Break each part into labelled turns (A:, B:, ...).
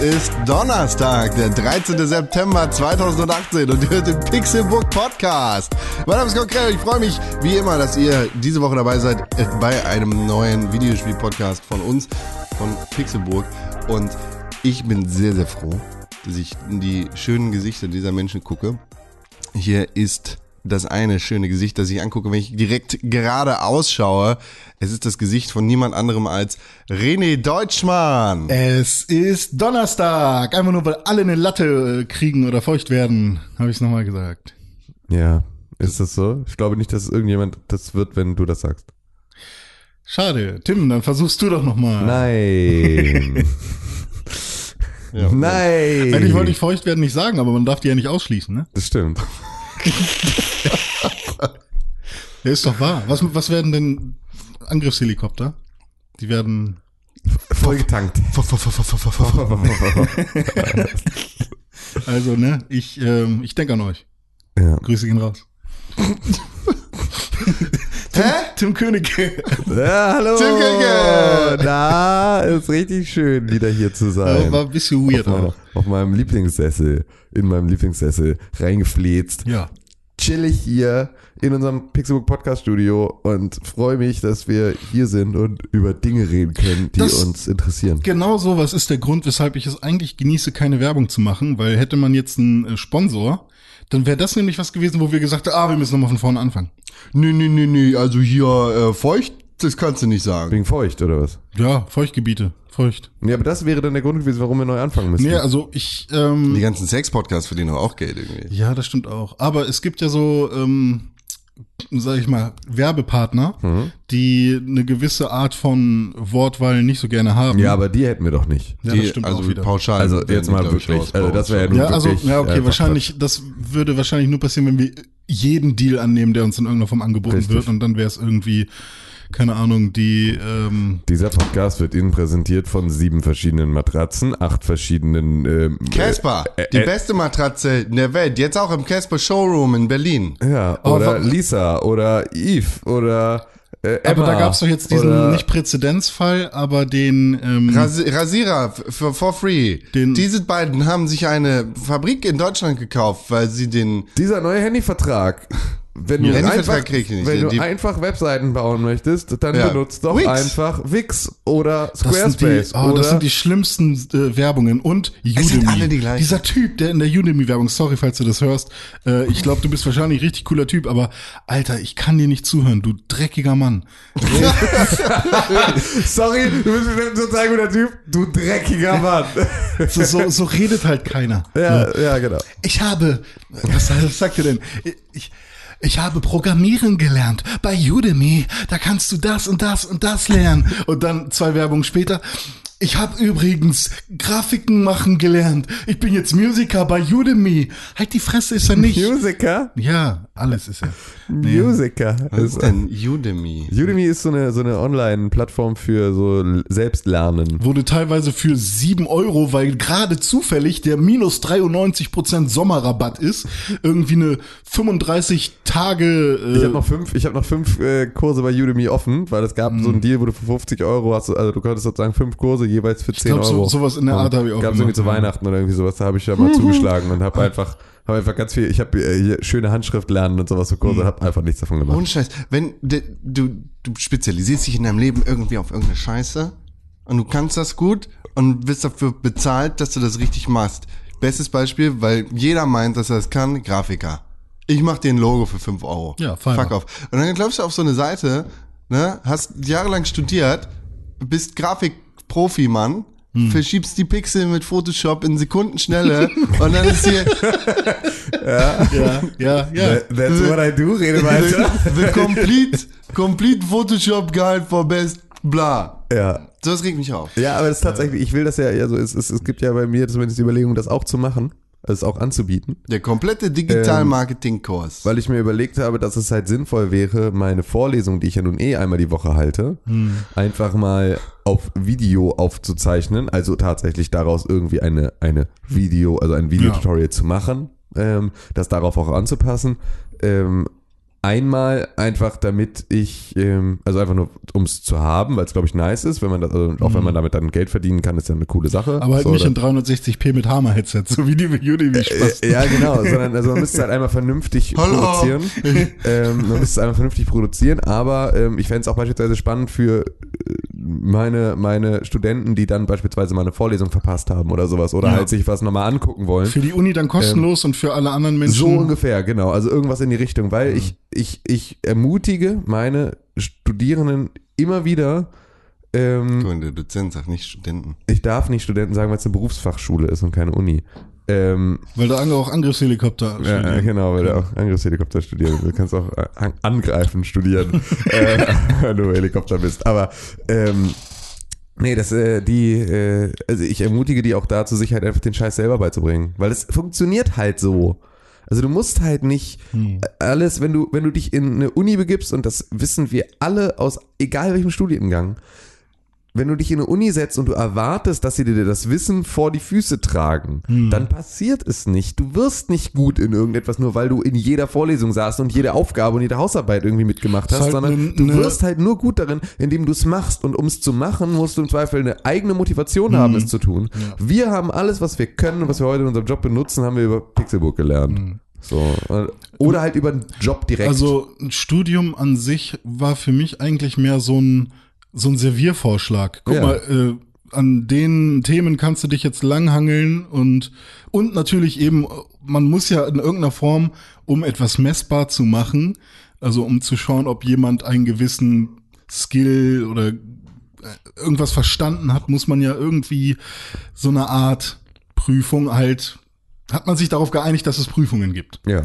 A: ist Donnerstag, der 13. September 2018 und ihr hört den Pixelbook Podcast. Mein Name ist Konkret, ich freue mich wie immer, dass ihr diese Woche dabei seid äh, bei einem neuen Videospiel-Podcast von uns, von Pixelburg. Und ich bin sehr, sehr froh, dass ich in die schönen Gesichter dieser Menschen gucke. Hier ist das eine schöne Gesicht, das ich angucke, wenn ich direkt gerade ausschaue. Es ist das Gesicht von niemand anderem als René Deutschmann.
B: Es ist Donnerstag. Einfach nur, weil alle eine Latte äh, kriegen oder feucht werden, habe ich es nochmal gesagt.
C: Ja, ist das so? Ich glaube nicht, dass irgendjemand das wird, wenn du das sagst.
B: Schade. Tim, dann versuchst du doch nochmal.
C: Ah. Nein.
A: Ja, okay.
C: Nein.
B: Eigentlich wollte ich feucht werden nicht sagen, aber man darf die ja nicht ausschließen, ne?
C: Das stimmt.
B: Ja, ist doch wahr. Was, was werden denn Angriffshelikopter? Die werden.
C: Vollgetankt.
B: Also, ne? Ich, ähm, ich denke an euch.
C: ja.
B: Grüße gehen raus.
A: Hä?
B: Tim Königke.
C: ja, hallo.
A: Zückige.
C: Na, ist richtig schön, wieder hier zu sein.
B: War ein bisschen weird
C: auf, meiner,
B: auch.
C: auf meinem Lieblingssessel, in meinem Lieblingssessel, reingefläzt.
B: Ja.
C: chillig hier in unserem Pixelbook Podcast Studio und freue mich, dass wir hier sind und über Dinge reden können, die
B: Das-
C: uns interessieren.
B: Genau sowas ist der Grund, weshalb ich es eigentlich genieße, keine Werbung zu machen, weil hätte man jetzt einen äh, Sponsor, dann wäre das nämlich was gewesen, wo wir gesagt haben, ah, wir müssen nochmal von vorne anfangen.
A: Nee, nee, nee, nee. Also hier äh, feucht, das kannst du nicht sagen.
C: Wegen feucht oder was?
B: Ja, Feuchtgebiete, feucht.
C: Ja, aber das wäre dann der Grund gewesen, warum wir neu anfangen müssen.
B: Nee, also ich,
A: Die
B: ähm,
A: ganzen Sex-Podcasts verdienen doch auch Geld irgendwie.
B: ja, das stimmt auch. Aber es gibt ja so, ähm, sag ich mal, Werbepartner, die eine gewisse Art von Wortwahl nicht so gerne haben.
C: ja, aber die hätten wir doch nicht.
B: ja
A: Die-
B: das stimmt
A: also
B: auch wieder.
A: pauschal.
C: Also
A: werden
C: jetzt
A: die,
C: mal
A: glaub ich,
C: wirklich,
A: raus-
C: also das wäre ja
A: raus-
C: nun-
B: Ja, also,
C: wirklich, äh,
B: ja, okay,
C: einfach
B: wahrscheinlich, das würde wahrscheinlich nur passieren, wenn wir jeden Deal annehmen, der uns in irgendeiner Form angeboten
C: Richtig.
B: wird. Und dann wäre es irgendwie, keine Ahnung, die, ähm,
C: Dieser Podcast wird Ihnen präsentiert von sieben verschiedenen Matratzen, acht verschiedenen. Ähm,
A: Casper, die
C: äh,
A: beste Matratze der Welt. Jetzt auch im Casper Showroom in Berlin.
C: äh, ja,
B: Aber
C: oder
B: wa-
C: Lisa oder Eve oder äh, Emma.
B: aber da gab es doch jetzt diesen,
C: oder-
B: nicht Präzedenzfall, aber den, ähm,
A: Ras Rasierer f- für for free.
B: Den-
A: Diese beiden haben sich eine Fabrik in Deutschland gekauft, weil sie den
C: Dieser neue Handyvertrag. Wenn du,
A: Handyvertrag
C: einfach,
A: krieg ich nicht.
C: wenn
A: Die-
C: du einfach Webseiten bauen möchtest, dann
A: Ja.
C: benutzt doch
A: Wix.
C: einfach Wix oder
B: das sind, die,
C: Squarespace
B: oh,
C: oder
B: das sind die schlimmsten äh, Werbungen. Und Udemy.
A: sind alle die gleichen.
B: Dieser Typ, der in der Udemy-Werbung, sorry, falls du das hörst, äh, ich glaube, du bist wahrscheinlich ein richtig cooler Typ, aber Alter, ich kann dir nicht zuhören, du dreckiger Mann.
C: Sorry, du bist bestimmt so ein guter Typ, du dreckiger Mann.
B: So, so, so redet halt keiner.
C: ja, ja, genau.
B: Ich habe, was sagt ihr denn? Ich, ich habe Programmieren gelernt bei Udemy. Da kannst du das und das und das lernen. Und dann zwei Werbungen später. Ich habe übrigens Grafiken machen gelernt. Ich bin jetzt Musiker bei Udemy. Halt die Fresse ist er nicht.
C: Musiker?
B: Ja, alles ist er.
C: Musiker.
A: Was ist denn Udemy?
C: Udemy ist so eine, so eine Online-Plattform für so L- Selbstlernen.
B: Wurde teilweise für 7 Euro, weil gerade zufällig der minus 93% Sommerrabatt ist, irgendwie eine 35 Tage. Äh,
C: Ich habe noch fünf, ich hab noch fünf äh, Kurse bei Udemy offen, weil es gab so
B: Hm.
C: einen Deal, wo du für 50 Euro hast, du- also du konntest sozusagen fünf Kurse jeweils für 10
B: glaub, so-
C: Euro.
B: sowas in der Art habe ich auch
C: Gab es
B: gemacht,
C: irgendwie zu
B: ja.
C: Weihnachten oder irgendwie sowas, da habe ich ja mal zugeschlagen und habe einfach, habe einfach ganz viel, ich habe äh, hier schöne Handschrift lernen und sowas für
B: Hm.
C: Kurse, habe einfach nichts davon gemacht.
B: Oh
A: Ohne Scheiß. Wenn de, du, du spezialisierst dich in deinem Leben irgendwie auf irgendeine Scheiße und du kannst das gut und wirst dafür bezahlt, dass du das richtig machst. Bestes Beispiel, weil jeder meint, dass er das kann, Grafiker. Ich mach dir ein Logo für 5 Euro.
B: Ja, Fiverr.
A: Fuck off. Und dann glaubst du auf so eine Seite, ne, hast jahrelang studiert, bist Grafikprofi-Mann,
B: Hm.
A: verschiebst die Pixel mit Photoshop in Sekundenschnelle und dann ist hier
B: ja, ja, ja.
C: That- That's what I do, rede weiter.
A: The, the complete, complete Photoshop Guide for Best Bla.
C: ja.
A: So, das regt mich auf.
C: Ja, aber das ist tatsächlich, ich will das ja, also es, es, es gibt ja bei mir zumindest die Überlegung, das auch zu machen, also es auch anzubieten.
A: Der komplette Digital Marketing Kurs.
C: Weil ich mir überlegt habe, dass es halt sinnvoll wäre, meine Vorlesung, die ich ja nun eh einmal die Woche halte,
B: Hm.
C: einfach mal auf Video aufzuzeichnen, also tatsächlich daraus irgendwie eine, eine Video, also ein Videotutorial zu machen, ähm, das darauf auch anzupassen. Ähm, Einmal einfach, damit ich, ähm, also einfach nur, um es zu haben, weil es, glaube ich, nice ist, wenn man das, also auch wenn man damit dann Geld verdienen kann, ist ja eine coole Sache.
B: Hm. Aber halt
C: So,
B: nicht
C: oder-
B: in 360p mit Hammer-Headset, so wie die Udemy Spaß.
C: ja, genau, sondern also man müsste es halt einmal vernünftig
A: Hallo.
C: produzieren. Ähm, man müsste es einmal vernünftig produzieren, aber ähm, ich fände es auch beispielsweise spannend für äh, meine, meine Studenten, die dann beispielsweise mal eine Vorlesung verpasst haben oder sowas oder
B: Ja.
C: halt sich was nochmal angucken wollen.
B: Für die Uni dann kostenlos und für alle anderen Menschen.
C: Ähm. So ungefähr, genau. Also irgendwas in die Richtung, weil ich, ich, ich ermutige meine Studierenden immer wieder, ähm,
A: Und der Dozent sagt nicht Studenten.
C: ich darf nicht Studenten sagen, weil es eine Berufsfachschule ist und keine Uni. Ähm,
B: weil da Ange auch Angriffshelikopter
C: Ja,
B: studiert.
C: Ja, genau, weil du auch Angriffshelikopter studieren Du kannst auch äh, an- angreifen studieren, äh, wenn du Helikopter bist. Aber ähm, nee, das, äh, die, äh, also ich ermutige die auch dazu, sich halt einfach den Scheiß selber beizubringen. Weil es funktioniert halt so. Also du musst halt nicht alles, wenn du, wenn du dich in eine Uni begibst, und das wissen wir alle aus egal welchem Studiengang, wenn du dich in eine Uni setzt und du erwartest, dass sie dir das Wissen vor die Füße tragen, dann passiert es nicht. Du wirst nicht gut in irgendetwas, nur weil du in jeder Vorlesung saßt und jede Aufgabe und jede Hausarbeit irgendwie mitgemacht
B: Ist
C: hast,
B: halt
C: sondern
B: ne-
C: du
B: ne-
C: wirst halt nur gut darin, indem du es machst. Und um es zu machen, musst du im Zweifel eine eigene Motivation haben, es zu tun. Wir haben alles, was wir können und was wir heute in unserem Job benutzen, haben wir über Pixelbook gelernt. So. Oder halt über den Job direkt.
B: Also ein Studium an sich war für mich eigentlich mehr so ein, so ein Serviervorschlag. Guck
C: Ja.
B: mal, äh, an den Themen kannst du dich jetzt langhangeln und, und natürlich eben, äh, man muss ja in irgendeiner Form, um etwas messbar zu machen, also um zu schauen, ob jemand einen gewissen Skill oder äh, irgendwas verstanden hat, muss man ja irgendwie so eine Art Prüfung halt, hat man sich darauf geeinigt, dass es Prüfungen gibt
C: ja.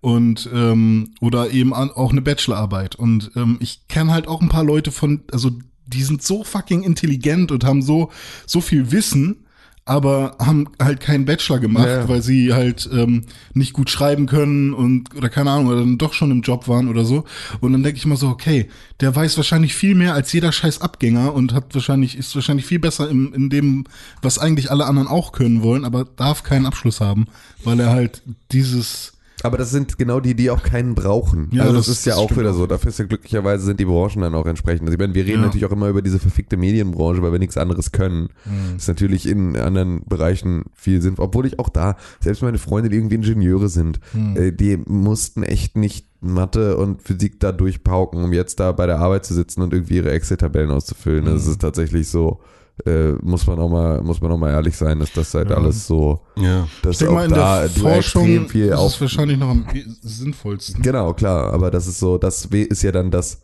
B: und ähm, oder eben an, auch eine Bachelorarbeit. Und ähm, ich kenne halt auch ein paar Leute von, also die sind so fucking intelligent und haben so so viel Wissen, aber haben halt keinen Bachelor gemacht,
C: Ja, ja.
B: weil sie halt ähm, nicht gut schreiben können und oder keine Ahnung oder dann doch schon im Job waren oder so. Und dann denke ich mal so, okay, der weiß wahrscheinlich viel mehr als jeder scheiß Abgänger und hat wahrscheinlich ist wahrscheinlich viel besser im, in dem, was eigentlich alle anderen auch können wollen, aber darf keinen Abschluss haben, weil er halt dieses
C: Aber das sind genau die, die auch keinen brauchen.
B: Ja,
C: also das,
B: das-
C: ist ja
B: das
C: auch
B: stimmt
C: wieder
B: auch.
C: so. Dafür ist ja glücklicherweise sind die Branchen dann auch entsprechend. Also ich meine, wir reden
B: Ja.
C: natürlich auch immer über diese verfickte Medienbranche, weil wir nichts anderes können.
B: Mhm.
C: Ist natürlich in anderen Bereichen viel sinnvoll. Obwohl ich auch da, selbst meine Freunde, die irgendwie Ingenieure sind,
B: Mhm.
C: äh, die mussten echt nicht Mathe und Physik da durchpauken, um jetzt da bei der Arbeit zu sitzen und irgendwie ihre Excel-Tabellen auszufüllen. Das
B: Mhm.
C: ist tatsächlich so. Äh, muss man auch mal muss man auch mal ehrlich sein, dass das halt alles so
A: Ja.
C: dass
B: Ich denke
C: auch
B: mal, in
C: da
B: der
C: du
B: Forschung
C: extrem viel
B: ist
C: auf
B: es wahrscheinlich noch am sinnvollsten.
C: Genau, klar, aber das ist so, das we- ist ja dann das,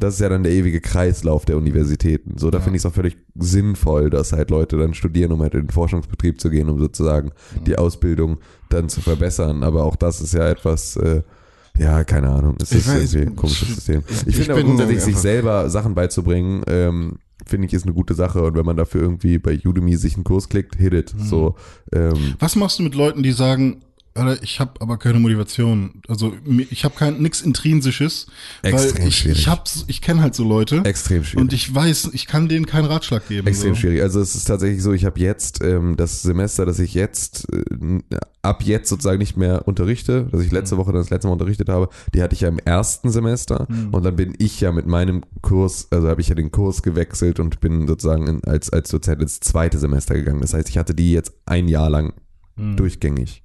C: das ist ja dann der ewige Kreislauf der Universitäten. So, da finde ich es auch völlig sinnvoll, dass halt Leute dann studieren, um halt in den Forschungsbetrieb zu gehen, um sozusagen
A: Mhm.
C: die Ausbildung dann zu verbessern. Aber auch das ist ja etwas, äh, ja, keine Ahnung, es
A: Ich
C: ist
A: weiß,
C: irgendwie ein komisches
A: ich-
C: System. Ich
A: ich
C: finde aber
A: bin
C: grundsätzlich, sich
A: einfach-
C: selber Sachen beizubringen, ähm, finde ich, ist eine gute Sache. Und wenn man dafür irgendwie bei Udemy sich einen Kurs klickt, hit it.
A: Mhm.
C: So, ähm,
B: Was machst du mit Leuten, die sagen, Alter, ich habe aber keine Motivation. Also mir- ich habe kein nix intrinsisches,
C: Extrem
B: weil ich
C: schwierig.
B: ich hab's, ich kenne halt so Leute
C: extrem schwierig.
B: und ich weiß, ich kann denen keinen Ratschlag geben.
C: Extrem
B: so.
C: schwierig. Also es ist tatsächlich so, ich habe jetzt ähm, das Semester, das ich jetzt äh, n- ab jetzt sozusagen nicht mehr unterrichte, dass ich letzte Woche dann das letzte Mal unterrichtet habe, die hatte ich ja im ersten Semester und dann bin ich ja mit meinem Kurs, also habe ich ja den Kurs gewechselt und bin sozusagen in, als als Dozent ins zweite Semester gegangen. Das heißt, ich hatte die jetzt ein Jahr lang durchgängig.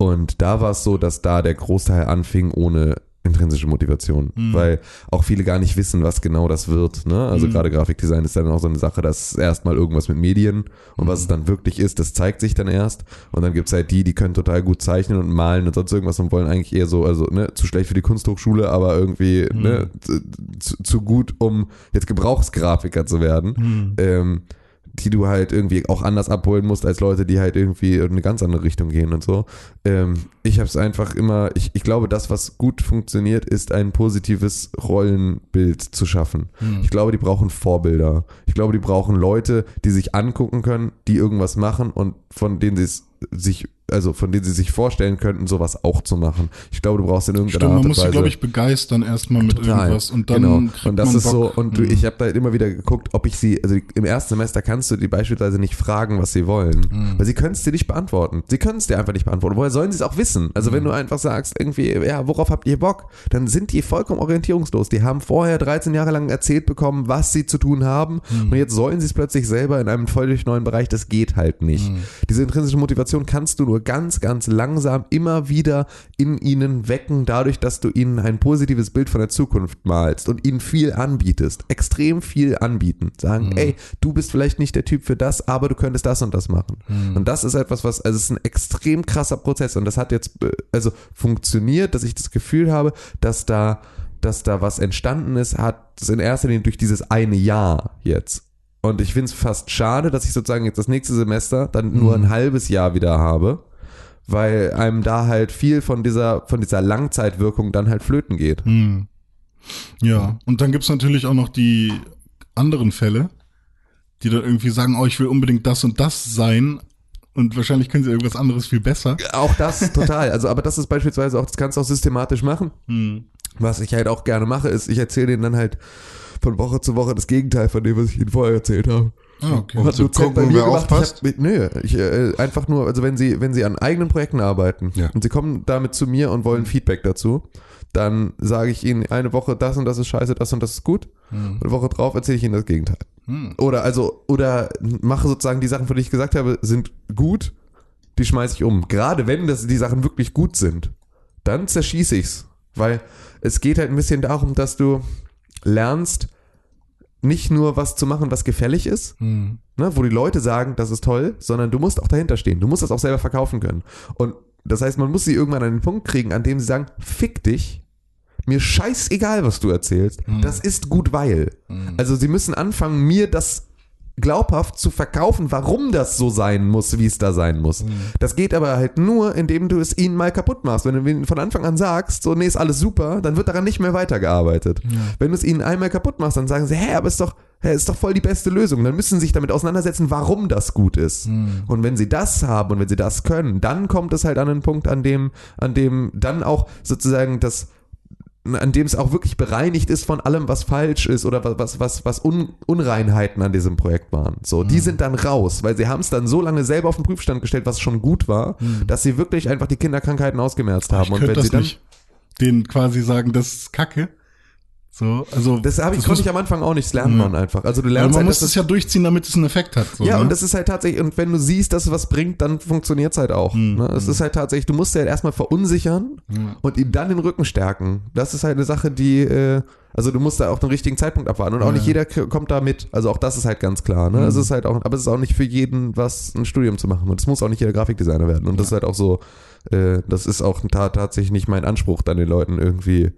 C: Und da war es so, dass da der Großteil anfing ohne intrinsische Motivation, weil auch viele gar nicht wissen, was genau das wird. Ne? Also gerade Grafikdesign ist dann auch so eine Sache, dass erstmal irgendwas mit Medien und was es dann wirklich ist, das zeigt sich dann erst. Und dann gibt's halt die, die können total gut zeichnen und malen und sonst irgendwas und wollen eigentlich eher so, also ne, zu schlecht für die Kunsthochschule, aber irgendwie ne, zu, zu- zu gut, um jetzt Gebrauchsgrafiker zu werden. Ähm, die du halt irgendwie auch anders abholen musst als Leute, die halt irgendwie in eine ganz andere Richtung gehen und so. Ähm, ich habe es einfach immer, ich, ich glaube, das, was gut funktioniert, ist ein positives Rollenbild zu schaffen. Ich glaube, die brauchen Vorbilder. Ich glaube, die brauchen Leute, die sich angucken können, die irgendwas machen und von denen sie es sich, also von denen sie sich vorstellen könnten, sowas auch zu machen. Ich glaube, du brauchst in irgendeiner
B: Stimmt, man
C: Art und
B: muss sie,
C: Weise.
B: glaube ich, begeistern erstmal mit
C: Hm. Total.
B: irgendwas und dann
C: genau.
B: kriegt
C: und das
B: man
C: ist
B: Bock. Mhm.
C: so und du- ich habe da halt immer wieder geguckt, ob ich sie also im ersten Semester kannst du die beispielsweise nicht fragen, was sie wollen,
B: Mhm.
C: weil sie können es dir nicht beantworten. Sie können es dir einfach nicht beantworten. Woher sollen sie es auch wissen? Also
B: Mhm.
C: wenn du einfach sagst irgendwie ja, worauf habt ihr Bock, dann sind die vollkommen orientierungslos. Die haben vorher 13 Jahre lang erzählt bekommen, was sie zu tun haben
B: Mhm.
C: und jetzt sollen sie es plötzlich selber in einem völlig neuen Bereich, das geht halt nicht.
B: Mhm.
C: Diese intrinsische Motivation kannst du nur ganz ganz langsam immer wieder in ihnen wecken, dadurch, dass du ihnen ein positives Bild von der Zukunft malst und ihnen viel anbietest, extrem viel anbieten. Sagen, ey, du bist vielleicht nicht der Typ für das, aber du könntest das und das machen. Und das ist etwas, was, also es ist ein extrem krasser Prozess und das hat jetzt, äh, also funktioniert, dass ich das Gefühl habe, dass da, dass da was entstanden ist, hat es in erster Linie durch dieses eine Jahr jetzt. Und ich finde es fast schade, dass ich sozusagen jetzt das nächste Semester dann nur ein halbes Jahr wieder habe weil einem da halt viel von dieser, von dieser Langzeitwirkung dann halt flöten geht.
B: Hm. Ja, und dann gibt's natürlich auch noch die anderen Fälle, die dann irgendwie sagen, oh, ich will unbedingt das und das sein und wahrscheinlich können sie irgendwas anderes viel besser.
C: Auch das total. Also, aber das ist beispielsweise auch, das kannst du auch systematisch machen.
B: Hm.
C: Was ich halt auch gerne mache, ist, ich erzähle denen dann halt von Woche zu Woche das Gegenteil von dem, was ich ihnen vorher erzählt habe.
B: Ah, okay.
A: Um Zu
C: Dozent
A: gucken, wer aufpasst?
C: Ich hab, nö, ich, äh, einfach nur, also wenn sie, wenn sie an eigenen Projekten arbeiten
A: Ja.
C: und sie kommen damit zu mir und wollen Feedback dazu, dann sage ich ihnen eine Woche, das und das ist scheiße, das und das ist gut.
A: Hm.
C: Und eine Woche drauf erzähle ich ihnen das Gegenteil.
B: Hm.
C: Oder also, oder mache sozusagen die Sachen, von denen ich gesagt habe, sind gut, die schmeiße ich um. Gerade wenn das, die Sachen wirklich gut sind, dann zerschieße ich's. Weil es geht halt ein bisschen darum, dass du lernst, nicht nur was zu machen, was gefällig ist,
B: Hm.
C: ne, wo die Leute sagen, das ist toll, sondern du musst auch dahinter stehen. Du musst das auch selber verkaufen können. Und das heißt, man muss sie irgendwann an den Punkt kriegen, an dem sie sagen, fick dich, mir scheißegal, was du erzählst, das ist gut, weil. Also sie müssen anfangen, mir das glaubhaft zu verkaufen, warum das so sein muss, wie es da sein muss. Das geht aber halt nur, indem du es ihnen mal kaputt machst. Wenn du ihnen von Anfang an sagst, so, nee, ist alles super, dann wird daran nicht mehr weitergearbeitet. Wenn du es ihnen einmal kaputt machst, dann sagen sie, hä, aber ist doch, hä, ist doch voll die beste Lösung. Dann müssen sie sich damit auseinandersetzen, warum das gut ist. Und wenn sie das haben und wenn sie das können, dann kommt es halt an einen Punkt, an dem, an dem dann auch sozusagen das an dem es auch wirklich bereinigt ist von allem, was falsch ist oder was, was, was, was Un Unreinheiten an diesem Projekt waren. So,
B: Mhm.
C: die sind dann raus, weil sie haben es dann so lange selber auf den Prüfstand gestellt, was schon gut war, dass sie wirklich einfach die Kinderkrankheiten ausgemerzt haben.
B: Mhm. Ah, Ich könnte das nicht denen quasi sagen, das ist Kacke. So, also
C: Das habe ich, konnte
B: muss-
C: ich am Anfang auch nicht, das lernt man einfach. Also du
B: aber
C: lernst
B: man
C: halt,
B: muss
C: dass
B: es ja durchziehen, damit es einen Effekt hat. So,
C: ja,
B: ne?
C: und das ist halt tatsächlich, und wenn du siehst, dass es was bringt, dann funktioniert es halt auch.
B: Mhm.
C: Ne? Es ist halt tatsächlich, du musst ja halt erstmal verunsichern und ihm dann den Rücken stärken. Das ist halt eine Sache, die, äh, also du musst da auch den richtigen Zeitpunkt abwarten. Und auch nicht jeder k- kommt da mit. Also auch das ist halt ganz klar. Ne? Es ist halt auch, aber es ist auch nicht für jeden was, ein Studium zu machen. Und es muss auch nicht jeder Grafikdesigner werden. Und das ist halt auch so, äh, das ist auch ta tatsächlich nicht mein Anspruch an den Leuten irgendwie.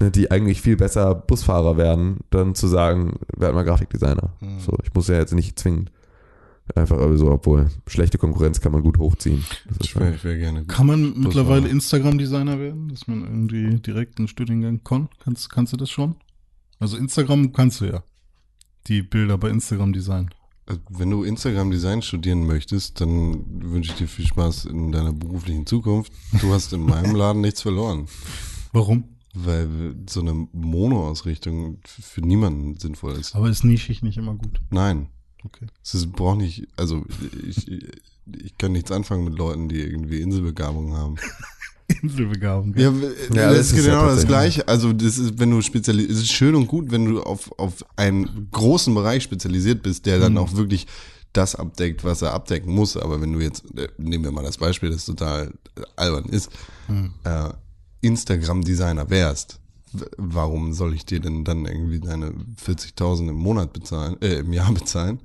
C: ne, Die eigentlich viel besser Busfahrer werden, dann zu sagen, werd mal Grafikdesigner. So, ich muss ja jetzt nicht zwingend. Einfach aber so, obwohl schlechte Konkurrenz kann man gut hochziehen. Das ist
A: Ich wäre ich wär gerne.
B: Kann man mittlerweile
A: war-
B: Instagram-Designer werden, dass man irgendwie direkt einen Studiengang kann? Kannst, kannst du das schon? Also Instagram kannst du ja. Die Bilder bei Instagram designen.
A: Also, Wenn du Instagram Design studieren möchtest, dann wünsche ich dir viel Spaß in deiner beruflichen Zukunft. Du hast in meinem Laden nichts verloren,
B: Warum?
A: weil so eine Mono-Ausrichtung f- für niemanden sinnvoll ist.
B: Aber ist nischig nicht immer gut.
A: Nein,
B: Okay.
A: es ist, braucht nicht, also ich, ich, ich kann nichts anfangen mit Leuten, die irgendwie Inselbegabung haben.
B: Inselbegabung.
C: Ja,
A: Ja, das,
C: das
A: ist
C: ist
A: genau
C: ja
A: das
C: tatsächlich.
A: Gleiche. Also, das ist, wenn du spezialisiert, es ist schön und gut, wenn du auf, auf einen großen Bereich spezialisiert bist, der dann auch wirklich das abdeckt, was er abdecken muss. Aber wenn du jetzt, äh, nehmen wir mal das Beispiel, das total äh, albern ist, äh, Instagram-Designer wärst, w- warum soll ich dir denn dann irgendwie deine 40.000 im Monat bezahlen, äh, im Jahr bezahlen?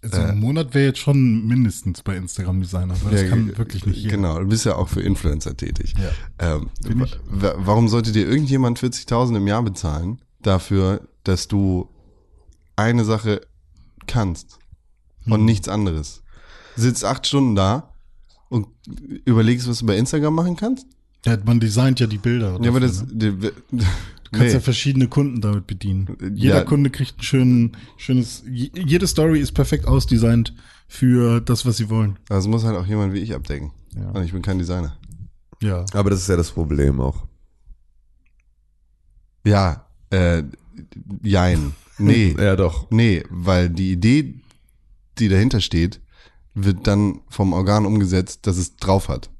B: Also ein Monat wäre jetzt schon mindestens bei Instagram-Designer, weil das
A: Ja,
B: kann
A: ge-
B: wirklich nicht jeder.
A: Genau, du bist ja auch für Influencer tätig.
B: Ja.
A: Ähm,
B: Bin ich.
A: wa- warum sollte dir irgendjemand 40.000 im Jahr bezahlen dafür, dass du eine Sache kannst
B: Hm.
A: und nichts anderes? Sitzt acht Stunden da und überlegst, was du bei Instagram machen kannst?
B: Ja, man designt ja die Bilder.
A: Ja, aber
B: dafür,
A: das,
B: ne?
A: die-
B: Du kannst
A: Nee.
B: ja verschiedene Kunden damit bedienen.
A: Äh,
B: Jeder
A: ja.
B: Kunde kriegt ein schönen, schönes, je- jede Story ist perfekt ausdesignt für das, was sie wollen.
A: Das muss halt auch jemand wie ich abdecken.
B: Ja.
A: Und ich bin kein Designer.
B: Ja.
C: Aber das ist ja das Problem auch.
A: Ja, äh, jein. Nee,
C: Ja, doch.
A: nee, weil die Idee, die dahinter steht, wird dann vom Organ umgesetzt, dass es drauf hat.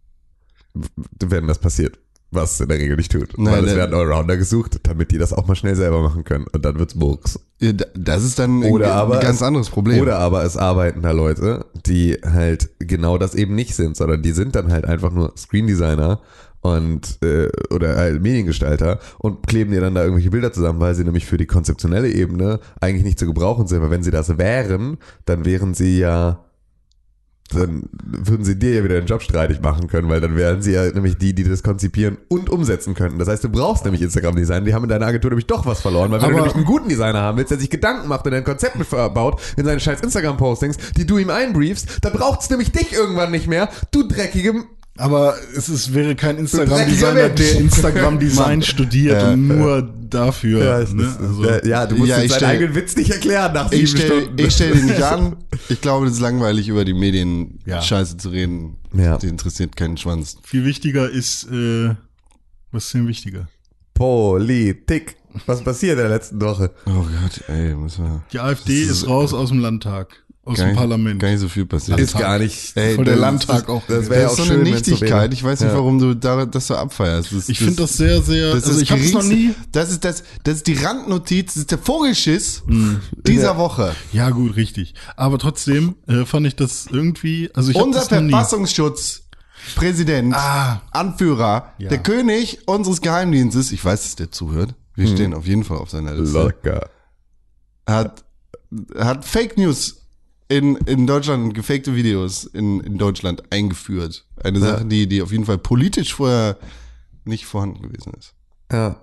C: Wenn das passiert. Was in der Regel nicht tut.
A: Nein,
C: Weil es
A: nein.
C: werden Allrounder gesucht, damit die das auch mal schnell selber machen können. Und dann wird's Murks.
A: Ja, d- Äh, Das ist dann
C: Oder
A: ein
C: aber
A: ganz
C: es-
A: anderes Problem.
C: Oder aber es arbeiten da Leute, die halt genau das eben nicht sind, sondern die sind dann halt einfach nur Screendesigner und äh, oder halt Mediengestalter und kleben dir dann da irgendwelche Bilder zusammen, weil sie nämlich für die konzeptionelle Ebene eigentlich nicht zu gebrauchen sind. Weil wenn sie das wären, dann wären sie ja dann würden sie dir ja wieder den Job streitig machen können, weil dann wären sie ja nämlich die, die das konzipieren und umsetzen könnten. Das heißt, du brauchst nämlich Instagram-Design. Die haben in deiner Agentur nämlich doch was verloren, weil wenn du
B: Aber-
C: nämlich einen guten Designer haben willst, der sich Gedanken macht und ein Konzept mit verbaut in seine scheiß Instagram-Postings, die du ihm einbriefst, dann braucht's nämlich dich irgendwann nicht mehr, du dreckige...
B: Aber es ist, wäre kein
C: dreckiger
B: Instagram-Designer,
C: Mensch.
B: der Instagram-Design studiert
A: Ja,
B: und nur dafür. ne? also,
C: ja, Äh, ja, du musst
A: Ja, ich
C: jetzt deinen
A: stell-
C: eigenen Witz nicht erklären nach sieben
A: ich stelle
C: Stunden.
A: ich stell den nicht an. Ich glaube, das ist langweilig, über die Medien
B: Ja.
A: scheiße zu reden.
C: Ja.
A: Die interessiert keinen Schwanz.
B: viel wichtiger ist, äh, was ist denn wichtiger?
C: Politik. Was passiert in der letzten Woche?
A: Oh Gott, ey, muss man.
B: Die AfD ist, raus aus dem Landtag, aus dem Parlament.
A: Gar nicht so viel passiert.
C: Ist gar nicht...
A: Ey,
B: Voll der
A: das-
B: Landtag auch.
A: Das
C: Das
A: wäre
C: wäre
A: ja
C: auch
A: so
C: schön,
A: eine
C: wenn's so
A: Nichtigkeit.
C: wäre.
A: Ich weiß nicht,
C: Ja.
A: warum du da, das so abfeierst. Das-
B: Ich finde das sehr, sehr,
A: Das
B: also
A: ist
B: ich habe es noch
A: geringste-
B: nie.
A: Das ist, das, das ist die Randnotiz, das ist der Vogelschiss
B: Hm,
A: dieser Woche.
B: Ja gut, richtig. Aber trotzdem äh, fand ich das irgendwie, also ich hab
A: Unser
B: das noch nie.
A: Verfassungsschutzpräsident,
B: Ah.
A: Anführer,
B: Ja.
A: der König unseres Geheimdienstes, ich weiß, dass der zuhört, wir
B: Hm.
A: stehen auf jeden Fall auf seiner Liste,
C: Locker.
A: hat, hat Fake News in, in Deutschland und gefakte Videos in, in Deutschland eingeführt. Eine Sache, die, die auf jeden Fall politisch vorher nicht vorhanden gewesen ist.
C: Ja.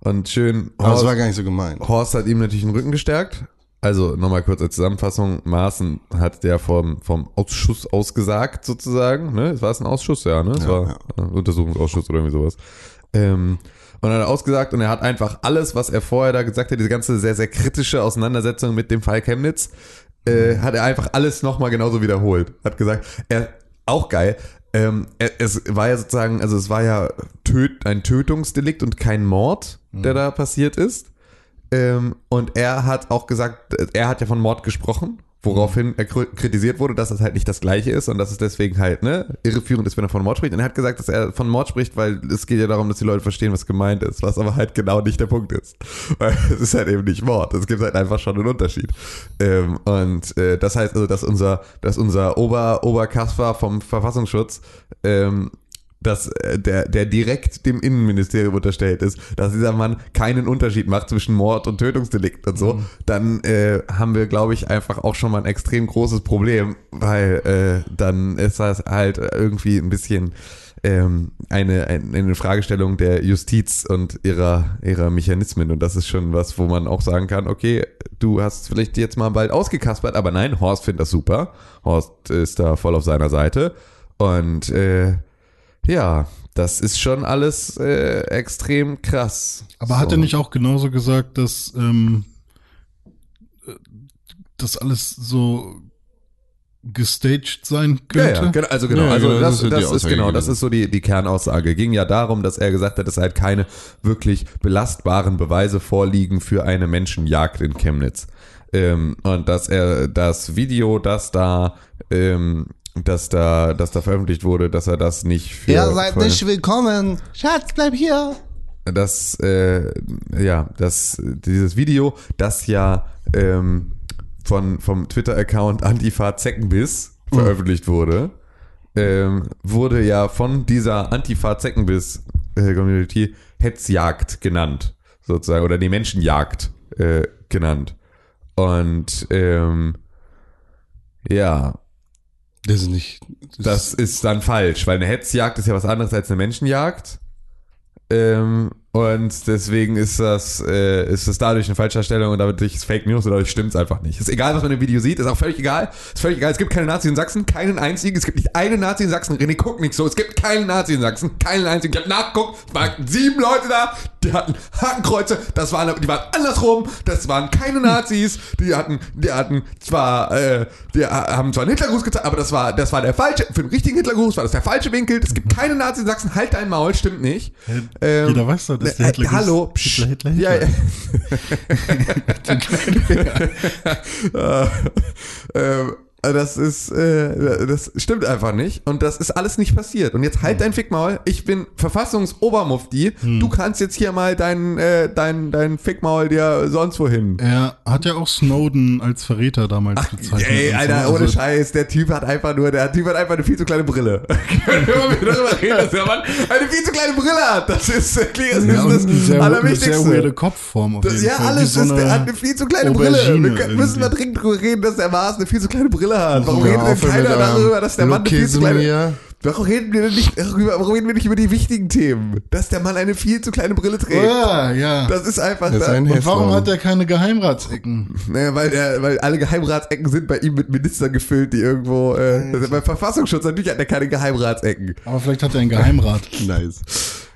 C: Und schön,
B: Oh.
A: Aber es
C: Horst,
A: war gar nicht so gemeint.
C: Horst hat ihm natürlich den Rücken gestärkt. Also nochmal kurz als Zusammenfassung. Maaßen hat der vom, vom Ausschuss ausgesagt sozusagen. Ne? Es war es ein Ausschuss, ja, ne? Es
A: Ja,
C: war äh, Untersuchungsausschuss oder irgendwie sowas. Ähm, und dann hat er ausgesagt und er hat einfach alles, was er vorher da gesagt hat, diese ganze sehr, sehr kritische Auseinandersetzung mit dem Fall Chemnitz,
A: Mhm.
C: äh, hat er einfach alles nochmal genauso wiederholt. Hat gesagt, er, auch geil, ähm, er, es war ja sozusagen, also es war ja töt, ein Tötungsdelikt und kein Mord,
A: Mhm.
C: der da passiert ist. Ähm, und er hat auch gesagt, er hat ja von Mord gesprochen, woraufhin er kri- kritisiert wurde, dass das halt nicht das Gleiche ist und dass es deswegen halt ne, irreführend ist, wenn er von Mord spricht. Und er hat gesagt, dass er von Mord spricht, weil es geht ja darum, dass die Leute verstehen, was gemeint ist, was aber halt genau nicht der Punkt ist. Weil es ist halt eben nicht Mord. Es gibt halt einfach schon einen Unterschied. Ähm, und äh, das heißt also, dass unser, dass unser Ober, Oberkasper vom Verfassungsschutz ähm, dass äh, der, der direkt dem Innenministerium unterstellt ist, dass dieser Mann keinen Unterschied macht zwischen Mord und Tötungsdelikt und so, dann äh, haben wir, glaube ich, einfach auch schon mal ein extrem großes Problem, weil äh, dann ist das halt irgendwie ein bisschen ähm, eine, ein- eine Fragestellung der Justiz und ihrer, ihrer Mechanismen. Und das ist schon was, wo man auch sagen kann, okay, du hast vielleicht jetzt mal bald ausgekaspert, aber nein, Horst findet das super. Horst ist da voll auf seiner Seite. Und äh, ja, das ist schon alles äh, extrem krass.
B: Aber hat
C: So.
B: er nicht auch genauso gesagt, dass ähm, äh, das alles so gestaged sein
C: Ja,
B: könnte?
C: ja, genau, also genau,
A: Ja,
C: also das,
A: genau, das ist ja die
C: das ist
A: Aussage
C: genau, das
A: gewesen.
C: ist so die, die Kernaussage. Ging ja darum, dass er gesagt hat, dass halt keine wirklich belastbaren Beweise vorliegen für eine Menschenjagd in Chemnitz. Ähm, und dass er das Video, das da, ähm, das da, das da veröffentlicht wurde, dass er das nicht für für-
A: willkommen. Schatz, bleib hier.
C: dass äh, ja, dass dieses Video, das ja ähm, von vom Twitter-Account Antifa Zeckenbiss veröffentlicht wurde, ähm, wurde ja von dieser Antifa Zeckenbiss äh, Community Hetzjagd genannt, sozusagen oder die Menschenjagd äh, genannt. Und ähm, ja,
A: Das ist nicht.
C: das ist dann falsch, weil eine Hetzjagd ist ja was anderes als eine Menschenjagd. Ähm, Und deswegen ist das, äh, ist das dadurch eine Falschdarstellung und dadurch ist Fake News und dadurch stimmt es einfach nicht. Ist egal, was man im Video sieht, ist auch völlig egal. Ist völlig egal. Es gibt keine Nazis in Sachsen, keinen einzigen. Es gibt nicht einen Nazi in Sachsen. René, guck nicht so. Es gibt keinen Nazi in Sachsen, keinen einzigen. Ich hab nachgeguckt, es waren sieben Leute da, die hatten Hakenkreuze, das waren, die waren andersrum, das waren keine Nazis, die hatten, die hatten zwar, äh, die ha- haben zwar einen Hitlergruß gezeigt, aber das war, das war der falsche, für den richtigen Hitlergruß war das der falsche Winkel. Es gibt keine Nazis in Sachsen, halt dein Maul, stimmt nicht. Ähm,
B: Jeder weiß doch, dass der
C: äh,
B: Hitler
C: Hallo, psch.
B: Hitler, Hitler,
C: Ja,
B: Hitler.
C: ja. Äh, ähm, das ist, äh, das stimmt einfach nicht. Und das ist alles nicht passiert. Und jetzt
B: Hm.
C: halt dein Fickmaul. Ich bin Verfassungsobermufti. Du kannst jetzt hier mal deinen äh, dein, dein Fickmaul dir sonst wohin.
B: Er hat ja auch Snowden als Verräter damals bezeichnet.
C: Ey,
B: und so.
C: Alter, ohne
B: Also,
C: Scheiß, der Typ hat einfach nur, der Typ hat einfach eine viel zu kleine Brille. Können wir mal wieder darüber reden, dass der Mann eine viel zu kleine Brille hat. Das ist, das ist
B: Ja, und
C: das
B: eine sehr, eine
C: Allerwichtigste.
B: sehr weirde Kopfform auf
C: Das,
B: jeden
C: ja,
B: Fall.
C: alles
B: Wie so
C: ist, der
B: eine-
C: hat eine viel zu kleine Brille.
B: Aubergine
C: Wir können, müssen mal
B: irgendwie.
C: dringend drüber reden, dass der Mars eine viel zu kleine Brille hat. Warum
A: Ja,
C: reden
A: aufhören
C: denn keiner
A: mit eurem
C: darüber, dass der Mann eine viel zu kleine...
A: Lookism
C: Warum reden, wir denn nicht, darüber- warum reden wir nicht über die wichtigen Themen? Dass der Mann eine viel zu kleine Brille trägt.
B: Ja, ja.
C: Das ist einfach...
A: Ah. Das ist ein
B: Und warum
A: Hessmann.
B: hat er keine Geheimratsecken?
C: naja, weil, der, weil alle Geheimratsecken sind bei ihm mit Ministern gefüllt, die irgendwo... Äh, also beim Verfassungsschutz natürlich hat er keine Geheimratsecken.
B: Aber vielleicht hat er einen Geheimrat.
A: Nice.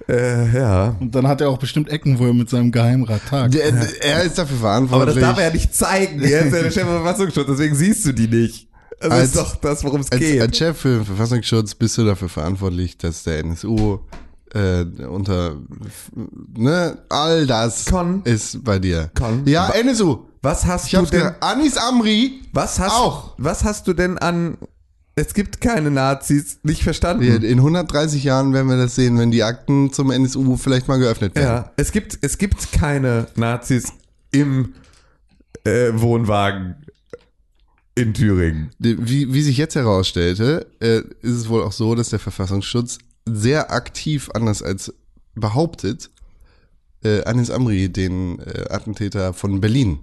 C: Äh, ja...
B: Und dann hat er auch bestimmt Ecken, wo er mit seinem Geheimrat tagt.
A: Der, Er ist dafür
C: Aber
A: verantwortlich.
C: das darf er ja nicht zeigen. Er ist ja der Chef vom Verfassungsschutz, deswegen siehst du die nicht. Das
A: Als-
C: ist doch das, worum es
A: als,
C: geht.
A: als Chef für den Verfassungsschutz bist du dafür verantwortlich, dass der NSU äh, unter ne all das
C: Con.
A: ist bei dir.
C: Con.
A: Ja, NSU.
C: was hast
A: Ich
C: du
A: hab's
C: denn?
A: gesagt. Anis Amri.
C: Was hast,
A: Auch.
C: was hast du denn an. Es gibt keine Nazis, nicht verstanden.
A: Wir- In 130 Jahren werden wir das sehen, wenn die Akten zum NSU vielleicht mal geöffnet werden.
C: Ja, es gibt, es gibt keine Nazis im äh, Wohnwagen in Thüringen.
A: Die- Wie, wie sich jetzt herausstellte, äh, ist es wohl auch so, dass der Verfassungsschutz sehr aktiv, anders als behauptet, äh, Anis Amri, den äh, Attentäter von Berlin,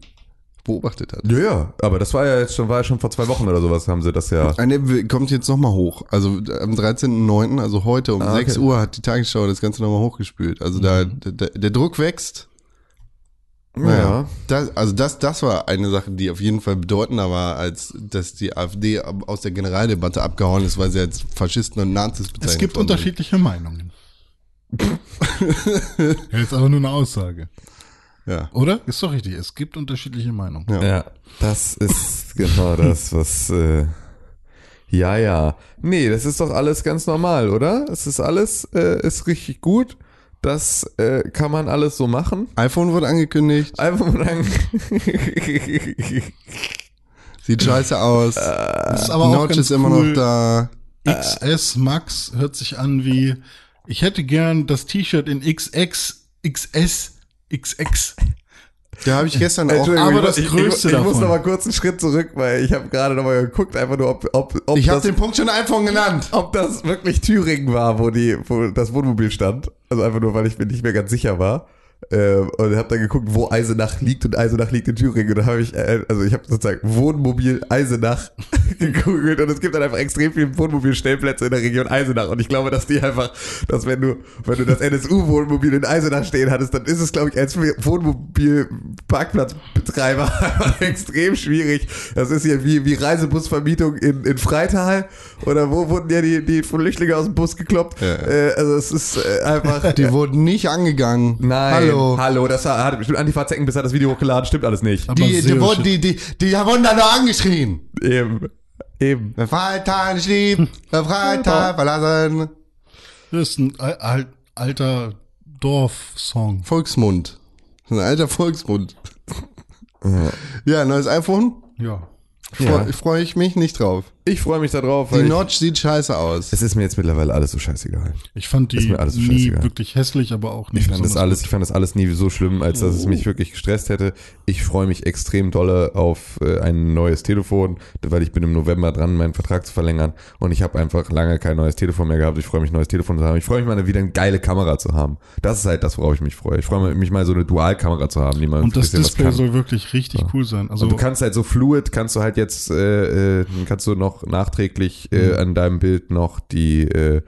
A: beobachtet hat.
C: Ja, ja, aber das war ja jetzt schon, war ja schon vor zwei Wochen oder sowas, haben sie das ja.
A: Eine kommt jetzt nochmal hoch. Also am 13.09., also heute um
C: Ah, okay.
A: 6 Uhr hat die Tagesschau das Ganze nochmal hochgespült. Also da, da, der Druck wächst.
C: Ja.
A: Das, also das, das war eine Sache, die auf jeden Fall bedeutender war, als dass die AfD ab- aus der Generaldebatte abgehauen ist, weil sie jetzt Faschisten und Nazis bezeichnet
B: Es gibt
A: worden sind.
B: unterschiedliche Meinungen. ja, ist aber nur eine Aussage.
A: Ja.
B: Oder? Ist doch richtig. Es gibt unterschiedliche Meinungen.
A: Ja.
C: Ja, das ist genau das, was. Äh, ja, ja. Nee, das ist doch alles ganz normal, oder? Es ist alles, äh, ist richtig gut. Das äh, kann man alles so machen.
A: iPhone wurde angekündigt,
C: Einfach mal sagen.
A: sieht scheiße aus,
B: Äh, Ist aber auch
A: Notch
B: ganz
A: ist immer
B: cool.
A: noch da.
B: XS Äh. Max hört sich an wie, ich hätte gern das T-Shirt in XX, XS, XX.
A: Da habe ich
B: Äh,
A: gestern auch...
C: Entschuldigung,
B: aber
C: ich-
B: das
C: ich,
B: Größte
C: ich, ich muss
B: davon.
C: noch mal kurz einen Schritt zurück, weil ich habe gerade noch mal geguckt, einfach nur, ob, ob, ob,
A: Ich habe
C: das,
A: den Punkt schon iPhone genannt.
C: ob das wirklich Thüringen war, wo, die, wo das Wohnmobil stand. Also einfach nur, weil ich mir nicht mehr ganz sicher war. Ähm, und habe dann geguckt, wo Eisenach liegt und Eisenach liegt in Thüringen. Und da habe ich, äh, also ich habe sozusagen Wohnmobil Eisenach gegoogelt und es gibt dann einfach extrem viele Wohnmobilstellplätze in der Region Eisenach. Und ich glaube, dass die einfach, dass wenn du, wenn du das NSU-Wohnmobil in Eisenach stehen hattest, dann ist es, glaube ich, als Wohnmobil-Parkplatzbetreiber einfach extrem schwierig. Das ist hier wie, wie Reisebusvermietung in, in Freital oder wo wurden ja die, die Flüchtlinge aus dem Bus gekloppt.
A: Ja.
C: Äh, also es ist äh, einfach.
A: Die wurden nicht angegangen.
C: Nein.
A: Hallo.
C: Hallo, das hat hat bestimmt Antifa Zeckenbiss hat das Video hochgeladen, stimmt alles nicht.
B: Aber
A: Die, die,
B: sehr
A: wurden, die,
B: schön.
A: die, die wurden da nur angeschrien.
C: Eben. Eben.
A: Wer Freitag nicht liebt, wer Freitag verlassen.
B: Das ist ein al- al- alter Dorf-Song.
A: Volksmund. Das ist Ein alter Volksmund. Ja, neues iPhone.
B: Ja.
C: Ja.
A: Freue freu ich mich nicht drauf.
C: Ich freue mich darauf,
A: Die
C: weil ich,
A: Notch sieht scheiße aus.
C: es ist mir jetzt mittlerweile alles so scheißegal.
B: Ich fand
C: Ist
B: die
C: mir alles so
B: nie
C: scheißegal.
B: wirklich hässlich, aber auch nicht
C: Ich fand, das
B: besonders Oh.
C: alles, ich fand das alles nie so schlimm, als dass es mich wirklich gestresst hätte. Ich freue mich extrem dolle auf äh, ein neues Telefon, weil ich bin im November dran, meinen Vertrag zu verlängern. Und ich habe einfach lange kein neues Telefon mehr gehabt. Ich freue mich, ein neues Telefon zu haben. Ich freue mich mal wieder eine geile Kamera zu haben. Das ist halt das, worauf ich mich freue. Ich freue mich mal so eine Dualkamera zu haben, die man
B: Und das
C: bisschen was
B: Display
C: kann.
B: soll wirklich richtig cool sein. Also
C: Und du kannst halt so fluid, kannst du halt
B: Mhm.
C: jetzt, äh, äh, kannst du noch nachträglich äh, an deinem Bild noch die, äh,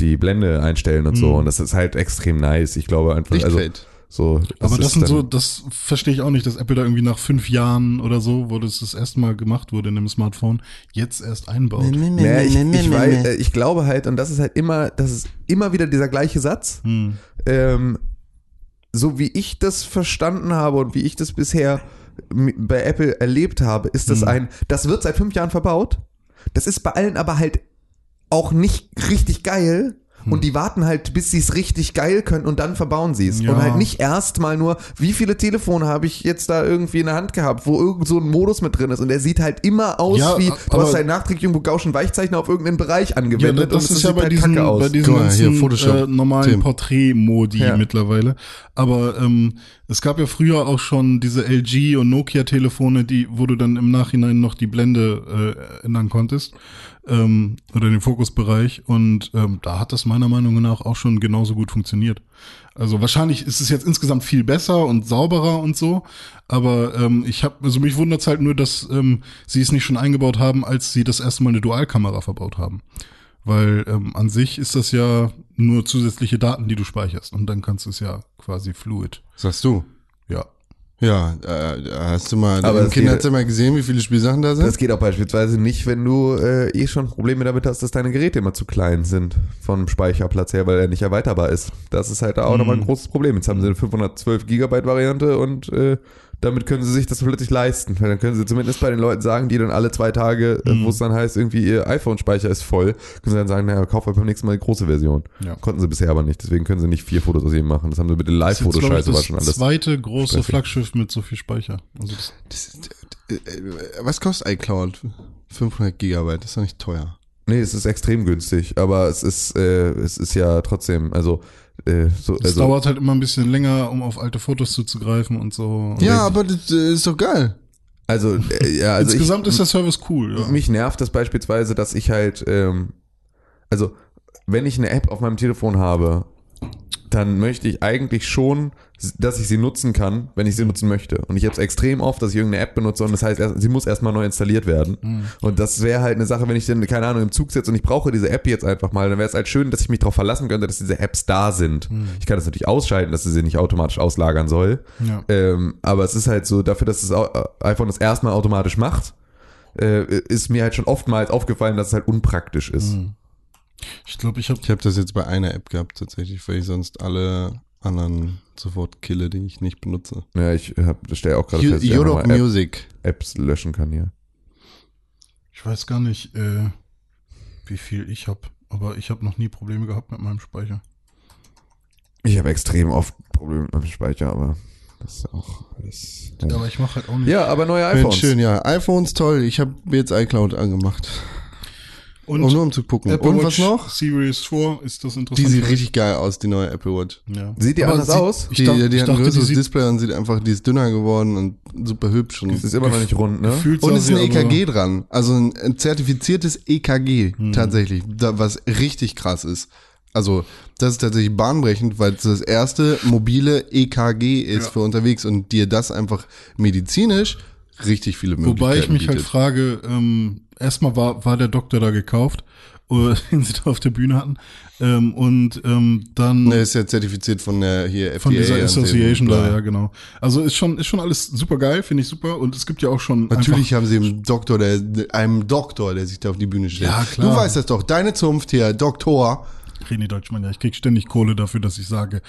C: die Blende einstellen und
B: Mhm.
C: so. Und das ist halt extrem nice. Ich glaube einfach, also
A: Lichtfeld.
C: so.
B: Aber das
C: ist
B: sind
C: dann-
B: so, das verstehe ich auch nicht, dass Apple da irgendwie nach fünf Jahren oder so, wo das das erste Mal gemacht wurde in einem Smartphone, jetzt erst einbaut.
C: Naja, ich, ich, weiß, äh, ich glaube halt, und das ist halt immer, das ist immer wieder dieser gleiche Satz.
B: Hm.
C: Ähm, so wie ich das verstanden habe und wie ich das bisher m- bei Apple erlebt habe, ist
B: Mhm.
C: das ein, das wird seit fünf Jahren verbaut. Das ist bei allen aber halt auch nicht richtig geil.
B: Hm.
C: Und die warten halt, bis sie es richtig geil können und dann verbauen sie es.
B: Ja.
C: Und halt nicht erst mal nur, wie viele Telefone habe ich jetzt da irgendwie in der Hand gehabt, wo irgend so ein Modus mit drin ist. Und der sieht halt immer aus
B: Ja,
C: wie, du
B: aber-
C: hast halt nachträglich irgendwo gauschen Weichzeichner auf irgendeinen Bereich
B: Ja,
C: angewendet.
B: das
C: und
B: ist
C: es
B: ja
C: sieht
B: bei
C: halt
B: diesen,
C: kacke aus.
B: bei diesen
A: Guck mal, hier,
B: ganzen,
A: Photoshop.
B: äh, normalen
A: Tim.
B: Porträt-Modi
C: Ja.
B: mittlerweile. Aber ähm, es gab ja früher auch schon diese LG- und Nokia-Telefone, die, wo du dann im Nachhinein noch die Blende äh, ändern konntest. Ähm, oder den Fokusbereich. Und ähm, da hat das meiner Meinung nach auch schon genauso gut funktioniert. Also wahrscheinlich ist es jetzt insgesamt viel besser und sauberer und so, aber ähm, ich habe, also mich wundert es halt nur, dass ähm, sie es nicht schon eingebaut haben, als sie das erste Mal eine Dualkamera verbaut haben. Weil ähm, an sich ist das ja nur zusätzliche Daten, die du speicherst. Und dann kannst du es ja quasi fluid.
A: Sagst du?
B: Ja.
A: Ja, äh, hast du mal
C: Aber
A: im
C: es
A: Kinderzimmer gesehen, wie viele Spielsachen da sind?
C: Das geht auch beispielsweise nicht, wenn du äh, eh schon Probleme damit hast, dass deine Geräte immer zu klein sind vom Speicherplatz her, weil er nicht erweiterbar ist. Das ist halt auch
B: Mhm.
C: nochmal ein großes Problem. Jetzt haben sie eine 512 Gigabyte Variante und äh, damit können sie sich das plötzlich leisten. Weil dann können sie zumindest bei den Leuten sagen, die dann alle zwei Tage,
B: Mhm.
C: äh, wo es dann heißt, irgendwie ihr iPhone-Speicher ist voll, können sie dann sagen, naja, kauf halt beim nächsten Mal eine große Version.
B: Ja.
C: Konnten sie bisher aber nicht. Deswegen können sie nicht vier Fotos aus jedem machen. Das haben sie mit den
B: Das ist jetzt, glaub ich,
C: Live-Fotoscheiße war
B: das
C: schon alles.
B: zweite große
C: stressig.
B: Flaggschiff mit so viel Speicher. Also das,
A: Das ist, äh, äh, was kostet iCloud? 500 Gigabyte, das ist doch nicht teuer.
C: Nee, es ist extrem günstig, aber es ist, äh, es ist ja trotzdem, also, äh, so,
B: das
C: also
B: dauert halt immer ein bisschen länger, um auf alte Fotos zuzugreifen und so.
A: Ja, aber das äh, ist doch geil.
C: Also, äh, ja, also
B: Insgesamt
C: ich,
B: ist der Service cool. Ja.
C: mich nervt das beispielsweise, dass ich halt, ähm, also wenn ich eine App auf meinem Telefon habe, dann möchte ich eigentlich schon, dass ich sie nutzen kann, wenn ich sie nutzen möchte. Und ich habe es extrem oft, dass ich irgendeine App benutze und das heißt, erst, sie muss erstmal neu installiert werden. Und das wäre halt eine Sache, wenn ich dann, keine Ahnung, im Zug sitze und ich brauche diese App jetzt einfach mal, dann wäre es halt schön, dass ich mich darauf verlassen könnte, dass diese Apps da sind. Ich kann das natürlich ausschalten, dass sie sie nicht automatisch auslagern soll.
B: Ja.
C: Ähm, aber es ist halt so, dafür, dass das Au- iPhone das erstmal automatisch macht, äh, ist mir halt schon oftmals aufgefallen, dass es halt unpraktisch ist.
B: Mhm. Ich glaube, ich habe
A: Ich habe das jetzt bei einer App gehabt tatsächlich, weil ich sonst alle anderen sofort kille, die ich nicht benutze.
C: Ja, ich stelle auch gerade
A: Eu-
C: fest, dass ich auch
A: Europe
C: nochmal App,
A: Music.
C: Apps löschen kann hier.
B: Ich weiß gar nicht, äh, wie viel ich habe, aber ich habe noch nie Probleme gehabt mit meinem Speicher.
C: Ich habe extrem oft Probleme mit meinem Speicher, aber das ist auch alles.
B: Ja,
C: Ja,
B: aber ich mache halt auch nicht.
C: ja aber neue
A: Mensch,
C: iPhones.
A: schön, ja. iPhones toll. Ich habe jetzt iCloud angemacht.
B: Und
A: um nur um zu gucken.
B: Apple
A: Und was
B: Watch
A: noch?
B: Series 4, ist das
A: Die
B: interessant?
A: sieht richtig geil aus, die neue Apple Watch.
B: ja.
C: Sieht die
B: Aber
C: anders
B: sie-
C: aus?
B: Ich
A: Die,
B: dacht-
A: die
B: ich
A: hat ein
B: dachte, die
A: größeres
B: sieht-
A: Display und sieht einfach, die ist dünner geworden und super hübsch. Und
C: Es ist immer noch nicht rund, ne?
B: Gefühlt
A: Und
B: sah
A: ist
B: sie
A: ein
B: aber-
A: EKG dran. Also ein, ein zertifiziertes EKG
B: Hm.
A: tatsächlich, da, was richtig krass ist. Also das ist tatsächlich bahnbrechend, weil es das erste mobile EKG ist
B: Ja.
A: für unterwegs und dir das einfach medizinisch richtig viele Möglichkeiten
B: Wobei ich mich halt
A: bietet.
B: frage, ähm, erstmal war, war der Doktor da gekauft, äh, den sie da auf der Bühne hatten. Ähm, und ähm, dann
A: Ne, ist ja zertifiziert von der hier FDA.
B: von dieser
A: und dem
B: Association
A: bla.
B: da, ja genau. Also ist schon, ist schon alles super geil, finde ich super. Und es gibt ja auch schon einfach-
A: Natürlich haben sie einen Doktor, der, einem Doktor, der sich da auf die Bühne stellt.
B: Ja, klar.
A: Du weißt das doch, deine Zunft hier, Doktor.
B: René Deutschmann, ja, ich krieg ständig Kohle dafür, dass ich sage,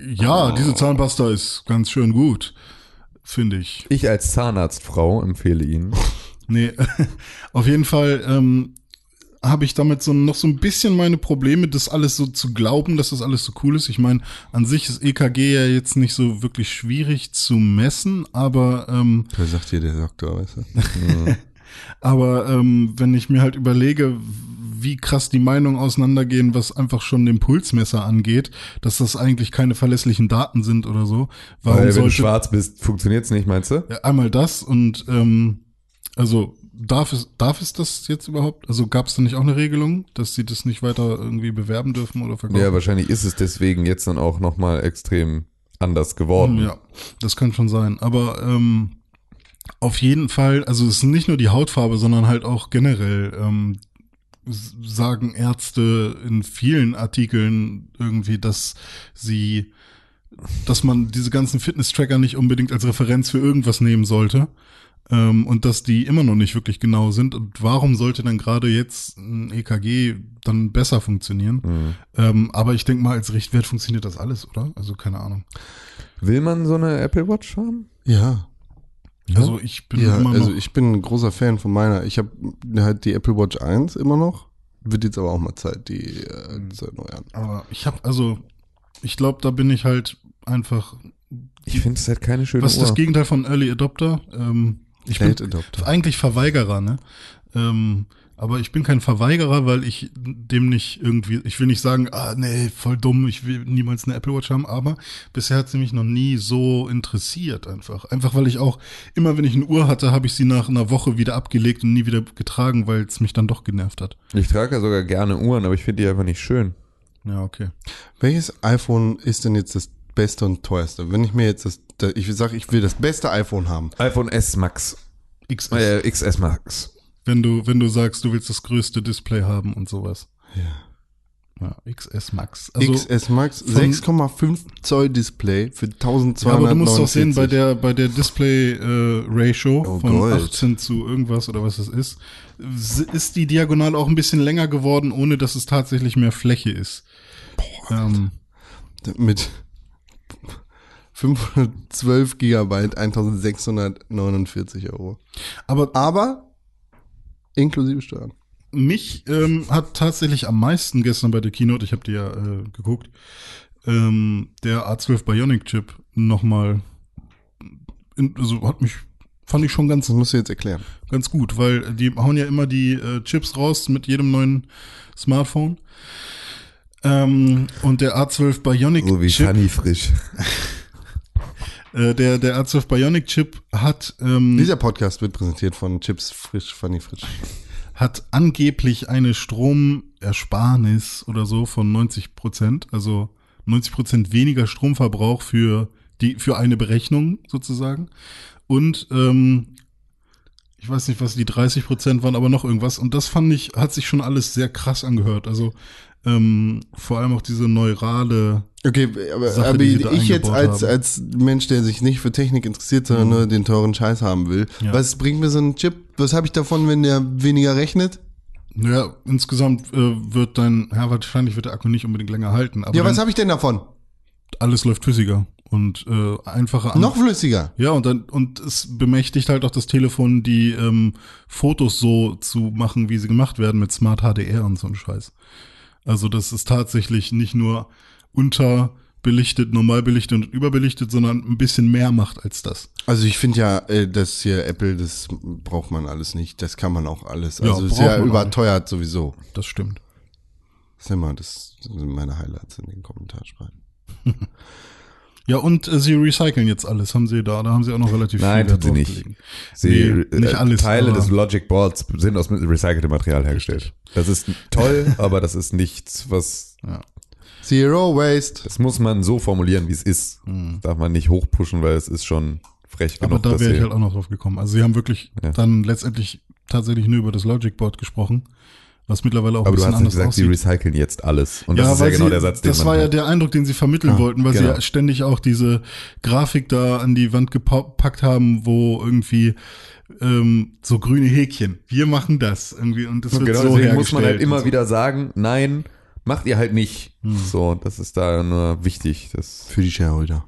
B: ja, diese Zahnpasta ist ganz schön gut, finde ich.
C: Ich als Zahnarztfrau empfehle Ihnen.
B: Nee, auf jeden Fall ähm, habe ich damit so noch so ein bisschen meine Probleme, das alles so zu glauben, dass das alles so cool ist. Ich meine, an sich ist EKG ja jetzt nicht so wirklich schwierig zu messen, aber ähm,
A: Da sagt dir der Doktor, weißt du?
B: Aber ähm, wenn ich mir halt überlege, wie krass die Meinungen auseinandergehen, was einfach schon den Pulsmesser angeht, dass das eigentlich keine verlässlichen Daten sind oder so.
C: Weil
B: Warum
C: wenn du
B: sollte
C: schwarz bist, funktioniert's nicht, meinst du?
B: Ja, einmal das und ähm, also darf es darf es das jetzt überhaupt? Also gab es da nicht auch eine Regelung, dass sie das nicht weiter irgendwie bewerben dürfen oder verkaufen?
C: Ja, wahrscheinlich ist es deswegen jetzt dann auch nochmal extrem anders geworden.
B: Hm, Ja, das kann schon sein. Aber ähm, auf jeden Fall, also es ist nicht nur die Hautfarbe, sondern halt auch generell ähm, s- sagen Ärzte in vielen Artikeln irgendwie, dass sie, dass man diese ganzen Fitness-Tracker nicht unbedingt als Referenz für irgendwas nehmen sollte. Ähm, und dass die immer noch nicht wirklich genau sind. Und warum sollte dann gerade jetzt ein EKG dann besser funktionieren?
C: Mhm.
B: Ähm, aber ich denke mal, als Richtwert funktioniert das alles, oder? Also keine Ahnung.
C: Will man so eine Apple Watch haben?
A: Ja.
B: Also ich bin
A: Ne? Ja,
B: immer noch.
A: also ich bin ein großer Fan von meiner. Ich habe halt die Apple Watch 1 immer noch. Wird jetzt aber auch mal Zeit, die äh,
B: Mhm.
A: zu erneuern.
B: aber ich habe also, ich glaube, da bin ich halt einfach.
C: Ich finde es halt keine schöne
B: was ist
C: Uhr.
B: das Gegenteil von Early Adopter? Ähm, ich bin
A: Late Adopter.
B: eigentlich Verweigerer, ne? Ähm, aber ich bin kein Verweigerer, weil ich dem nicht irgendwie, ich will nicht sagen, ah nee, voll dumm, ich will niemals eine Apple Watch haben, aber bisher hat sie mich noch nie so interessiert einfach. Einfach weil ich auch, immer wenn ich eine Uhr hatte, habe ich sie nach einer Woche wieder abgelegt und nie wieder getragen, weil es mich dann doch genervt hat.
C: ich trage ja sogar gerne Uhren, aber ich finde die einfach nicht schön.
B: Ja, okay.
A: Welches iPhone ist denn jetzt das beste und teuerste? Wenn ich mir jetzt das, da- ich sage, ich will das beste iPhone haben.
C: iPhone S Max.
B: XS.
A: Ah
C: Äh, XS Max.
B: Wenn du, wenn du sagst, du willst das größte Display haben und sowas.
A: Ja.
B: Ja, XS Max. Also,
A: XS Max,
B: von-
A: 6,5 Zoll Display für 1200
B: ja, aber du musst doch sehen, bei der, bei der Display-Ratio
A: Oh,
B: von
A: Gold.
B: 18 zu irgendwas oder was es ist, s- ist die Diagonal auch ein bisschen länger geworden, ohne dass es tatsächlich mehr Fläche ist. ähm,
A: mit 512 Gigabyte 1649 Euro.
B: aber
A: Aber inklusive Steuern.
B: mich ähm, hat tatsächlich am meisten gestern bei der Keynote, ich habe die ja äh, geguckt, ähm, der A12 Bionic Chip nochmal, in- also hat mich, fand ich schon ganz
A: Das musst du jetzt erklären.
B: ganz gut, weil die hauen ja immer die äh, Chips raus mit jedem neuen Smartphone. Ähm, und der A12 Bionic Chip,
C: Frisch.
B: äh, der, der A12 Bionic Chip hat, ähm,
A: Dieser Podcast wird präsentiert von Chips Frisch, Funny Frisch.
B: hat angeblich eine Stromersparnis oder so von 90 Prozent, also 90 Prozent weniger Stromverbrauch für die, für eine Berechnung sozusagen. Und, ähm, ich weiß nicht, was die 30 Prozent waren, aber noch irgendwas. Und das fand ich, hat sich schon alles sehr krass angehört. Also ähm, vor allem auch diese neurale.
A: Okay, aber,
B: Sache,
A: aber
B: die sie
A: ich
B: da
A: jetzt
B: eingebaut
A: als,
B: haben. Hm.
A: als Mensch, der sich nicht für Technik interessiert, sondern nur den teuren Scheiß haben will,
B: Ja.
A: was bringt mir so ein Chip? Was habe ich davon, wenn der weniger rechnet?
B: Naja, insgesamt äh, wird dein, ja, wahrscheinlich wird der Akku nicht unbedingt länger halten, aber
A: ja, was
B: dann-
A: habe ich denn davon?
B: alles läuft flüssiger und äh, einfacher an.
A: Noch flüssiger.
B: Ja, und dann, und es bemächtigt halt auch das Telefon, die ähm, Fotos so zu machen, wie sie gemacht werden, mit Smart HDR und so einem Scheiß. Also, das ist tatsächlich nicht nur unterbelichtet, normal belichtet und überbelichtet, sondern ein bisschen mehr macht als das.
A: Also ich finde ja, äh, das hier Apple, das braucht man alles nicht. Das kann man auch alles.
B: Ja,
A: Also ist
B: braucht
A: ja
B: man auch
A: überteuert sowieso.
B: Das stimmt.
A: Das sind immer das sind meine Highlights in den Kommentarspalten.
B: Ja, und äh, sie recyceln jetzt alles, haben sie da, da haben sie auch noch relativ
C: Nein,
B: viel
C: tut sie
B: Wert drauf
C: nicht.
B: gelegt.
C: Sie,
B: Nee, nicht
C: äh,
B: alles,
C: Teile
B: aber-
C: des Logic Boards sind aus mit recyceltem Material hergestellt. Das ist toll, aber das ist nichts, was.
B: Ja.
A: Zero Waste.
C: Das muss man so formulieren, wie es ist. Darf man nicht hochpushen, weil es ist schon frech
B: Hm. Aber
C: genug.
B: da
C: dass
B: wäre ich
C: sie-
B: halt auch noch drauf gekommen. Also sie haben wirklich
C: Ja.
B: dann letztendlich tatsächlich nur über das Logic Board gesprochen, was mittlerweile auch ein
C: aber du hast
B: bisschen
C: nicht
B: anders
C: gesagt, sie
B: aussieht.
C: recyceln jetzt alles. Und
B: ja,
C: das ist ja
B: weil
C: genau
B: sie,
C: der Satz, den
B: das
C: man
B: war ja
C: hat.
B: der Eindruck, den sie vermitteln
A: Ah,
B: wollten, weil sie
C: genau.
B: ja ständig auch diese Grafik da an die Wand gepackt haben, wo irgendwie ähm, so grüne Häkchen. Wir machen das irgendwie und das
C: Und
B: wird
C: genau
B: so
C: deswegen
B: hergestellt. Hm.
C: muss man halt immer
B: und so.
C: wieder sagen, nein, macht ihr halt nicht. So, das ist da nur wichtig. Das
A: Für die Shareholder.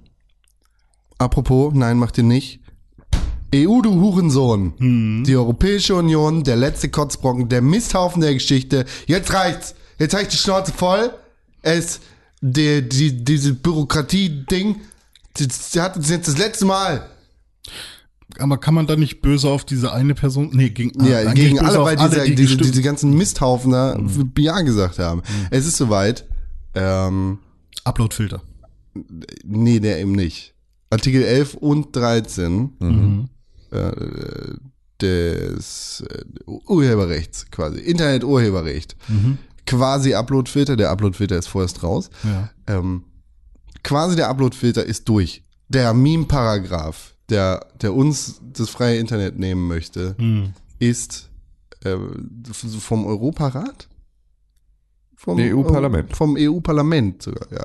A: Apropos, nein, macht ihr nicht. EU, du Hurensohn.
B: Mhm.
A: Die Europäische Union, der letzte Kotzbrocken, der Misthaufen der Geschichte. Jetzt reicht's. Jetzt reicht die Schnauze voll. Es, die, die, diese Bürokratie-Ding, die, die hat uns jetzt das letzte Mal.
B: Aber kann man da nicht böse auf diese eine Person? Nee, gegen, ah,
A: Ja,
B: eigentlich
A: gegen
B: böse
A: alle,
B: auf
A: weil diese,
B: die Mhm.
A: diese,
B: gestimmt-
A: diese ganzen Misthaufen da Ja gesagt haben.
B: Mhm.
A: Es ist soweit. Ähm,
B: Upload-Filter.
A: nee, der eben nicht. Artikel 11 und 13
B: Mhm.
A: äh, des äh, Urheberrechts quasi. Internet-Urheberrecht.
C: Mhm.
A: Quasi Upload-Filter. Der Upload-Filter ist vorerst raus.
B: Ja.
A: Ähm, quasi der Upload-Filter ist durch. Der Meme-Paragraph, der, der uns das
B: Hm.
A: freie Internet nehmen möchte, ist äh, ähm, vom Europarat vom äh,
C: Nee, EU-Parlament.
A: Vom EU-Parlament sogar, ja.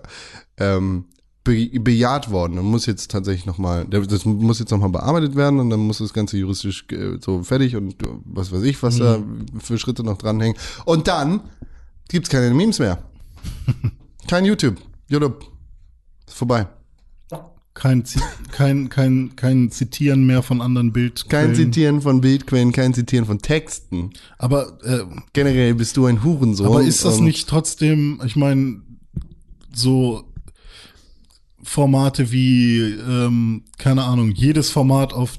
A: Ähm, be bejaht worden und muss jetzt tatsächlich nochmal, das muss jetzt nochmal bearbeitet werden und dann muss das Ganze juristisch äh, so fertig und äh, was weiß ich, was
B: Mhm.
A: da für Schritte noch dranhängen. Und dann gibt's keine Memes mehr. Kein YouTube. YouTube. Ist vorbei.
B: Kein, Zi- kein, kein, kein Zitieren mehr von anderen Bild.
A: Kein Zitieren von Bildquellen, kein Zitieren von Texten.
B: Aber, äh,
A: Generell bist du ein Hurensohn.
B: aber ist das
A: und- ähm,
B: nicht trotzdem, ich meine, so Formate wie, ähm, keine Ahnung, jedes Format auf,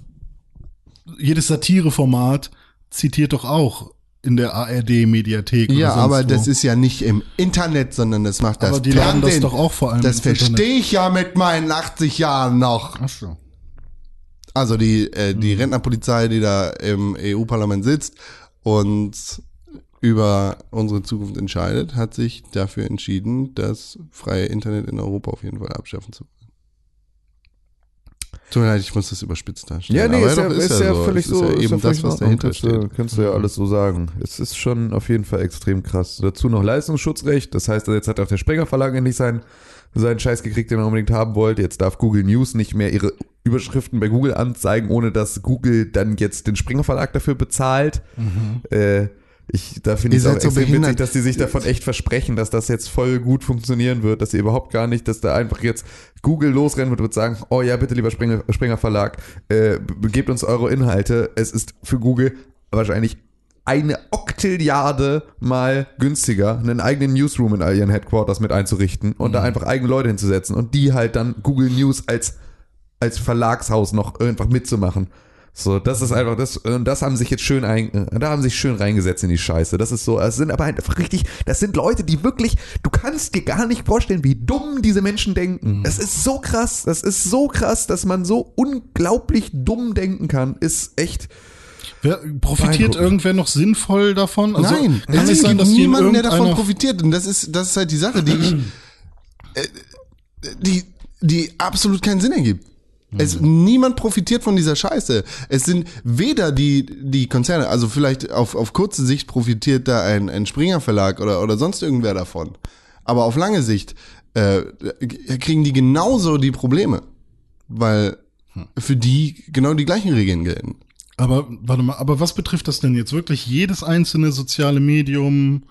B: jedes Satireformat zitiert doch auch in der ARD-Mediathek.
A: Ja,
B: oder sonst
A: aber
B: wo.
A: das ist ja nicht im Internet, sondern das macht das
B: Aber die laden das
A: Fernsehen.
B: doch auch vor allem
A: Das
B: ins Internet.
A: verstehe ich ja mit meinen 80 Jahren noch.
B: Ach so.
A: Also die, äh, die
C: Hm.
A: Rentnerpolizei, die da im EU-Parlament sitzt und über unsere Zukunft entscheidet, hat sich dafür entschieden, das freie Internet in Europa auf jeden Fall abschaffen zu wollen. Tut mir leid, ich muss das überspitzt darstellen.
C: Ja, nee,
A: aber
C: ist ja,
A: doch,
C: ist ja
A: so.
C: völlig
A: Es ist
C: so.
A: ja
C: ist
A: eben
C: völlig
A: das,
C: in
A: was
C: Ordnung.
A: dahinter
C: kannst, du-
A: steht.
C: kannst du ja alles so sagen. Es ist schon auf jeden Fall extrem krass. Dazu noch Leistungsschutzrecht. Das heißt, jetzt hat auch der Sprenger Verlag endlich seinen, seinen Scheiß gekriegt, den er unbedingt haben wollte. Jetzt darf Google News nicht mehr ihre Überschriften bei Google anzeigen, ohne dass Google dann jetzt den Sprenger Verlag dafür bezahlt. Äh, ich, da finde
A: Ihr
C: ich es auch
A: seid so
C: extrem witzig,
A: behindert.
C: dass die sich davon echt versprechen, dass das jetzt voll gut funktionieren wird, dass sie überhaupt gar nicht, dass da einfach jetzt Google losrennen wird und wird sagen, oh ja, bitte lieber Springer, Springer Verlag, äh, b- gebt uns eure Inhalte. Es ist für Google wahrscheinlich eine Oktilliarde mal günstiger, einen eigenen Newsroom in all ihren Headquarters mit einzurichten und
A: Mhm.
C: da einfach eigene Leute hinzusetzen und die halt dann Google News als als Verlagshaus noch einfach mitzumachen. So, das ist einfach das und das haben sich jetzt schön ein, äh, da haben sich schön reingesetzt in die Scheiße. Das ist so, es sind aber einfach richtig, das sind Leute, die wirklich, du kannst dir gar nicht vorstellen, wie dumm diese Menschen
B: Mhm.
C: denken. Es ist so krass, das ist so krass, dass man so unglaublich dumm denken kann, ist echt.
B: Wer, profitiert
C: Beeindruckend.
B: irgendwer noch sinnvoll davon? Also,
A: Nein,
B: kann
A: es
B: es sein,
A: gibt
B: dass die in
A: niemanden, der davon
B: irgendeiner-
A: profitiert. Und das ist, das ist halt die Sache, die ich, äh, die, die absolut keinen Sinn ergibt. Es,
B: Mhm.
A: niemand profitiert von dieser Scheiße. Es sind weder die, die Konzerne, also vielleicht auf, auf kurze Sicht profitiert da ein, ein Springer Verlag oder, oder sonst irgendwer davon. Aber auf lange Sicht äh, kriegen die genauso die Probleme, weil
B: Hm.
A: für die genau die gleichen Regeln gelten.
B: Aber warte mal, aber was betrifft das denn jetzt wirklich jedes einzelne soziale Medium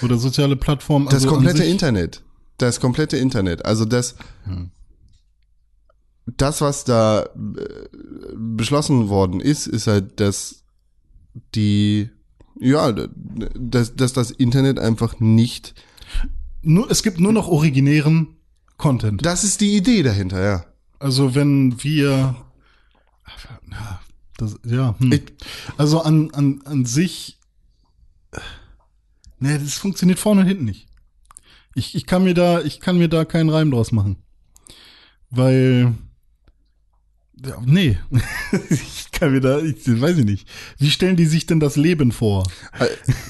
B: oder soziale Plattform?
A: Das
B: also an
A: komplette
B: sich?
A: Internet. Das komplette Internet. Also das, das, was da äh, beschlossen worden ist, ist halt, dass die, ja, dass, dass das Internet einfach nicht.
B: Nur, es gibt nur noch originären Content.
A: Das ist die Idee dahinter, ja.
B: Also wenn wir das, ja, hm. also an, an, an sich, ne, das funktioniert vorne und hinten nicht. Ich, ich kann mir da, ich kann mir da keinen Reim draus machen. Weil, ja, nee, ich kann mir da, ich weiß ich nicht. Wie stellen die sich denn das Leben vor?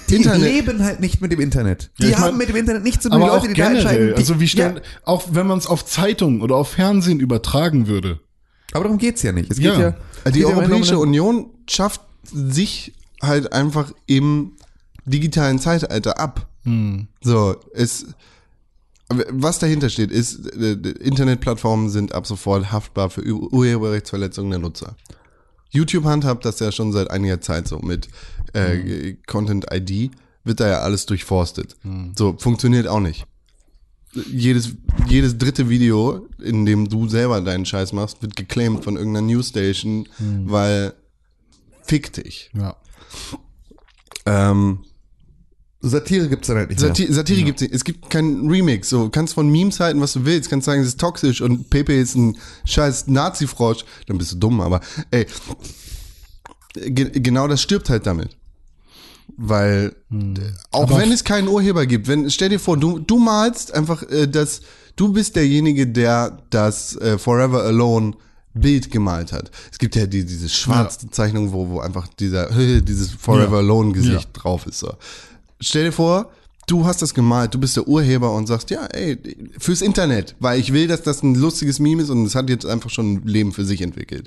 A: Die Internet.
C: leben halt nicht mit dem Internet. Die
B: Ja, ich
C: haben
B: mein-
C: mit dem Internet nichts zu tun.
B: Aber
C: Also Die Leute,
B: auch
C: die da entscheiden.
B: generell,
C: Die,
B: also wie stellen,
C: ja,
B: auch wenn man es auf Zeitung oder auf Fernsehen übertragen würde.
C: aber darum geht's ja nicht. Es
B: Ja. Also
C: geht ja. es
A: Also Die
C: geht ja
A: Europäische
C: um-
A: Union schafft sich halt einfach im digitalen Zeitalter ab. So, es, was dahinter steht, ist, äh, Internetplattformen sind ab sofort haftbar für Ur- Urheberrechtsverletzungen der Nutzer. YouTube handhabt das ja schon seit einiger Zeit so mit äh, Content ID, wird da ja alles durchforstet. So, funktioniert auch nicht. Jedes, jedes dritte Video, in dem du selber deinen Scheiß machst, wird geclaimed von irgendeiner Newsstation, weil fick dich.
B: Ja.
A: Ähm,
C: Satire gibt's dann halt nicht mehr.
A: Sati Satire gibt's nicht. Es gibt keinen Remix. So, kannst von Memes halten, was du willst. Kannst sagen, es ist toxisch und Pepe ist ein scheiß Nazi-Frosch. Dann bist du dumm, aber ey. Ge genau das stirbt halt damit. Weil,
C: Hm.
A: auch wenn es keinen Urheber gibt, wenn, stell dir vor, du, du malst einfach, äh, das, du bist derjenige, der das äh, Forever Alone Bild gemalt hat. Es gibt ja die, diese schwarze Zeichnung, wo, wo einfach dieser, dieses Forever
B: Ja.
A: Alone Gesicht
B: Ja.
A: drauf ist. So. Stell dir vor, du hast das gemalt, du bist der Urheber und sagst, ja, ey, fürs Internet, weil ich will, dass das ein lustiges Meme ist und es hat jetzt einfach schon ein Leben für sich entwickelt.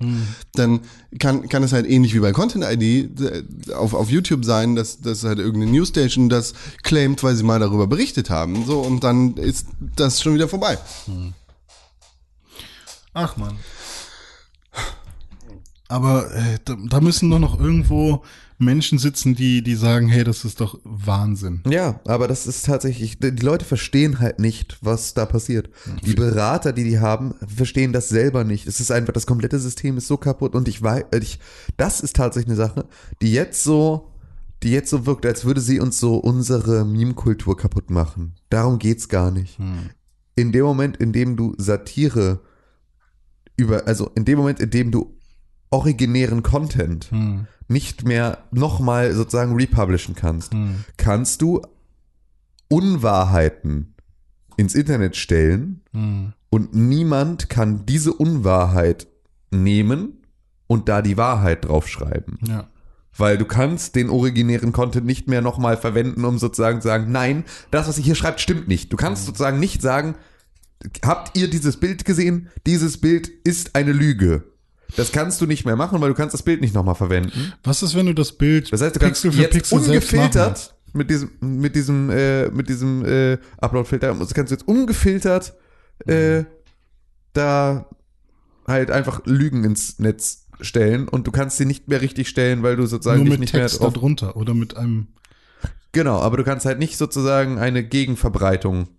A: Dann kann, kann es halt ähnlich wie bei Content ID äh, auf, auf YouTube sein, dass, dass halt irgendeine Newsstation das claimt, weil sie mal darüber berichtet haben. So, und dann ist das schon wieder vorbei.
B: Ach man. Aber äh, da, da müssen doch noch irgendwo Menschen sitzen, die, die sagen, hey, das ist doch Wahnsinn.
C: Ja, aber das ist tatsächlich, die Leute verstehen halt nicht, was da passiert. Die Berater, die die haben, verstehen das selber nicht. Es ist einfach, das komplette System ist so kaputt und ich weiß, ich, das ist tatsächlich eine Sache, die jetzt so, die jetzt so wirkt, als würde sie uns so unsere Meme-Kultur kaputt machen. Darum geht's gar nicht.
B: Hm,
C: In dem Moment, in dem du Satire über, also in dem Moment, in dem du originären Content
B: hm,
C: nicht mehr nochmal sozusagen republishen kannst,
B: hm,
C: kannst du Unwahrheiten ins Internet stellen
B: hm,
C: und niemand kann diese Unwahrheit nehmen und da die Wahrheit draufschreiben.
B: Ja.
C: Weil du kannst den originären Content nicht mehr nochmal verwenden, um sozusagen zu sagen, nein, das, was ihr hier schreibt, stimmt nicht. Du kannst sozusagen nicht sagen, habt ihr dieses Bild gesehen? Dieses Bild ist eine Lüge. Das kannst du nicht mehr machen, weil du kannst das Bild nicht nochmal verwenden.
B: Was ist, wenn du das Bild
C: Das heißt, du kannst jetzt
B: selbst machen?
C: ungefiltert mit diesem, mit diesem, äh, mit diesem äh, Upload-Filter, das kannst du jetzt ungefiltert
B: Mhm.
C: äh, da halt einfach Lügen ins Netz stellen und du kannst sie nicht mehr richtig stellen, weil du sozusagen
B: Nur
C: dich
B: mit
C: nicht
B: Text
C: mehr drauf
B: darunter oder mit einem.
C: Genau, aber du kannst halt nicht sozusagen eine Gegenverbreitung.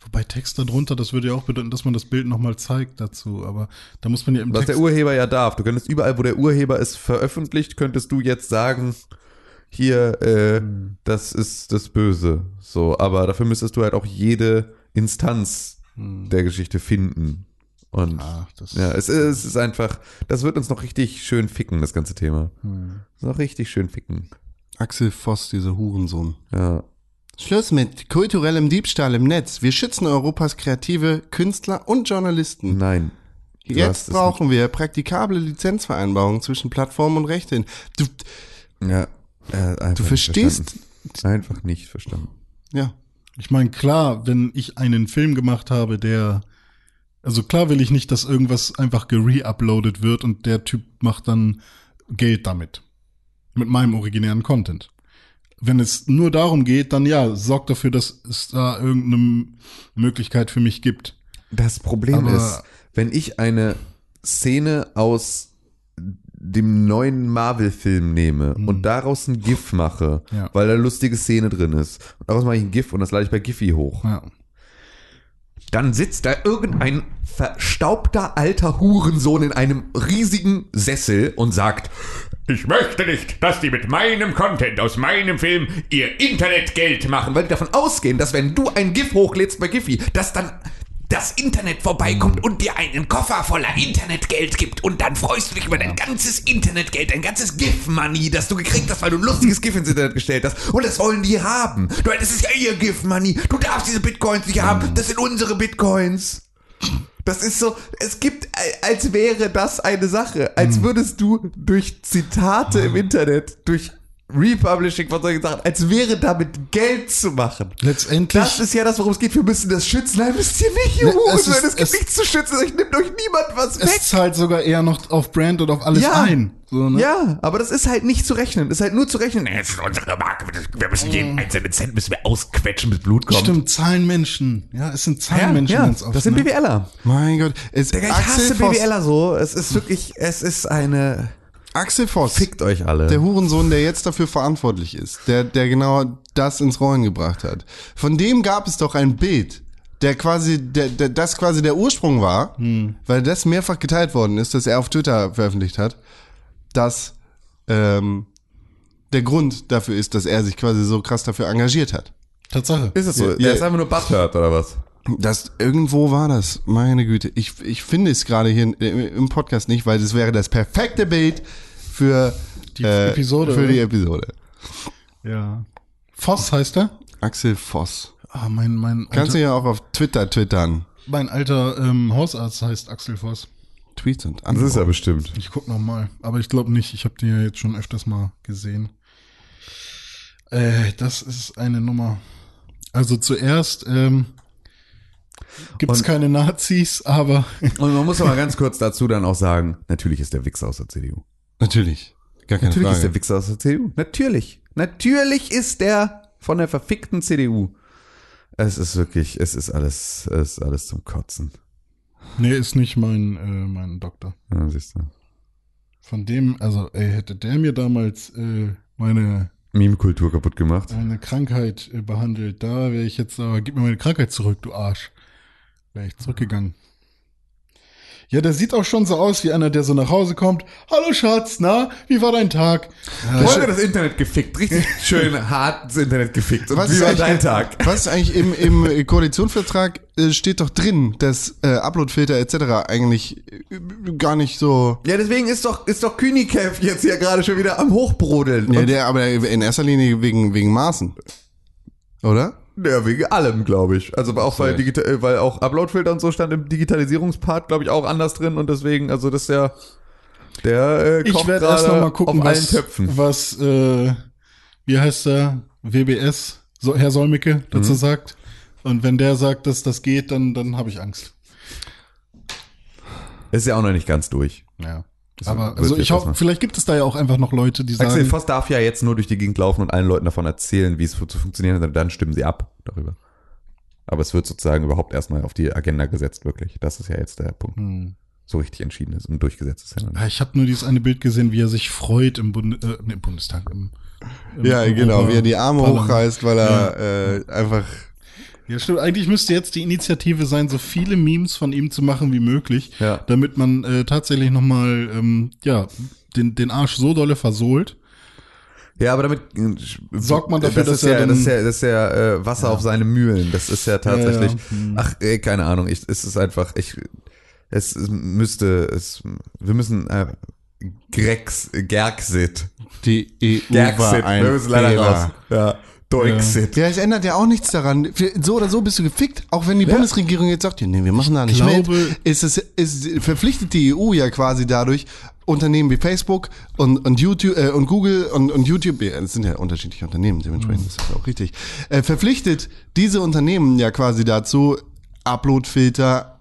B: Wobei Text darunter, das würde ja auch bedeuten, dass man das Bild nochmal zeigt dazu. Aber da muss man ja im
C: Was
B: Text.
C: der Urheber ja darf. Du könntest überall, wo der Urheber es veröffentlicht, könntest du jetzt sagen, hier, äh,
A: Hm.
C: das ist das Böse. So, aber dafür müsstest du halt auch jede Instanz
A: Hm.
C: der Geschichte finden. Und
A: Ah.
B: Ach, Ah, das
C: ja, es, ist- es ist einfach, das wird uns noch richtig schön ficken, das ganze Thema.
A: Hm.
C: Noch richtig schön ficken.
A: Axel Voss, dieser Hurensohn.
C: Ja.
A: Schluss mit kulturellem Diebstahl im Netz. Wir schützen Europas kreative Künstler und Journalisten.
C: Nein. Du hast
A: Jetzt
C: es
A: brauchen wir praktikable Lizenzvereinbarungen zwischen Plattformen und Rechten. Du,
C: nicht- Ja. äh, einfach
A: du
C: nicht
A: verstehst,
C: verstanden. Einfach nicht verstanden.
A: ja,
B: Ich meine, klar, wenn ich einen Film gemacht habe, der. Also klar will ich nicht, dass irgendwas einfach gere-uploadet wird und der Typ macht dann Geld damit. Mit meinem originären Content. Wenn es nur darum geht, dann ja, sorgt dafür, dass es da irgendeine Möglichkeit für mich gibt.
C: Das Problem
B: Aber-
C: ist, wenn ich eine Szene aus dem neuen Marvel-Film nehme und daraus ein GIF mache,
B: Mhm. Ja.
C: weil da eine lustige Szene drin ist, und daraus mache ich ein GIF und das lade ich bei Giphy hoch,
B: Ja.
C: dann sitzt da irgendein verstaubter alter Hurensohn in einem riesigen Sessel und sagt,
D: Ich möchte nicht, dass die mit meinem Content aus meinem Film ihr Internetgeld machen.
C: machen, weil die davon ausgehen, dass wenn du ein GIF hochlädst bei Giphy, dass dann das Internet vorbeikommt und dir einen Koffer voller Internetgeld gibt und dann freust du dich über dein ganzes Internetgeld, dein ganzes GIF-Money, das du gekriegt hast, weil du ein lustiges GIF ins Internet gestellt hast. Und das wollen die haben. Du, das ist ja ihr GIF-Money. Du darfst diese Bitcoins nicht haben. Das sind unsere Bitcoins. Das ist so, es gibt, als wäre das eine Sache. Als würdest du durch Zitate im Internet, durch Republishing von solchen Sachen, als wäre damit Geld zu machen.
B: Letztendlich.
C: Das ist ja das, worum es geht. Wir müssen das schützen. Nein, müsst ihr nicht, ihr
B: Ne,
C: Huren.
B: es ist-
C: Es gibt
B: es-
C: nichts zu schützen. Euch nimmt euch niemand was weg.
B: es zahlt sogar eher noch auf Brand und auf alles
C: Ja.
B: ein. So, ne?
C: Ja, aber das ist halt nicht zu rechnen. Ist halt nur zu rechnen. Äh,
D: Das ist unsere Marke. Wir müssen jeden einzelnen Cent müssen wir ausquetschen, bis Blut kommt.
B: Stimmt, zahlen Menschen. Ja, es sind zahlen Menschen
C: ja,
B: ganz oft.
C: das sind
B: ne?
C: BWLer.
A: mein Gott. Es,
C: Digga, ich hasse BWLer so. Es ist wirklich, es ist eine.
A: Axel Voss,
C: Fickt euch alle.
A: der Hurensohn, der jetzt dafür verantwortlich ist, der, der genau das ins Rollen gebracht hat. Von dem gab es doch ein Bild, der quasi, der, der, das quasi der Ursprung war,
C: Hm.
A: weil das mehrfach geteilt worden ist, das er auf Twitter veröffentlicht hat, dass ähm, der Grund dafür ist, dass er sich quasi so krass dafür engagiert hat.
B: Tatsache.
C: Ist das so?
A: Ja,
C: Der
A: ja.
C: ist einfach nur Butthurt oder was?
A: Das irgendwo war das, meine Güte. Ich, ich finde es gerade hier in- im im Podcast nicht, weil es wäre das perfekte Bild für äh,
B: Die Episode,
A: Für die
B: oder?
A: Episode.
B: Ja. Voss heißt er.
A: Axel Voss.
B: Ah, mein, mein,
A: Kannst du
B: alter,
A: ja auch auf Twitter twittern.
B: mein alter ähm, Hausarzt heißt Axel Voss.
A: Tweets und
C: Das ist
A: Antworten.
C: er bestimmt.
B: Ich guck noch mal, aber ich glaube nicht. Ich habe die ja jetzt schon öfters mal gesehen. Äh, das ist eine Nummer. Also zuerst ähm, gibt es
C: Und-
B: keine Nazis, aber
C: Und man muss aber ganz kurz dazu dann auch sagen, natürlich ist der Wichser aus der CDU.
A: Natürlich. Gar keine
C: Natürlich ist
A: Frage.
C: der Wichser aus der CDU. Natürlich. Natürlich ist der von der verfickten CDU. Es ist wirklich, es ist alles, es ist alles zum Kotzen.
B: nee, ist nicht mein, äh, mein Doktor.
C: Ja, siehst du.
B: Von dem, also ey, hätte der mir damals äh, meine,
C: Meme-Kultur kaputt gemacht.
B: meine Krankheit äh, behandelt, da wäre ich jetzt, aber gib mir meine Krankheit zurück, du Arsch. Wäre ich zurückgegangen. Ja, der sieht auch schon so aus wie einer, der so nach Hause kommt. Hallo Schatz, na, wie war dein Tag? Ja,
C: Heute das Äh, Internet gefickt. Richtig schön hart das Internet gefickt. Und
A: Was
C: wie
A: ist
C: war
A: eigentlich-
C: dein Tag?
A: Was eigentlich im, im Koalitionsvertrag äh, steht doch drin, dass äh, Uploadfilter etc. eigentlich äh, gar nicht so.
C: Ja, deswegen ist doch, ist doch Kühnikev jetzt hier gerade schon wieder am Hochbrodeln.
A: Ja,
C: Und-
A: der, aber in erster Linie wegen, wegen Maßen. Oder?
C: Ja, wegen allem, glaube ich. Also aber auch weil, Digita äh, weil auch Uploadfilter und so stand im Digitalisierungspart, glaube ich, auch anders drin und deswegen, also das ist ja der äh,
B: Ich
C: kocht
B: werde erst noch
C: gerade
B: mal gucken,
C: auf allen
B: was,
C: Töpfen.
B: was äh, wie heißt der, WBS, so, Herr
C: Mhm.
B: Solmecke dazu sagt. Und wenn der sagt, dass das geht, dann, dann habe ich Angst.
C: Ist ja auch noch nicht ganz durch.
B: Ja. Aber
C: wird
B: also
C: jetzt
B: ich hoffe,
C: erstmal.
B: vielleicht gibt es da ja auch einfach noch Leute, die sagen,
C: Axel Voss darf ja jetzt nur durch die Gegend laufen und allen Leuten davon erzählen, wie es fu- zu funktionieren hat, und dann stimmen sie ab darüber. Aber es wird sozusagen überhaupt erstmal auf die Agenda gesetzt, wirklich. Das ist ja jetzt der Punkt.
B: hm.
C: So richtig entschieden ist und durchgesetzt ist. Ja noch nicht.
B: Ah, ich habe nur dieses eine Bild gesehen, wie er sich freut im, Bund, äh, nee, im Bundestag. Im, im
A: Ja, genau,
B: Ober-
A: wie er die Arme
B: Parlament.
A: hochreißt, weil er äh, einfach.
B: Ja, stimmt. Eigentlich müsste jetzt die Initiative sein, so viele Memes von ihm zu machen wie möglich,
C: Ja.
B: damit man äh, tatsächlich nochmal ähm, ja, den, den Arsch so dolle versohlt.
C: Ja, aber damit äh,
B: Sorgt man dafür,
C: das
B: dass
C: ist
B: er
C: ja,
B: dann-
C: das ist ja, das ist ja äh, Wasser auf seine Mühlen. Das ist ja tatsächlich.
B: Ja, ja. Hm.
C: Ach, ey, keine Ahnung. Ich, es ist einfach. Ich, es es müsste. Es, wir müssen. Äh, Grex, Gerxit.
A: Die E EU
C: Gerxit. Wir müssen leider raus. Ja. Doixit.
A: Ja, es ändert ja auch nichts daran. Für- So oder so bist du gefickt, auch wenn die Bundesregierung jetzt sagt, ja, nee, wir machen da nicht
B: glaube-
A: mit. Ist es ist, verpflichtet die EU ja quasi dadurch Unternehmen wie Facebook und, und YouTube äh, und Google und, und YouTube, ja, es sind ja unterschiedliche Unternehmen, dementsprechend
B: Mhm.
A: ist das auch richtig. Äh, verpflichtet diese Unternehmen ja quasi dazu Uploadfilter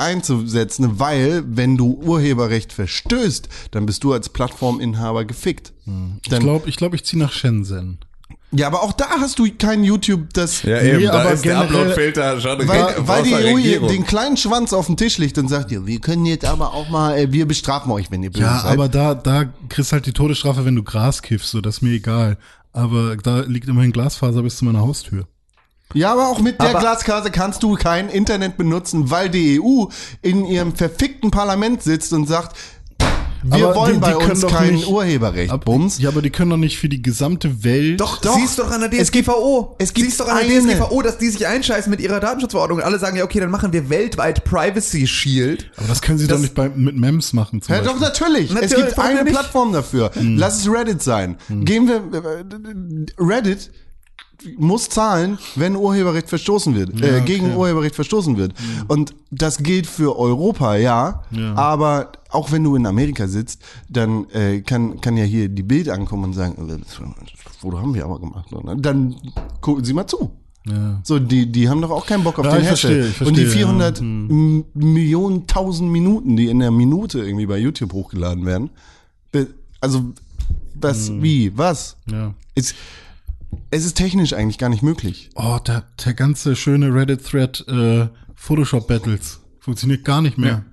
A: einzusetzen, weil wenn du Urheberrecht verstößt, dann bist du als Plattforminhaber gefickt.
B: Mhm. Ich
A: Dann,
B: glaube, ich, glaub, ich ziehe nach Shenzhen.
A: ja, aber auch da hast du kein YouTube, das
C: Ja,
B: Nee,
C: eben. da
B: aber
C: ist der
B: generell-
C: Upload-Filter schon
A: Weil,
C: raus
A: weil die
C: der
A: EU
C: Regierung.
A: den kleinen Schwanz auf den Tisch legt und sagt, ja, wir können jetzt aber auch mal, äh, wir bestrafen euch, wenn ihr böse
B: Ja,
A: seid.
B: aber da, da kriegst halt die Todesstrafe, wenn du Gras kiffst, so, das ist mir egal. Aber da liegt immerhin Glasfaser bis zu meiner Haustür.
A: ja, aber auch mit der
C: Aber-
A: Glaskarte kannst du kein Internet benutzen, weil die EU in ihrem verfickten Parlament sitzt und sagt, wir
B: Aber
A: wollen
B: die- die
A: bei
B: können
A: uns
B: doch
A: kein
B: nicht-
A: Urheberrecht.
B: Ab-
A: Bums.
B: Ja, aber die können doch nicht für die gesamte Welt.
C: Doch,
A: Doch.
C: siehst doch an der DSGVO.
A: es gibt
C: siehst doch an der
A: eine.
C: DSGVO, dass die sich einscheißen mit ihrer Datenschutzverordnung. Und alle sagen ja, okay, dann machen wir weltweit Privacy Shield.
B: Aber das können sie
C: Das-
B: doch nicht bei, mit MEMS machen. Zum
A: Ja, doch,
B: Beispiel.
A: natürlich.
C: Natürlich,
A: Es gibt
C: warum
A: eine
C: denn nicht?
A: Plattform dafür.
B: Hm.
A: Lass es Reddit sein. Gehen wir, äh, Reddit muss zahlen, wenn Urheberrecht verstoßen wird, äh,
B: Ja,
A: gegen
B: okay. Hm.
A: Urheberrecht verstoßen wird. Und das gilt für Europa, ja,
B: Ja.
A: aber auch wenn du in Amerika sitzt, dann äh, kann, kann ja hier die Bild ankommen und sagen, äh, das Foto haben wir aber gemacht. Und Dann gucken sie mal zu.
B: Ja.
A: So, die, die haben doch auch keinen Bock auf
B: Ja,
A: den
B: ich
A: Hassel.
B: verstehe, ich
A: Und die
B: verstehe,
A: 400
B: ja. Hm.
A: M- Millionen, tausend Minuten, die in der Minute irgendwie bei YouTube hochgeladen werden. Be- Also, was,
B: Hm.
A: wie, was?
B: ja.
A: Es, es ist technisch eigentlich gar nicht möglich.
B: Oh, der, der ganze schöne Reddit-Thread äh, Photoshop Battles funktioniert gar nicht mehr.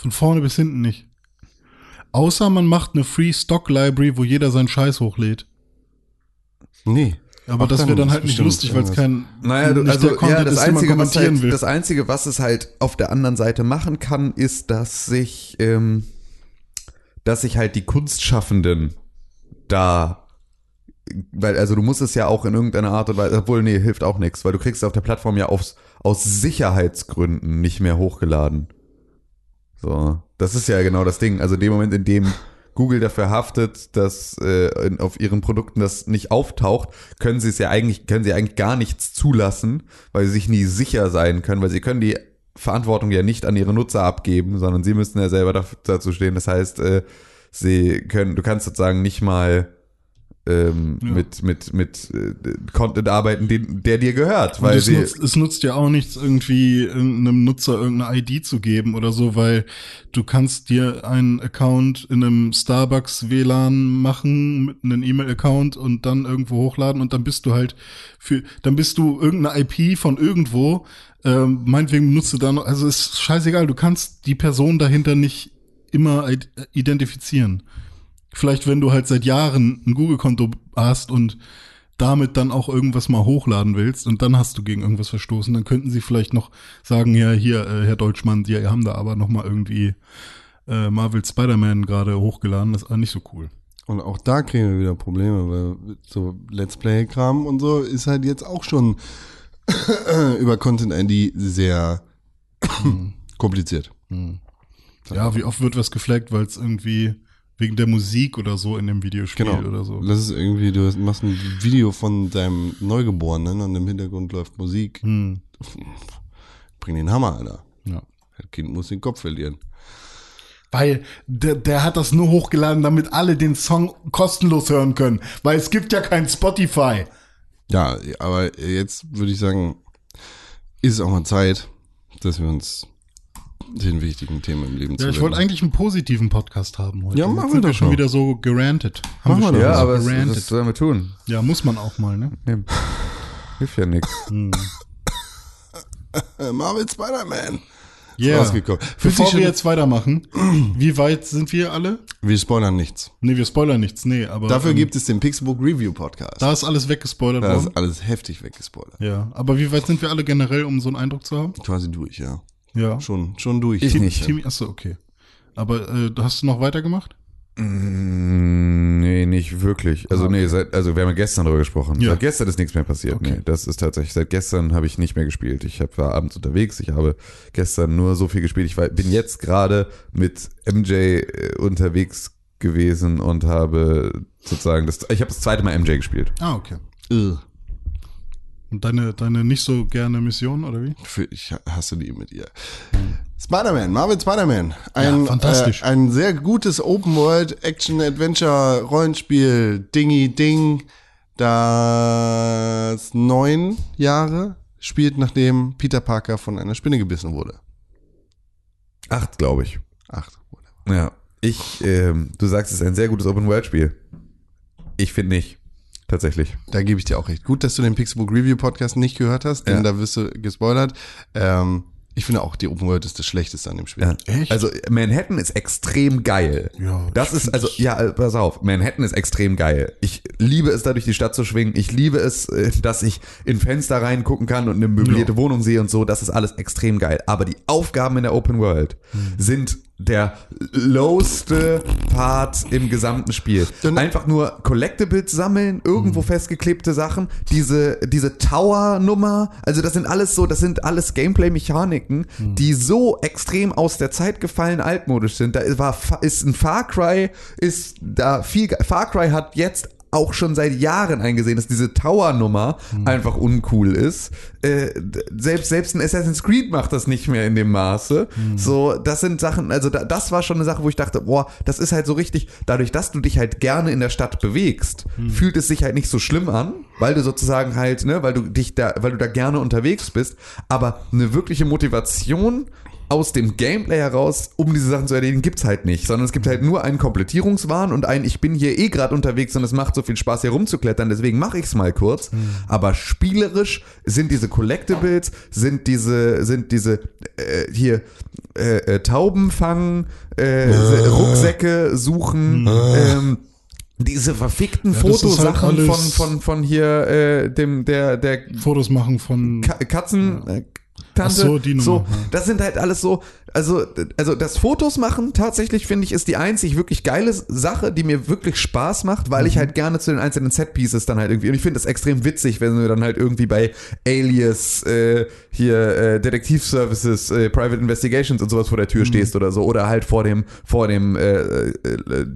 B: Von vorne bis hinten nicht. Außer man macht eine Free Stock Library, wo jeder seinen Scheiß hochlädt.
A: Nee.
B: Aber
A: Auch
B: das wäre dann halt nicht
A: bestimmt
B: lustig, weil es
A: irgendwas.
B: kein
C: Naja, du,
B: nicht
C: also
B: der Content
C: ja, das
B: ist, den man
C: einzige, was
B: kommentieren
C: halt,
B: will.
C: das einzige, was es halt auf der anderen Seite machen kann, ist, dass sich, ähm, dass sich halt die Kunstschaffenden da, weil also du musst es ja auch in irgendeiner Art und Weise, obwohl nee, hilft auch nichts, weil du kriegst es auf der Plattform ja aufs, aus Sicherheitsgründen nicht mehr hochgeladen. So, das ist ja genau das Ding. Also in dem Moment, in dem Google dafür haftet, dass äh, in, auf ihren Produkten das nicht auftaucht, können sie es ja eigentlich, können sie eigentlich gar nichts zulassen, weil sie sich nie sicher sein können, weil sie können die Verantwortung ja nicht an ihre Nutzer abgeben, sondern sie müssen ja selber daf- dazu stehen. Das heißt, äh, sie können, du kannst sozusagen nicht mal äh, ähm, mit, mit, mit äh, Content arbeiten, den, der dir gehört. Weil
B: Und es,
C: sie,
B: nutzt, es nutzt ja auch nichts, irgendwie einem Nutzer irgendeine ID zu geben oder so, weil du kannst dir einen Account in einem Starbucks WLAN machen mit einem E-Mail-Account und dann irgendwo hochladen und dann bist du halt für, dann bist du irgendeine IP von irgendwo. Ähm, meinetwegen nutzt du da noch, also ist scheißegal, du kannst die Person dahinter nicht immer id- identifizieren. Vielleicht, wenn du halt seit Jahren ein Google-Konto hast und damit dann auch irgendwas mal hochladen willst und dann hast du gegen irgendwas verstoßen, dann könnten sie vielleicht noch sagen, ja, hier, äh, Herr Deutschmann, Sie haben da aber noch mal irgendwie äh, Marvel Spider-Man gerade hochgeladen, das ist nicht so cool.
A: Und auch da kriegen wir wieder Probleme, weil so Let's Play-Kram und so ist halt jetzt auch schon über Content-ID sehr
B: Hm.
A: kompliziert.
B: Ja, wie oft wird was geflaggt, weil es irgendwie wegen der Musik oder so in dem Videospiel oder so.
A: Genau. Das ist irgendwie, du hast- machst ein Video von deinem Neugeborenen und im Hintergrund läuft Musik.
B: Hm,
A: Bring den Hammer, Alter.
B: ja.
A: Das Kind muss den Kopf verlieren.
B: Weil der, der hat das nur hochgeladen, damit alle den Song kostenlos hören können. Weil es gibt ja kein Spotify.
A: Ja, aber jetzt würde ich sagen, ist es auch mal Zeit, dass wir uns den wichtigen Themen im Leben
B: Ja, ich wollte eigentlich einen positiven Podcast haben heute.
A: Ja,
B: Jetzt
A: machen
B: sind
A: wir doch
B: schon
A: mal.
B: wieder so gerantet. Haben
A: Machen wir doch.
B: wir schon
C: ja,
B: so
C: aber was,
B: gerantet.
C: was sollen wir tun?
B: ja, muss man auch mal, ne?
C: Nee. Hilft ja nichts.
A: Äh, Marvel Spider-Man.
B: Ja.
A: rausgekommen. Fühlt sich
B: Bevor
A: schon-
B: wir jetzt weitermachen, wie weit sind wir alle?
A: Wir spoilern nichts.
B: Nee, wir spoilern nichts, nee, aber
A: Dafür
B: ähm,
A: gibt es den Pixelbook Review Podcast.
B: da ist alles weggespoilert
A: Da ist
B: worden.
A: alles heftig weggespoilert.
B: Ja, aber wie weit sind wir alle generell, um so einen Eindruck zu haben?
A: Quasi durch, ja.
B: Ja.
A: Schon, schon durch.
C: Ich nicht.
B: Timmy, achso, okay. Aber äh, hast du noch weitergemacht?
C: Mm, nee, nicht wirklich. Also nee, seit, also wir haben ja gestern darüber gesprochen.
B: Ja.
C: Seit gestern ist nichts mehr passiert. Nee, das ist tatsächlich, seit gestern habe ich nicht mehr gespielt. Ich hab, war abends unterwegs, ich habe gestern nur so viel gespielt. Ich war, bin jetzt gerade mit MJ äh, unterwegs gewesen und habe sozusagen das, ich habe das zweite Mal MJ gespielt.
B: Ah, okay.
A: Äh,
B: Und deine, deine nicht so gerne Mission, oder wie?
A: Für, ich hasse die mit ihr. Spider-Man, Marvel Spider-Man. Ein,
B: Ja, fantastisch.
A: Äh, ein sehr gutes Open-World-Action-Adventure-Rollenspiel. Dingy-Ding. Das neun Jahre spielt, nachdem Peter Parker von einer Spinne gebissen wurde.
C: Acht, glaube ich.
A: Acht. whatever.
C: Ja. Ich, ähm, du sagst, es ist ein sehr gutes Open-World-Spiel. Ich finde nicht. Tatsächlich.
A: Da gebe ich dir auch recht. Gut, dass du den Pixelbook Review Podcast nicht gehört hast, denn
C: Ja.
A: da wirst du gespoilert. Ähm, ich finde auch, die Open World ist das Schlechteste an dem Spiel.
C: Ja.
B: Echt?
C: Also Manhattan ist extrem geil.
B: Ja,
C: das ist also ja, äh, pass auf, Manhattan ist extrem geil. Ich liebe es, da durch die Stadt zu schwingen. Ich liebe es, äh, dass ich in Fenster reingucken kann und eine möblierte Wohnung sehe und so. Das ist alles extrem geil. Aber die Aufgaben in der Open World
B: Hm.
C: sind der lowste Part im gesamten Spiel. Einfach nur Collectibles sammeln, irgendwo
B: Hm.
C: festgeklebte Sachen, diese, diese Tower-Nummer, also das sind alles so, das sind alles Gameplay-Mechaniken,
B: Hm.
C: die so extrem aus der Zeit gefallen altmodisch sind. Da war, ist ein Far Cry, ist da viel, ge- Far Cry hat jetzt auch schon seit Jahren eingesehen, dass diese Tower-Nummer einfach uncool ist. Äh, d- selbst, selbst ein Assassin's Creed macht das nicht mehr in dem Maße. So, das sind Sachen, also da, das war schon eine Sache, wo ich dachte, boah, das ist halt so richtig, dadurch, dass du dich halt gerne in der Stadt bewegst, fühlt es sich halt nicht so schlimm an, weil du sozusagen halt, ne, weil du dich da, weil du da gerne unterwegs bist, aber eine wirkliche Motivation aus dem Gameplay heraus, um diese Sachen zu erledigen, gibt's halt nicht, sondern es gibt halt nur einen Komplettierungswahn und ein, ich bin hier eh gerade unterwegs und es macht so viel Spaß, hier rumzuklettern, deswegen mache ich's mal kurz. Aber spielerisch sind diese Collectibles, sind diese, sind diese äh, hier äh, äh, Tauben fangen, äh, Rucksäcke suchen, ähm, diese verfickten
B: Ja, das ist halt
C: Fotosachen
B: alles-
C: von, von, von hier, äh, dem, der, der
B: Fotos machen von
C: Ka Katzen. Äh,
B: Ach
C: Tante,
B: so, die Nummer,
C: so,
B: ja.
C: das sind halt alles so, also, also das Fotos machen tatsächlich, finde ich, ist die einzig wirklich geile Sache, die mir wirklich Spaß macht, weil ich
B: Mhm.
C: halt gerne zu den einzelnen Setpieces dann halt irgendwie, und ich finde das extrem witzig, wenn du dann halt irgendwie bei Alias, äh, hier, äh, Detektivservices, äh, Private Investigations und sowas vor
B: Mhm.
C: der Tür stehst oder so, oder halt vor dem, vor dem, äh, äh, äh,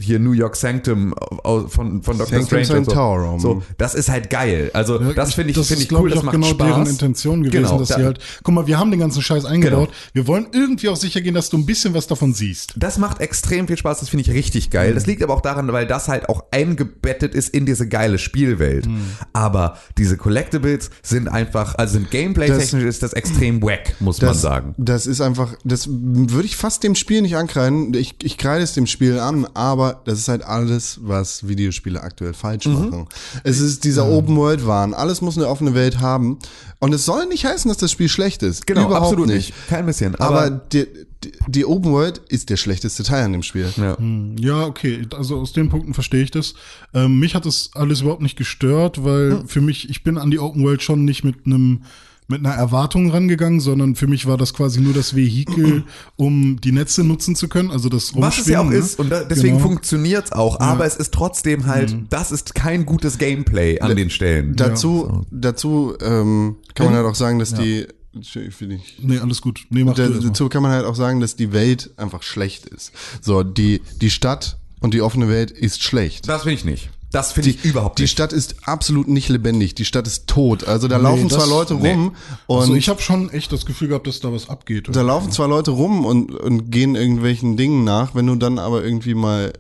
C: hier New York Sanctum au- von, von Dr.
A: Sanctum
C: Strange und so.
A: Sanctorum.
C: so. Das ist halt geil, also
B: Ja,
C: das finde ich,
B: das
C: finde
B: ist,
C: ich
B: glaub
C: cool,
B: ich,
C: das
B: auch
C: macht
B: genau
C: Spaß.
B: deren Intention gewesen,
C: Genau,
B: dass halt-
C: da- Genau.
B: sie halt, guck mal, wir haben den ganzen Scheiß eingebaut, wir wollen irgendwie auch sicher gehen, dass du ein bisschen was davon siehst.
C: Das macht extrem viel Spaß, das finde ich richtig geil. Das liegt aber auch daran, weil das halt auch eingebettet ist in diese geile Spielwelt.
B: Hm.
C: Aber diese Collectibles sind einfach, also sind Gameplay-technisch ist das extrem wack, muss man sagen.
A: Das ist einfach, das würde ich fast dem Spiel nicht ankreiden. Ich, ich kreide es dem Spiel an, aber das ist halt alles, was Videospiele aktuell falsch machen. Es ist dieser Open-World-Wahn. Alles muss eine offene Welt haben. Und es soll nicht heißen, dass das Spiel schlecht ist. Überhaupt
C: Genau, Kein bisschen.
A: Aber,
C: Aber,
A: die, die, die Open World ist der schlechteste Teil an dem Spiel.
C: ja.
B: Ja, Hm. okay, also aus den Punkten verstehe ich das. Ähm, mich hat das alles überhaupt nicht gestört, weil für mich, ich bin an die Open World schon nicht mit einem mit einer Erwartung rangegangen, sondern für mich war das quasi nur das Vehikel, um die Netze nutzen zu können, also das Rumschwingen.
C: Was es ja auch
B: ne?
C: ist, und da, deswegen
B: Genau. Hm.
C: funktioniert's auch, aber es ist trotzdem halt, das ist kein gutes Gameplay an den Stellen.
A: Dazu, dazu ähm, kann man halt auch sagen, dass die ich will nicht.
B: Nee, alles gut. Nee, mach
A: Da-
B: du erst mal.
A: Dazu kann man halt auch sagen, dass die Welt einfach schlecht ist. So, die, die Stadt und die offene Welt ist schlecht.
C: das finde ich nicht. Das finde ich überhaupt
A: Die
C: nicht.
A: Stadt ist absolut nicht lebendig. Die Stadt ist tot. Also da laufen
B: das-
A: zwar Leute
C: nee.
A: rum und
B: Also ich habe schon echt das Gefühl gehabt, dass da was abgeht.
A: da laufen zwar Leute rum und, und gehen irgendwelchen Dingen nach, wenn du dann aber irgendwie mal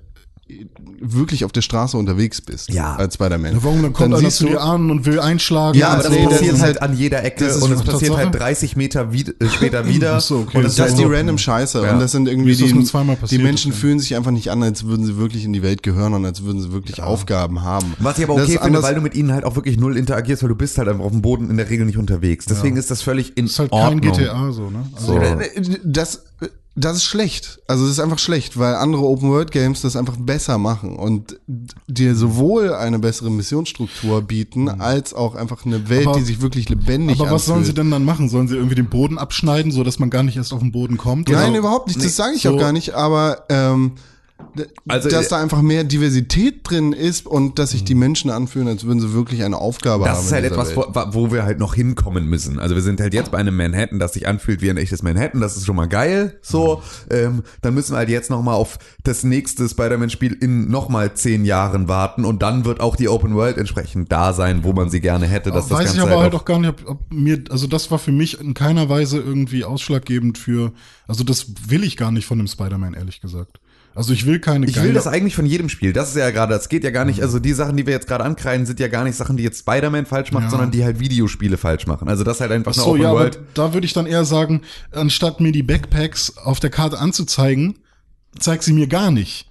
A: wirklich auf der Straße unterwegs bist.
C: Ja.
A: Als Spider-Man.
B: Warum dann kommt einer
A: siehst
B: zu dir an und will einschlagen?
A: Ja,
C: aber das
A: nee, das
C: passiert
A: ist-
C: halt an jeder Ecke
A: das ist
C: und es
A: eine
C: passiert
B: Tatsache.
C: halt 30 Meter wie, äh, später wieder.
B: Ach so, okay.
C: Und
A: Das,
C: es
B: Das
A: ist
C: ist
A: die
C: halt so,
A: random Scheiße.
C: Ja.
A: Und das sind
B: Mir
A: irgendwie
B: ist das
A: die,
B: nur zweimal passiert,
A: die Menschen
B: okay.
A: fühlen sich einfach nicht an, als würden sie wirklich in die Welt gehören und als würden sie wirklich Aufgaben haben.
C: was ich aber
A: Das
C: okay
A: ist
C: finde,
A: anders-
C: weil du mit ihnen halt auch wirklich null interagierst, weil du bist halt einfach auf dem Boden in der Regel nicht unterwegs. Deswegen ist das völlig in
B: ist halt
C: Ordnung.
B: kein GTA so, ne? Also,
C: So. Äh,
A: das, das ist schlecht. Also das ist einfach schlecht, weil andere Open World Games das einfach besser machen und dir sowohl eine bessere Missionsstruktur bieten als auch einfach eine Welt,
B: Hm. Aber-
A: die sich wirklich lebendig
B: Aber was sollen sie
A: anfühlt.
B: denn dann machen? Sollen sie irgendwie den Boden abschneiden, so dass man gar nicht erst auf den Boden kommt?
C: Genau.
A: Nein,
B: Oder-
A: überhaupt nicht. Das sage ich
B: so-
A: auch gar nicht. Aber ähm, d-
C: Also, äh,
A: dass
C: Mhm.
A: da einfach mehr Diversität drin ist und dass sich die Menschen anfühlen, als würden sie wirklich eine Aufgabe haben.
C: Das ist
A: in
C: halt
A: dieser
C: etwas,
A: Welt.
C: wo, wo wir halt noch hinkommen müssen. Also wir sind halt jetzt bei einem Manhattan, das sich anfühlt wie ein echtes Manhattan. Das ist schon mal geil. So, ähm, dann müssen wir halt jetzt noch mal auf das nächste Spider-Man-Spiel in noch mal zehn Jahren warten und dann wird auch die Open World entsprechend da sein, wo man sie gerne hätte. Dass das
B: Weiß
C: Ganze
B: ich aber halt
C: auf-
B: auch gar nicht, ob, ob mir, also das war für mich in keiner Weise irgendwie ausschlaggebend für, also das will ich gar nicht von dem Spider-Man, ehrlich gesagt. Also ich will keine
C: Ich will das eigentlich von jedem Spiel. Das ist ja gerade, das geht ja gar nicht.
B: Mhm.
C: Also die Sachen, die wir jetzt gerade ankreiden, sind ja gar nicht Sachen, die jetzt Spider-Man falsch macht,
B: Ja.
C: sondern die halt Videospiele falsch machen. Also das halt einfach
B: so, ja, aber da würde ich dann eher sagen, anstatt mir die Backpacks auf der Karte anzuzeigen, zeig sie mir gar nicht.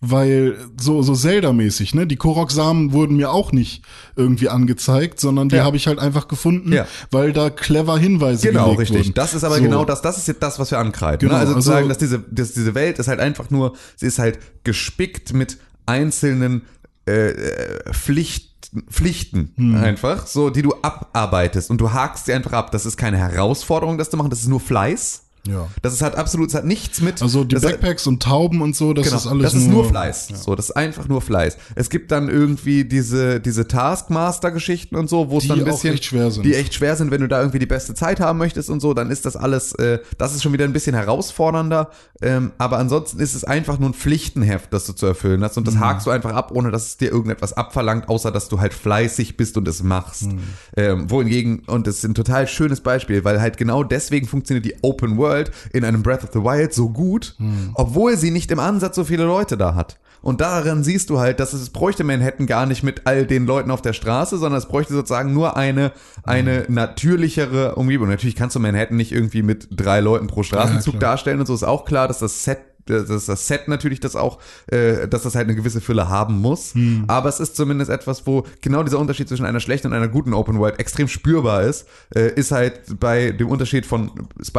B: Weil so, so Zelda-mäßig, ne? Die Korok-Samen wurden mir auch nicht irgendwie angezeigt, sondern die habe ich halt einfach gefunden,
C: Ja.
B: weil da clever Hinweise
C: Genau,
B: gelegt
C: richtig.
B: Wurden.
C: Das ist aber
B: So.
C: genau das, das ist jetzt das, was wir ankreiden.
B: Genau,
C: ne? Also,
B: also-
C: zu sagen, dass diese, dass diese Welt ist halt einfach nur, sie ist halt gespickt mit einzelnen äh, äh, Pflicht, Pflichten
B: Hm.
C: einfach, so, die du abarbeitest und du hakst sie einfach ab. Das ist keine Herausforderung, das zu machen, das ist nur Fleiß.
B: Ja.
C: Das ist halt absolut, es hat nichts mit.
B: Also die
C: das hat-
B: Backpacks und Tauben und so, das
C: Genau,
B: ist alles
C: das ist nur Fleiß. So, das ist einfach nur Fleiß. Es gibt dann irgendwie diese, diese Taskmaster-Geschichten und so, wo es
B: Die
C: dann ein
B: auch
C: bisschen,
B: echt schwer sind.
C: die echt schwer sind, wenn du da irgendwie die beste Zeit haben möchtest und so, dann ist das alles, äh, das ist schon wieder ein bisschen herausfordernder. Ähm, aber ansonsten ist es einfach nur ein Pflichtenheft, das du zu erfüllen hast und
B: Mhm.
C: das hakst du einfach ab, ohne dass es dir irgendetwas abverlangt, außer dass du halt fleißig bist und es machst.
B: Mhm.
C: Ähm, wohingegen, und das ist ein total schönes Beispiel, weil halt genau deswegen funktioniert die Open World in einem Breath of the Wild so gut,
B: Mhm.
C: obwohl sie nicht im Ansatz so viele Leute da hat. Und daran siehst du halt, dass es bräuchte Manhattan gar nicht mit all den Leuten auf der Straße, sondern es bräuchte sozusagen nur eine, eine natürlichere Umgebung. Natürlich kannst du Manhattan nicht irgendwie mit drei Leuten pro Straßenzug darstellen und so ist auch klar, dass das Set dass das Set natürlich das auch, äh, dass das halt eine gewisse Fülle haben muss. Aber es ist zumindest etwas, wo genau dieser Unterschied zwischen einer schlechten und einer guten Open World extrem spürbar ist, äh, ist halt bei dem Unterschied von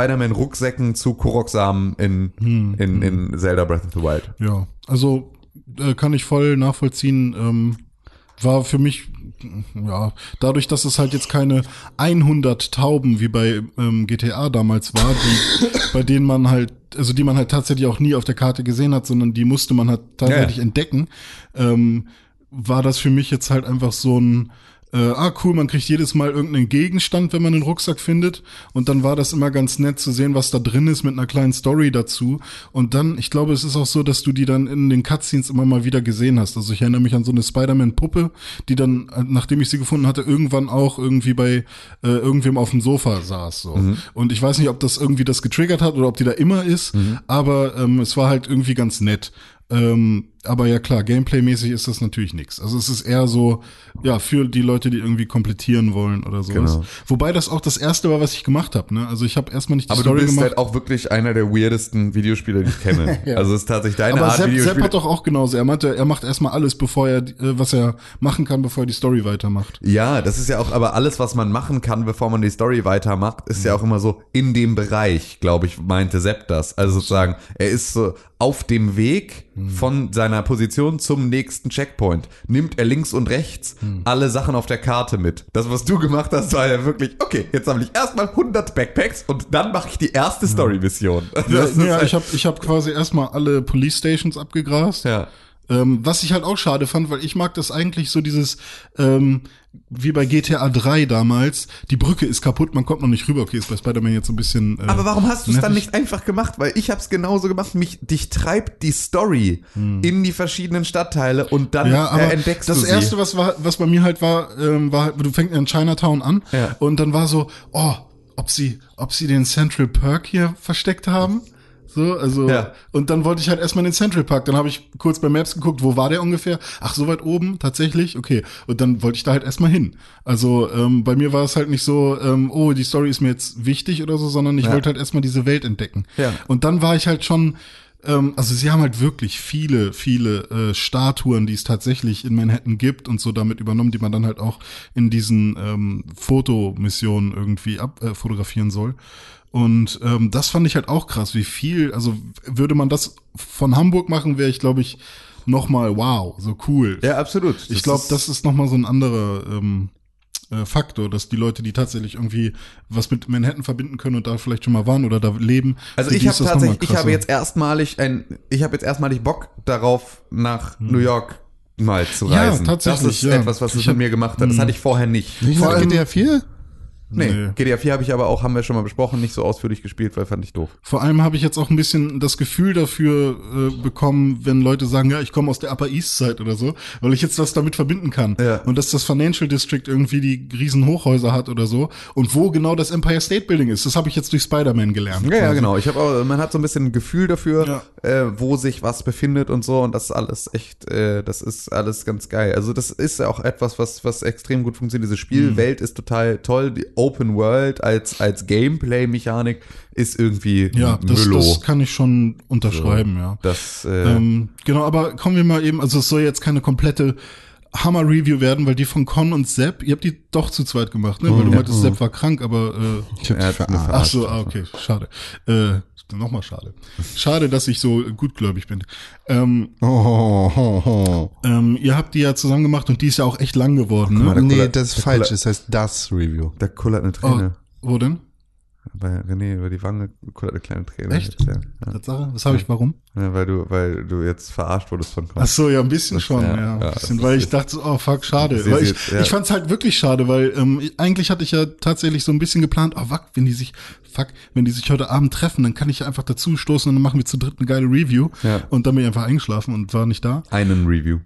C: Spider-Man-Rucksäcken zu Koroksamen in, in, in Zelda Breath of the Wild.
B: Ja, also äh, kann ich voll nachvollziehen. Ähm, war für mich, ja, dadurch, dass es halt jetzt keine 100 Tauben wie bei ähm, GTA damals war, die, bei denen man halt, also die man halt tatsächlich auch nie auf der Karte gesehen hat, sondern die musste man halt tatsächlich
C: Ja, ja.
B: entdecken, ähm, war das für mich jetzt halt einfach so ein äh, ah cool, man kriegt jedes Mal irgendeinen Gegenstand, wenn man einen Rucksack findet. Und dann war das immer ganz nett zu sehen, was da drin ist mit einer kleinen Story dazu. Und dann, ich glaube, es ist auch so, dass du die dann in den Cutscenes immer mal wieder gesehen hast. Also ich erinnere mich an so eine Spider-Man-Puppe, die dann, äh, nachdem ich sie gefunden hatte, irgendwann auch irgendwie bei äh, irgendwem auf dem Sofa saß. So. Und ich weiß nicht, ob das irgendwie das getriggert hat oder ob die da immer ist, aber ähm, es war halt irgendwie ganz nett. Ähm, aber ja klar, Gameplay-mäßig ist das natürlich nichts. Also es ist eher so, ja, für die Leute, die irgendwie komplettieren wollen oder sowas.
C: Genau.
B: Wobei das auch das erste war, was ich gemacht habe. Ne? Also ich habe erstmal nicht die
C: Aber du
B: Story
C: bist
B: gemacht.
C: halt auch wirklich einer der weirdesten Videospieler, die ich kenne. Also es ist tatsächlich deine
B: aber
C: Art
B: Sepp, Sepp
C: Videospiel.
B: hat doch auch genauso. Er meinte, er macht erstmal alles, bevor er, die- äh, was er machen kann, bevor er die Story weitermacht.
C: Ja, das ist ja auch, aber alles, was man machen kann, bevor man die Story weitermacht, ist
B: Mhm.
C: ja auch immer so in dem Bereich, glaube ich, meinte Sepp das. Also sozusagen, er ist so auf dem Weg
B: Mhm.
C: von seiner Position zum nächsten Checkpoint. Nimmt er links und rechts
B: Mhm.
C: alle Sachen auf der Karte mit. Das, was du gemacht hast, war ja wirklich, okay, jetzt sammle ich erstmal 100 Backpacks und dann mache ich die erste Story-Mission. Das
B: ja,
C: ist
B: ja,
C: halt-
B: ich habe ich hab quasi erstmal alle Police Stations abgegrast.
C: ja.
B: Ähm, was ich halt auch schade fand, weil ich mag das eigentlich so dieses, ähm, wie bei GTA 3 damals, die Brücke ist kaputt, man kommt noch nicht rüber. Okay, ist bei Spider-Man jetzt so ein bisschen. Äh,
C: Aber warum hast du es dann
B: nervig.
C: nicht einfach gemacht? Weil ich habe es genauso gemacht. Mich, dich treibt die Story in die verschiedenen Stadtteile und dann
B: Hm. Ja, aber
C: äh, entdeckst
B: das
C: du sie.
B: erste, was war, was bei mir halt war, ähm, war, halt, du fängst in Chinatown an
C: Ja.
B: und dann war so, oh, ob sie, ob sie den Central Park hier versteckt haben. So, also
C: Ja.
B: und dann wollte ich halt erstmal in den Central Park. Dann habe ich kurz bei Maps geguckt, wo war der ungefähr? Ach, so weit oben, tatsächlich, okay. Und dann wollte ich da halt erstmal hin. Also ähm, bei mir war es halt nicht so, ähm, oh, die Story ist mir jetzt wichtig oder so, sondern ich wollte halt erstmal diese Welt entdecken.
C: Ja.
B: Und dann war ich halt schon, ähm, also sie haben halt wirklich viele, viele äh, Statuen, die es tatsächlich in Manhattan gibt und so damit übernommen, die man dann halt auch in diesen ähm, Fotomissionen irgendwie ab, äh, fotografieren soll. Und ähm, das fand ich halt auch krass, wie viel, also würde man das von Hamburg machen, wäre ich, glaube ich, nochmal, wow, so cool.
C: ja, absolut.
B: Ich glaube, das ist nochmal so ein anderer ähm, äh, Faktor, dass die Leute, die tatsächlich irgendwie was mit Manhattan verbinden können und da vielleicht schon mal waren oder da leben.
C: Also
B: für
C: ich
B: die
C: habe
B: ist das nochmal
C: tatsächlich, ich habe
B: krasser.
C: jetzt erstmalig ein, ich habe jetzt erstmalig Bock darauf, nach New York mal zu
B: Hm. Ja,
C: reisen. das ist
B: tatsächlich, ja. Hm.
C: etwas, was es mit mir gemacht hat. Das hatte ich vorher nicht.
A: Nicht
B: Vor
A: nach
B: allem-
A: GTA 4?
C: Nee,
B: Nee.
C: GTA 4 habe ich aber auch, haben wir schon mal besprochen, nicht so ausführlich gespielt, weil fand ich doof.
B: Vor allem habe ich jetzt auch ein bisschen das Gefühl dafür äh, bekommen, wenn Leute sagen, ja, ich komme aus der Upper East Side oder so, weil ich jetzt das damit verbinden kann.
C: Ja.
B: Und dass das Financial District irgendwie die riesen Hochhäuser hat oder so. Und wo genau das Empire State Building ist, das habe ich jetzt durch Spider-Man gelernt.
C: Ja, ja,
B: quasi.
C: genau. Ich habe auch, man hat so ein bisschen ein Gefühl dafür, äh, wo sich was befindet und so. Und das ist alles echt, äh, das ist alles ganz geil. Also das ist ja auch etwas, was, was extrem gut funktioniert. Diese Spielwelt ist total toll. Die Open World als, als Gameplay-Mechanik ist irgendwie
B: Ja, das,
C: Müllo.
B: das kann ich schon unterschreiben, ja.
C: Das, äh,
B: Ähm, genau, aber kommen wir mal eben, also es soll jetzt keine komplette Hammer-Review werden, weil die von Con und Sepp, ihr habt die doch zu zweit gemacht, ne? Weil du meintest, Sepp war krank, aber äh,
A: Ich hab
C: Er
A: dich
C: hat eine
A: verarscht.
B: ach so, ah, okay, schade. Äh, Nochmal schade. Schade, dass ich so gutgläubig bin. Ähm,
A: Oh, oh, oh, oh.
B: ähm, ihr habt die ja zusammen gemacht und die ist ja auch echt lang geworden, ne?
C: der
A: Nee,
C: Kuller-
A: das ist
C: der
A: falsch.
C: Kuller-
A: Es heißt das Review.
C: da kullert eine
B: Oh,
C: Träne.
B: wo denn?
C: Bei René über die Wange kullert eine kleine Träne.
B: Echt?
C: jetzt, Ja.
B: Tatsache? Was habe ich, warum?
C: Ja, weil, du, weil du jetzt verarscht wurdest von Con.
B: Ach so, ja, ein bisschen schon,
C: ja,
B: ja.
C: ja,
B: ein
C: das
B: bisschen,
C: ist
B: weil ich dachte, so, oh fuck, schade.
C: Sie-
B: Weil
C: sie-
B: ich
C: ja.
B: ich fand es halt wirklich schade, weil ähm, ich- eigentlich hatte ich ja tatsächlich so ein bisschen geplant, oh fuck, wenn die sich, fuck, wenn die sich heute Abend treffen, dann kann ich ja einfach dazu stoßen und dann machen wir zu dritt eine geile Review.
C: Ja.
B: Und dann bin ich einfach eingeschlafen und war nicht da.
C: Einen Review.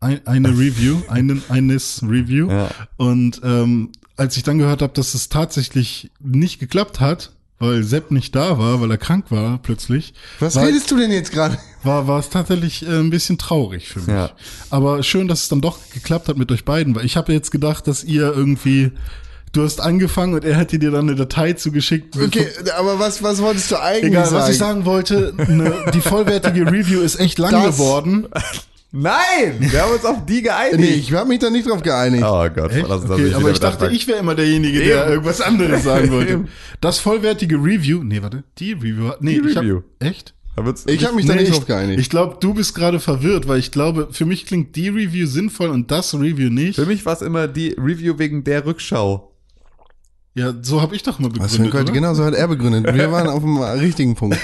B: Ein, eine Review, einen, eines Review.
C: Ja.
B: Und ähm, als ich dann gehört habe, dass es tatsächlich nicht geklappt hat, weil Sepp nicht da war, weil er krank war plötzlich.
A: Was
B: war,
A: redest du denn jetzt gerade?
B: war, war es tatsächlich äh, ein bisschen traurig für mich.
C: Ja.
B: Aber schön, dass es dann doch geklappt hat mit euch beiden, weil ich habe jetzt gedacht, dass ihr irgendwie, du hast angefangen und er hätte dir dann eine Datei zugeschickt. mit-
A: Okay, aber was, was wolltest du eigentlich
B: Egal,
A: sagen?
B: was ich sagen wollte, ne, die vollwertige Review ist echt lang
A: Das-
B: geworden.
C: Nein! Wir haben uns auf die geeinigt.
A: Nee, ich habe mich da nicht drauf geeinigt.
C: Oh Gott, verlassen Sie
B: Okay,
C: mich
B: aber
C: wieder
B: ich
C: mit
B: dachte,
C: Anfang.
B: ich wäre immer derjenige, der irgendwas anderes sagen wollte. Das vollwertige Review, nee, warte, die Review, nee,
C: Die
B: ich hab,
C: Review.
B: echt?
C: Da wird's-
A: Ich habe mich da
B: Nee,
A: nicht
B: ich-
A: drauf geeinigt.
B: Ich glaube, du bist gerade verwirrt, weil ich glaube, für mich klingt die Review sinnvoll und das Review nicht.
C: Für mich war es immer die Review wegen der Rückschau.
B: Ja, so habe ich doch mal
A: Was für ein
B: begründet,
A: Kölsch,
B: oder?
A: genau so hat er begründet. Wir waren auf dem richtigen Punkt.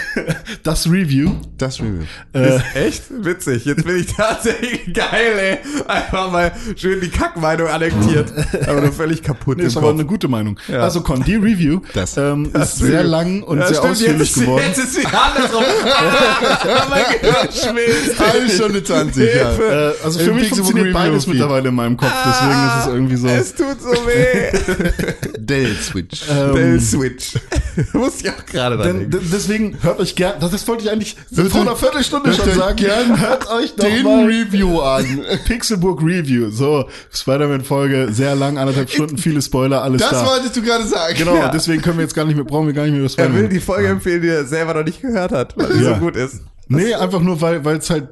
B: Das Review.
A: Das Review.
B: Äh.
C: Ist echt witzig. Jetzt bin ich tatsächlich geil, ey. Einfach mal schön die Kackmeinung annektiert. Aber nur völlig kaputt
B: Nee,
C: im
B: ist aber
C: Kopf.
B: eine gute Meinung. Also Con, die Review
A: Das-
B: ähm, ist sehr
C: Review.
B: lang und
C: Ja,
B: sehr
C: stimmt,
B: ausführlich
C: jetzt ist,
B: geworden.
C: Jetzt ist wieder andersrum. Ah, mein Gehirn schmilzt.
A: Eine Stunde 20, ja.
B: Äh, also für
A: Im
B: mich
A: Pixelbook
B: funktioniert
A: Review
B: beides
A: Feed.
B: mittlerweile in meinem Kopf, deswegen ist es irgendwie so.
C: Es tut so weh.
A: Dell Switch.
B: Ähm.
C: Bell Switch. Muss ich auch gerade dran
B: Denn,
C: denken.
B: de- deswegen hört euch gern, das, das wollte ich eigentlich vor einer
A: euch-
B: Viertelstunde
A: hört
B: schon
A: euch
B: sagen.
A: gern
B: hört euch doch
A: den
B: mal
A: Review an.
B: Pixelburg Review. So, Spider-Man-Folge, sehr lang, anderthalb Stunden, viele Spoiler, alles
A: Das
B: da.
A: wolltest du gerade sagen.
B: genau, deswegen können wir jetzt gar nicht mehr, brauchen wir gar nicht mehr über
C: Er will
B: Spider-Man.
C: die Folge empfehlen, die er selber noch nicht gehört hat, weil sie
B: Ja.
C: so gut ist.
B: Nee, einfach nur, weil weil es halt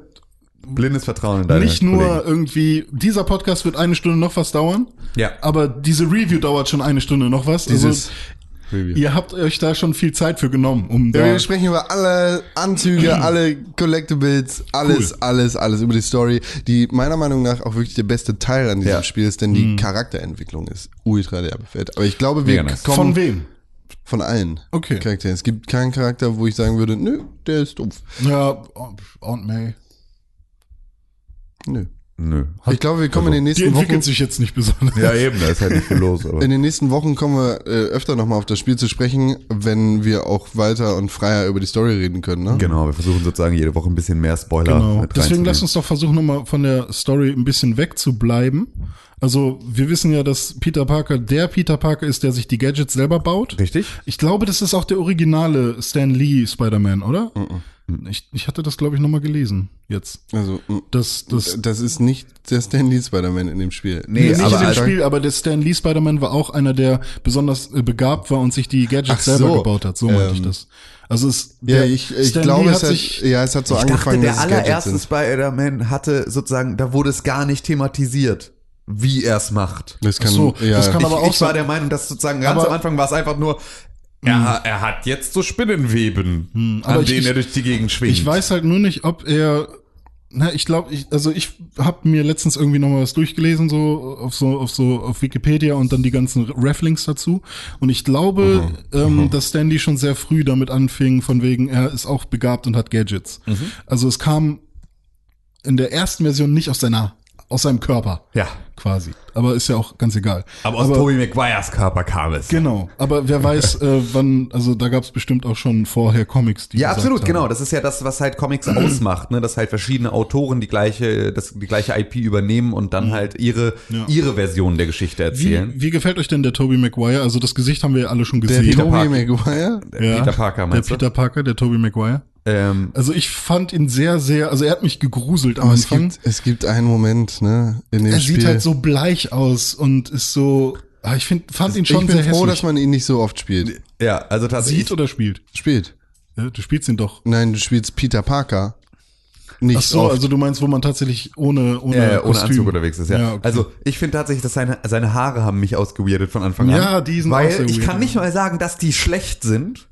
C: Blindes Vertrauen in deine
B: nicht nur
C: Kollegen.
B: irgendwie, dieser Podcast wird eine Stunde noch was dauern.
C: Ja.
B: Aber diese Review dauert schon eine Stunde noch was.
A: Dieses
B: also, ihr habt euch da schon viel Zeit für genommen, um
A: Ja,
B: da.
A: Wir sprechen über alle Anzüge, alle Collectibles, alles, alles, alles über die Story, die meiner Meinung nach auch wirklich der beste Teil an diesem
C: Ja. Mhm.
A: Spiel ist, denn die Charakterentwicklung ist ultra derbe fett. Aber ich glaube, wir
C: Mega nice.
A: kommen
B: Von
A: von,
B: wem?
A: allen
B: Okay.
A: Charakteren. Es gibt keinen Charakter, wo ich sagen würde, nö, der ist doof.
B: Ja, Aunt May.
A: Nö.
C: Nö.
A: Ich glaube, wir
C: Also,
A: kommen in den
B: Die
A: nächsten
B: entwickelt
A: Wochen.
B: sich jetzt nicht besonders.
C: Ja, eben, da ist halt nicht viel los. Aber.
A: In den nächsten Wochen kommen wir äh, öfter nochmal auf das Spiel zu sprechen, wenn wir auch weiter und freier über die Story reden können. Ne?
C: Genau, wir versuchen sozusagen jede Woche ein bisschen mehr Spoiler
B: Genau.
C: mit
B: Deswegen
C: reinzunehmen.
B: lass uns doch versuchen, nochmal von der Story ein bisschen wegzubleiben. Also, wir wissen ja, dass Peter Parker der Peter Parker ist, der sich die Gadgets selber baut.
C: Richtig?
B: Ich glaube, das ist auch der originale Stan Lee Spider-Man, oder? Ich, ich hatte das, glaube ich, nochmal gelesen. Jetzt.
A: Also, mh,
B: Das, das,
A: das ist nicht der Stan Lee Spider-Man in dem Spiel.
C: Nee,
B: Äh, nicht
C: aber
B: in dem
C: als-
B: Spiel, aber der Stan Lee Spider-Man war auch einer, der besonders äh, begabt war und sich die Gadgets
A: Ach
B: selber
A: so.
B: gebaut hat. So meinte ich
A: Ähm.
B: das. Also es,
A: Ja,
B: der
A: ich, ich
B: Stan
A: glaube,
B: Lee
A: es hat, ja, es hat so angefangen,
C: ich
A: dass
C: dachte,
A: es
C: der
A: Gadgets
C: allererste
A: sind.
C: Spider-Man hatte sozusagen, da wurde es gar nicht thematisiert, wie er es macht.
A: Das kann,
B: Ach so,
A: ja,
B: das kann
A: ich,
B: aber-
C: ich
B: auch
C: ich war
B: so-
C: der Meinung, dass sozusagen ganz
B: Aber-
C: am Anfang war es einfach nur, er, er hat jetzt so Spinnenweben,
B: Hm, aber
C: an
B: ich-
C: denen
B: ich-
C: er durch die Gegend schwingt.
B: Ich weiß halt nur nicht, ob er. Na, ich glaube, ich, also ich habe mir letztens irgendwie nochmal was durchgelesen, so auf so auf so auf Wikipedia und dann die ganzen Rafflings dazu. Und ich glaube,
C: Mhm.
B: ähm, dass Stanley schon sehr früh damit anfing, von wegen, er ist auch begabt und hat Gadgets.
C: Mhm.
B: Also es kam in der ersten Version nicht aus seiner aus seinem Körper.
C: Ja.
B: Quasi. Aber ist ja auch ganz egal.
C: Aber aus Tobey Maguires Körper kam es.
B: Genau. Aber wer weiß, äh, wann, also da gab es bestimmt auch schon vorher Comics, die
C: Ja,
B: gesagt
C: absolut,
B: haben.
C: genau. Das ist ja das, was halt Comics ausmacht, ne? dass halt verschiedene Autoren die gleiche, das, die gleiche IP übernehmen und dann halt ihre,
B: Ja.
C: ihre Version der Geschichte erzählen.
B: Wie, wie gefällt euch denn der Toby Maguire? Also das Gesicht haben wir ja alle schon
A: der
B: gesehen.
A: Peter
C: Parker.
A: Maguire.
B: ja.
C: Peter Parker,
B: Der
C: meinst du?
B: Peter Parker, der Toby Maguire.
C: Ähm,
B: Also ich fand ihn sehr, sehr, also er hat mich gegruselt am
A: Aber es
B: Anfang.
A: gibt, es gibt einen Moment, ne, in dem
B: Er
A: Spiel.
B: sieht halt so bleich aus und ist so, ah, ich find, fand ihn schon
A: ich
B: sehr
A: bin froh, dass
B: hässlich.
A: man ihn nicht so oft spielt.
C: ja, also tatsächlich.
B: Sieht oder spielt?
A: Spielt.
B: Ja, du spielst ihn doch.
A: Nein, du spielst Peter Parker. Nicht
B: Ach so,
A: oft.
B: also du meinst, wo man tatsächlich ohne, ohne,
C: Ja, ja, ohne
B: Kostüm.
C: Anzug unterwegs ist, ja.
B: Ja, okay.
C: Also ich finde tatsächlich, dass seine, seine Haare haben mich ausgeweirdet von Anfang an.
B: Ja, die sind auch
C: Weil
B: sehr
C: ich
B: weird,
C: kann nicht
B: ja. Hm.
C: mal sagen, dass die schlecht sind.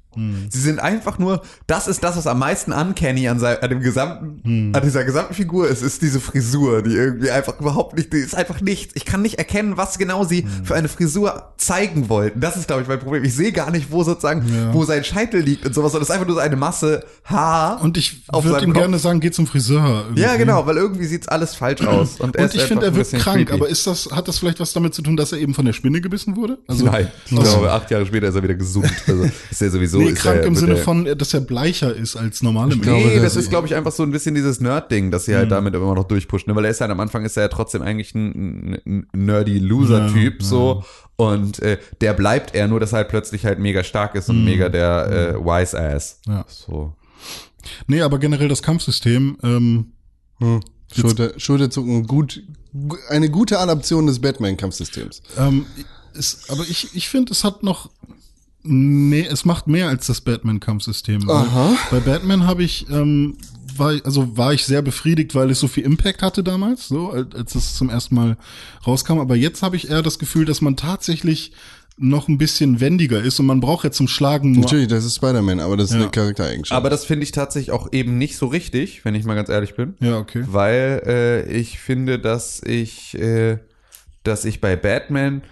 C: Sie sind einfach nur, das ist das, was am meisten uncanny an, sei- an dem gesamten,
B: Hm.
C: an dieser gesamten Figur ist, ist diese Frisur, die irgendwie einfach überhaupt nicht, die ist einfach nichts. Ich kann nicht erkennen, was genau sie
B: Hm.
C: für eine Frisur zeigen wollten. Das ist, glaube ich, mein Problem. Ich sehe gar nicht, wo sozusagen, wo sein Scheitel liegt und sowas, sondern es ist einfach nur so eine Masse Haar.
B: Und ich
C: auf
B: würde
C: seinem
B: ihm
C: Kopf.
B: gerne sagen, geh zum Friseur. irgendwie.
C: Ja, genau, weil irgendwie sieht's alles falsch aus. Und,
B: Mhm. Und ich
C: ist einfach
B: finde, er
C: ein
B: wird
C: bisschen
B: krank,
C: creepy.
B: aber ist das, hat das vielleicht was damit zu tun, dass er eben von der Spinne gebissen wurde? Also,
C: Nein, ich
B: aus-
C: glaube, acht Jahre später ist er wieder gesund. Also ist er sowieso.
B: nee,
C: ist
B: krank
C: er,
B: im
C: wird
B: Sinne
C: er-
B: von, äh, dass er bleicher ist als normale Menschen.
A: glaube,
C: Nee,
A: das
C: das ist, glaube ich, einfach so ein bisschen dieses Nerd-Ding, dass
B: Mhm.
C: sie halt damit immer noch durchpushen. ne? Weil er ist halt am Anfang ist er ja trotzdem eigentlich ein, ein, ein nerdy Loser-Typ so. Und äh, der bleibt er, nur dass er halt plötzlich halt mega stark
B: Mhm.
C: ist und mega der äh, wise ass.
B: Ja.
C: So.
B: Nee, aber generell das Kampfsystem, ähm,
A: hm. Schulter, Schulterzucken, gut, gu- eine gute Adaption des Batman-Kampfsystems.
B: ähm, ist, aber ich, ich finde, es hat noch mehr, es macht mehr als das Batman-Kampfsystem. Weil
A: Aha.
B: Bei Batman habe ich, ähm, war, ich- also war ich sehr befriedigt, weil es so viel Impact hatte damals, so, als als es zum ersten Mal rauskam. Aber jetzt habe ich eher das Gefühl, dass man tatsächlich noch ein bisschen wendiger ist und man braucht ja zum Schlagen nur
A: Natürlich, das ist Spider-Man, aber das ist eine
B: Ja.
A: Charaktereigenschaft.
C: Aber das finde ich tatsächlich auch eben nicht so richtig, wenn ich mal ganz ehrlich bin.
B: Ja, okay.
C: weil äh, ich finde, dass ich, äh, dass ich bei Batman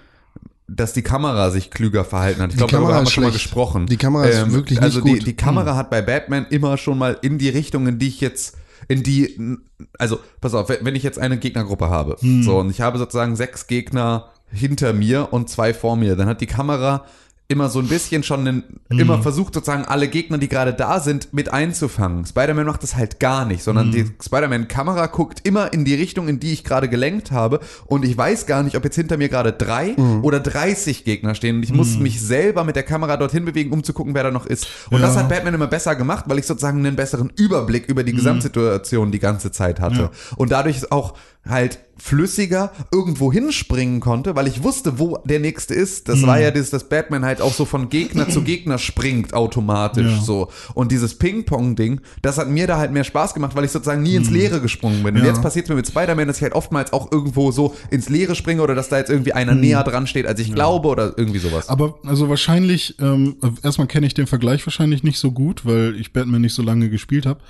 C: dass die Kamera sich klüger verhalten hat. Ich glaube,
A: Kamera
C: darüber haben wir
A: ist
C: schon mal
A: schlecht.
C: gesprochen.
A: Die Kamera ist wirklich nicht
C: also Die,
A: gut.
C: die Kamera hat bei Batman immer schon mal in die Richtung, in die ich jetzt, in die, also pass auf, wenn wenn ich jetzt eine Gegnergruppe habe, so und ich habe sozusagen sechs Gegner hinter mir und zwei vor mir, dann hat die Kamera immer so ein bisschen schon einen, immer versucht sozusagen alle Gegner, die gerade da sind, mit einzufangen. Spider-Man macht das halt gar nicht, sondern die Spider-Man-Kamera guckt immer in die Richtung, in die ich gerade gelenkt habe und ich weiß gar nicht, ob jetzt hinter mir gerade drei oder 30 Gegner stehen und ich muss mich selber mit der Kamera dorthin bewegen, um zu gucken, wer da noch ist. Und das
B: Ja.
C: hat Batman immer besser gemacht, weil ich sozusagen einen besseren Überblick über
B: Mhm.
C: die Gesamtsituation die ganze Zeit hatte. Und dadurch auch halt flüssiger irgendwo hinspringen konnte, weil ich wusste, wo der nächste ist.
B: Mhm.
C: Das war ja das, dass Batman halt auch so von Gegner zu Gegner springt automatisch
B: Ja.
C: so. Und dieses Ping-Pong-Ding, das hat mir da halt mehr Spaß gemacht, weil ich sozusagen nie ins Leere gesprungen bin. Und
B: Mhm. Ja.
C: jetzt passiert mir mit Spider-Man, dass ich halt oftmals auch irgendwo so ins Leere springe oder dass da jetzt irgendwie
B: Mhm.
C: einer näher dran steht, als ich glaube oder irgendwie sowas.
B: Aber also wahrscheinlich, ähm, erstmal kenne ich den Vergleich wahrscheinlich nicht so gut, weil ich Batman nicht so lange gespielt habe.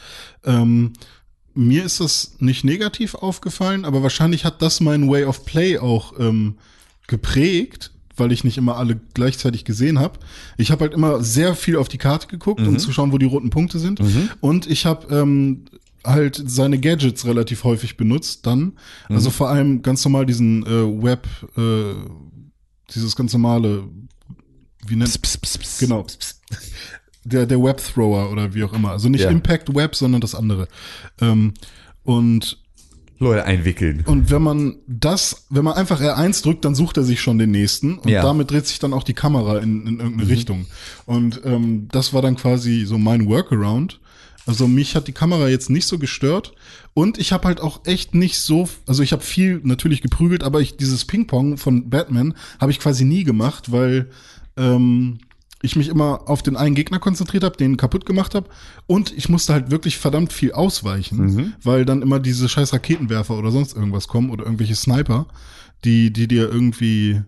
B: Ähm, mir ist das nicht negativ aufgefallen, aber wahrscheinlich hat das meinen Way of Play auch ähm, geprägt, weil ich nicht immer alle gleichzeitig gesehen habe. Ich habe halt immer sehr viel auf die Karte geguckt, um zu schauen, wo die roten Punkte sind. Und ich habe ähm, halt seine Gadgets relativ häufig benutzt dann. Also vor allem ganz normal diesen äh, Web, äh, dieses ganz normale, wie nennt Genau. Der, der Web-Thrower oder wie auch immer. Also nicht
C: Ja.
B: Impact Web, sondern das andere. Ähm, und,
C: Leute einwickeln.
B: und wenn man das, wenn man einfach R1 drückt, dann sucht er sich schon den nächsten. Und
C: Ja.
B: damit dreht sich dann auch die Kamera in, in irgendeine Richtung. Und ähm, das war dann quasi so mein Workaround. Also mich hat die Kamera jetzt nicht so gestört. Und ich habe halt auch echt nicht so, also ich habe viel natürlich geprügelt, aber ich, dieses Ping-Pong von Batman habe ich quasi nie gemacht, weil ähm, ich mich immer auf den einen Gegner konzentriert habe, den kaputt gemacht habe und ich musste halt wirklich verdammt viel ausweichen, weil dann immer diese scheiß Raketenwerfer oder sonst irgendwas kommen oder irgendwelche Sniper, die die dir irgendwie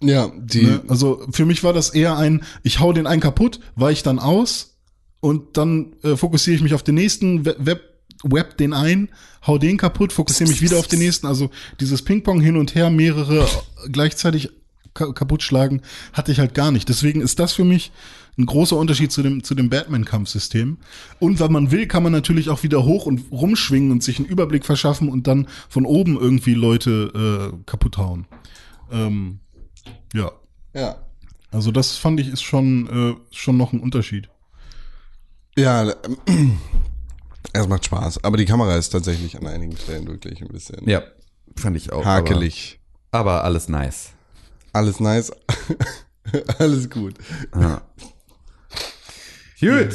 A: Ja, die.
B: ne? also für mich war das eher ein ich hau den einen kaputt, weich dann aus und dann äh, fokussiere ich mich auf den nächsten we- Web Web den ein, hau den kaputt, fokussiere mich wieder auf den nächsten. Also dieses Ping-Pong hin und her, mehrere gleichzeitig ka kaputt schlagen, hatte ich halt gar nicht. Deswegen ist das für mich ein großer Unterschied zu dem, zu dem Batman-Kampfsystem. Und wenn man will, kann man natürlich auch wieder hoch und rumschwingen und sich einen Überblick verschaffen und dann von oben irgendwie Leute äh, kaputt hauen. Ähm, ja,
A: Ja.
B: also das fand ich ist schon, äh, schon noch ein Unterschied.
A: Ja, ähm, es macht Spaß. Aber die Kamera ist tatsächlich an einigen Stellen wirklich ein bisschen
C: Ja, fand ich auch.
A: hakelig.
C: Aber, aber alles nice.
A: Alles nice. Alles gut.
C: Gut.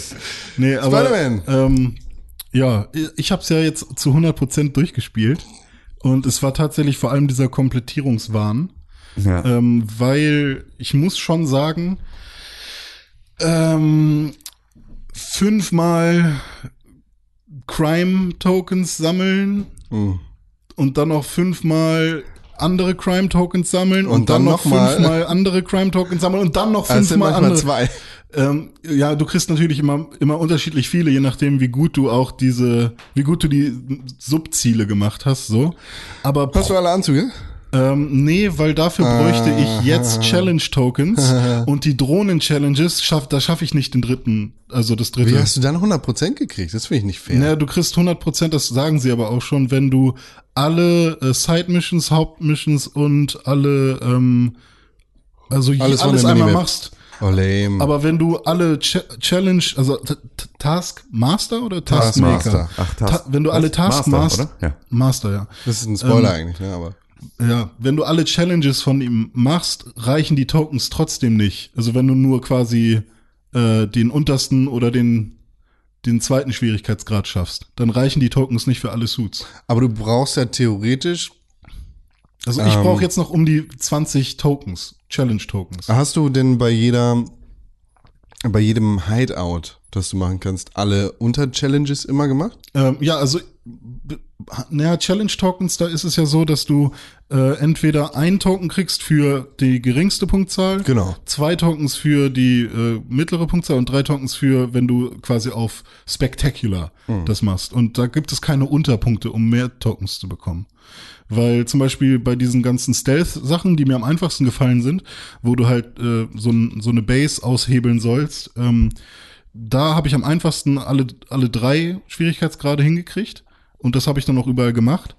B: Nee, aber
A: Spider-Man.
B: ähm, ja, ich habe es ja jetzt zu 100% durchgespielt und es war tatsächlich vor allem dieser Komplettierungswahn,
C: Ja.
B: ähm, weil ich muss schon sagen, ähm, fünfmal Crime-Tokens sammeln
A: Mhm.
B: und dann noch fünfmal andere Crime Tokens sammeln und,
A: Und
B: dann,
A: dann
B: noch
A: noch mal.
B: fünfmal andere Crime Tokens sammeln und dann noch
A: Ah, Es sind
B: fünfmal
A: manchmal
B: andere.
A: zwei.
B: Ähm, ja, du kriegst natürlich immer immer unterschiedlich viele, je nachdem wie gut du auch diese, wie gut du die Subziele gemacht hast, so. Aber
A: Hast du alle Anzüge?
B: ähm, nee, weil dafür
A: Ah.
B: bräuchte ich jetzt Challenge Tokens und die Drohnen Challenges schaff, da schaffe ich nicht den dritten, also das dritte.
A: Wie hast du dann 100% gekriegt? Das finde ich nicht fair.
B: Naja, du kriegst 100%, das sagen sie aber auch schon, wenn du alle äh, Side-Missions, Haupt-Missions und alle, ähm, also je-
A: Alles von
B: alles,
A: der
B: einmal
A: Minimap.
B: machst.
A: Oh, lame.
B: Aber wenn du alle Ch Challenge, also T- T- Taskmaster oder Taskmaker?
A: Taskmaster.
C: Ach,
B: Ta wenn du alle Taskmaster,
C: Master, oder?
B: Master, ja.
A: das ist ein Spoiler eigentlich, ne? Aber
B: Ja, wenn du alle Challenges von ihm machst, reichen die Tokens trotzdem nicht. Also wenn du nur quasi äh, den untersten oder den, den zweiten Schwierigkeitsgrad schaffst, dann reichen die Tokens nicht für alle Suits.
A: Aber du brauchst ja theoretisch.
B: Also ich
A: Ähm.
B: brauche jetzt noch um die 20 Tokens, Challenge-Tokens.
A: Hast du denn bei jeder, bei jedem Hideout, das du machen kannst, alle Unter-Challenges immer gemacht?
B: Ähm, ja, also b- naja, Challenge-Tokens, da ist es ja so, dass du äh, entweder einen Token kriegst für die geringste Punktzahl,
A: Genau.
B: zwei Tokens für die äh, mittlere Punktzahl und drei Tokens für, wenn du quasi auf Spectacular das machst. Und da gibt es keine Unterpunkte, um mehr Tokens zu bekommen. Weil zum Beispiel bei diesen ganzen Stealth-Sachen, die mir am einfachsten gefallen sind, wo du halt äh, so, n- so eine Base aushebeln sollst, ähm, da habe ich am einfachsten alle, alle drei Schwierigkeitsgrade hingekriegt. Und das habe ich dann auch überall gemacht.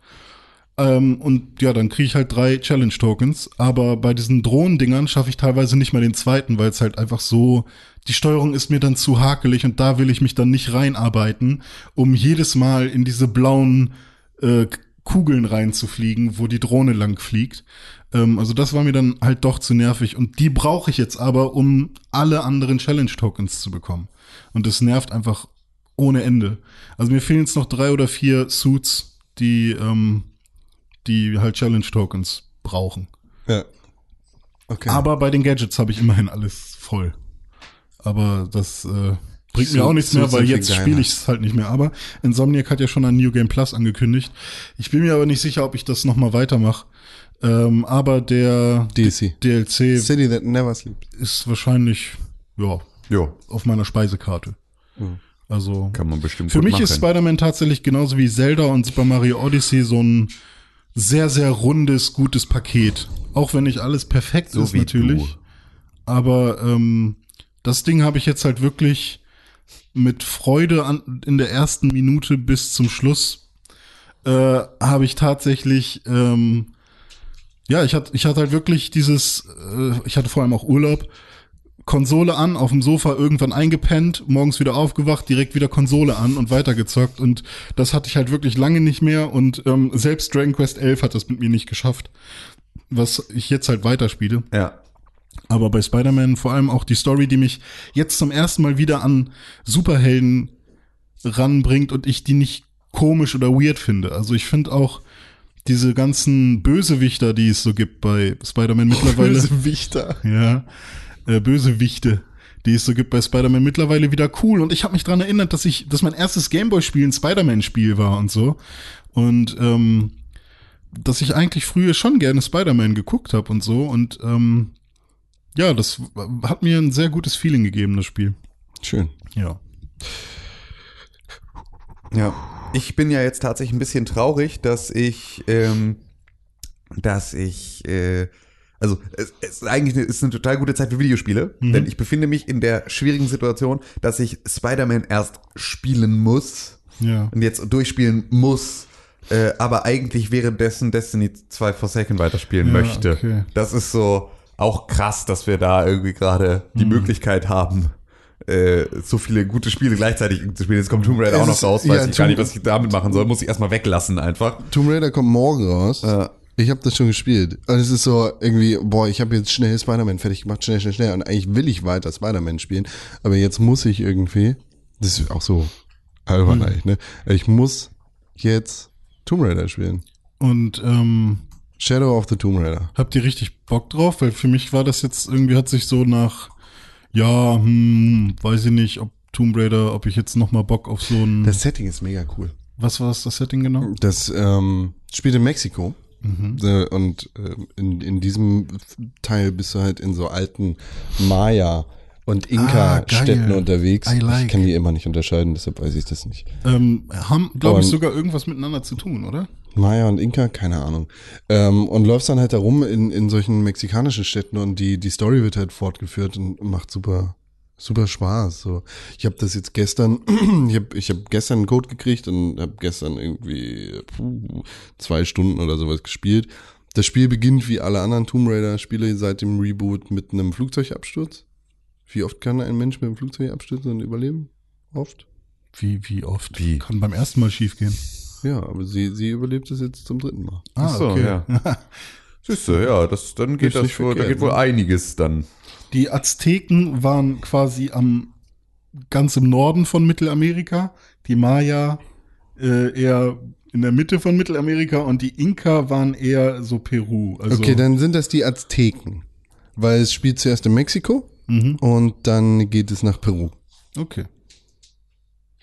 B: Ähm, und ja, dann kriege ich halt drei Challenge-Tokens. Aber bei diesen Drohnen-Dingern schaffe ich teilweise nicht mal den zweiten, weil es halt einfach so, die Steuerung ist mir dann zu hakelig und da will ich mich dann nicht reinarbeiten, um jedes Mal in diese blauen äh, Kugeln reinzufliegen, wo die Drohne lang fliegt. Ähm, also das war mir dann halt doch zu nervig. Und die brauche ich jetzt aber, um alle anderen Challenge-Tokens zu bekommen. Und das nervt einfach ohne Ende. Also mir fehlen jetzt noch drei oder vier Suits, die, ähm, die halt Challenge-Tokens brauchen.
A: Ja. Okay.
B: Aber bei den Gadgets habe ich immerhin alles voll. Aber das äh, bringt mir
A: So-
B: auch nichts
A: so
B: mehr, weil
A: sind wir
B: jetzt
A: kleiner.
B: spiele ich es halt nicht mehr. Aber Insomniac hat ja schon ein New Game Plus angekündigt. Ich bin mir aber nicht sicher, ob ich das nochmal weitermache. Ähm, aber der
A: DLC.
B: DLC
A: City that never sleeps.
B: ist wahrscheinlich ja,
E: Jo,
B: auf meiner Speisekarte. Also
E: kann man bestimmt
B: für
E: gut
B: mich
E: machen.
B: ist Spider-Man tatsächlich genauso wie Zelda und Super Mario Odyssey so ein sehr, sehr rundes, gutes Paket. Auch wenn nicht alles perfekt
E: So
B: ist,
E: wie
B: natürlich.
E: du.
B: Aber ähm, das Ding habe ich jetzt halt wirklich mit Freude an, in der ersten Minute bis zum Schluss äh, habe ich tatsächlich ähm, ja, ich hatte, ich hatte halt wirklich dieses, äh, ich hatte vor allem auch Urlaub, Konsole an, auf dem Sofa irgendwann eingepennt, morgens wieder aufgewacht, direkt wieder Konsole an und weitergezockt. Und das hatte ich halt wirklich lange nicht mehr. Und ähm, selbst Dragon Quest 11 hat das mit mir nicht geschafft, was ich jetzt halt weiterspiele.
E: Ja.
B: Aber bei Spider-Man vor allem auch die Story, die mich jetzt zum ersten Mal wieder an Superhelden ranbringt und ich die nicht komisch oder weird finde. Also ich finde auch diese ganzen Bösewichter, die es so gibt bei Spider-Man mittlerweile.
A: Bösewichter.
B: Ja. Äh, Bösewichte, die es so gibt bei Spider-Man mittlerweile wieder cool. Und ich habe mich dran erinnert, dass ich, dass mein erstes Gameboy-Spiel ein Spider-Man-Spiel war und so. Und ähm, dass ich eigentlich früher schon gerne Spider-Man geguckt habe und so. Und ähm, ja, das w- hat mir ein sehr gutes Feeling gegeben, das Spiel.
A: Schön.
B: Ja.
E: Ja. Ich bin ja jetzt tatsächlich ein bisschen traurig, dass ich, ähm, dass ich, äh, also es, es ist eigentlich eine, es ist eine total gute Zeit für Videospiele,
B: Mhm.
E: denn ich befinde mich in der schwierigen Situation, dass ich Spider-Man erst spielen muss
B: Ja.
E: und jetzt durchspielen muss, äh, aber eigentlich währenddessen Destiny 2 Forsaken weiterspielen
B: Ja,
E: möchte.
B: okay.
E: Das ist so auch krass, dass wir da irgendwie gerade die
A: Mhm.
E: Möglichkeit haben, äh, so viele gute Spiele gleichzeitig zu spielen. Jetzt kommt Tomb Raider
A: Es
E: auch noch
A: ist-
E: raus,
A: ja,
E: weiß ich gar
A: Tomb-
E: nicht, was ich damit machen soll. Muss ich erstmal weglassen einfach.
A: Tomb Raider kommt morgen raus.
E: Ja.
A: Ich habe das schon gespielt. Und es ist so irgendwie, boah, ich habe jetzt schnell Spider-Man fertig gemacht, schnell, schnell, schnell. Und eigentlich will ich weiter Spider-Man spielen. Aber jetzt muss ich irgendwie, das ist auch so albern eigentlich, ne? Ich muss jetzt Tomb Raider spielen.
B: Und ähm,
A: Shadow of the Tomb Raider.
B: Habt ihr richtig Bock drauf? Weil für mich war das jetzt irgendwie, hat sich so nach, ja, hm, weiß ich nicht, ob Tomb Raider, ob ich jetzt nochmal Bock auf so ein,
A: Das Setting ist mega cool.
B: was war das, das Setting genau?
A: Das ähm, spielt in Mexiko.
B: Mhm.
A: Äh, Und ähm, in, in diesem Teil bist du halt in so alten Maya- und
B: Ah,
A: Inka-Städten
B: geil.
A: unterwegs.
B: I like.
A: Ich kann die immer nicht unterscheiden, deshalb weiß ich das nicht.
B: Ähm, haben, glaube ich,
A: Und-
B: sogar irgendwas miteinander zu tun, oder?
A: Maya und Inka, keine Ahnung. Ähm, und läufst dann halt da rum in, in solchen mexikanischen Städten und die, die Story wird halt fortgeführt und macht super, super Spaß. So, ich habe das jetzt gestern, ich habe ich hab gestern einen Code gekriegt und habe gestern irgendwie puh, zwei Stunden oder sowas gespielt. Das Spiel beginnt wie alle anderen Tomb Raider-Spiele seit dem Reboot mit einem Flugzeugabsturz. Wie oft kann ein Mensch mit einem Flugzeug abstürzen und überleben? Oft?
B: Wie, wie oft?
E: Wie?
B: Kann beim ersten Mal schief gehen.
A: Ja, aber sie, sie überlebt es jetzt zum dritten Mal.
B: Ah,
E: Ach so, Oh, ja. Siehst du, ja, das, dann geht
A: Ist
E: das
A: nicht
E: wohl, da
A: verkehrt,
E: geht wohl
A: ne?
E: einiges dann.
B: Die Azteken waren quasi am, ganz im Norden von Mittelamerika, die Maya äh, eher in der Mitte von Mittelamerika und die Inka waren eher so Peru. Also,
A: Okay, dann sind das die Azteken. Weil es spielt zuerst in Mexiko
B: Mhm.
A: und dann geht es nach Peru.
B: Okay.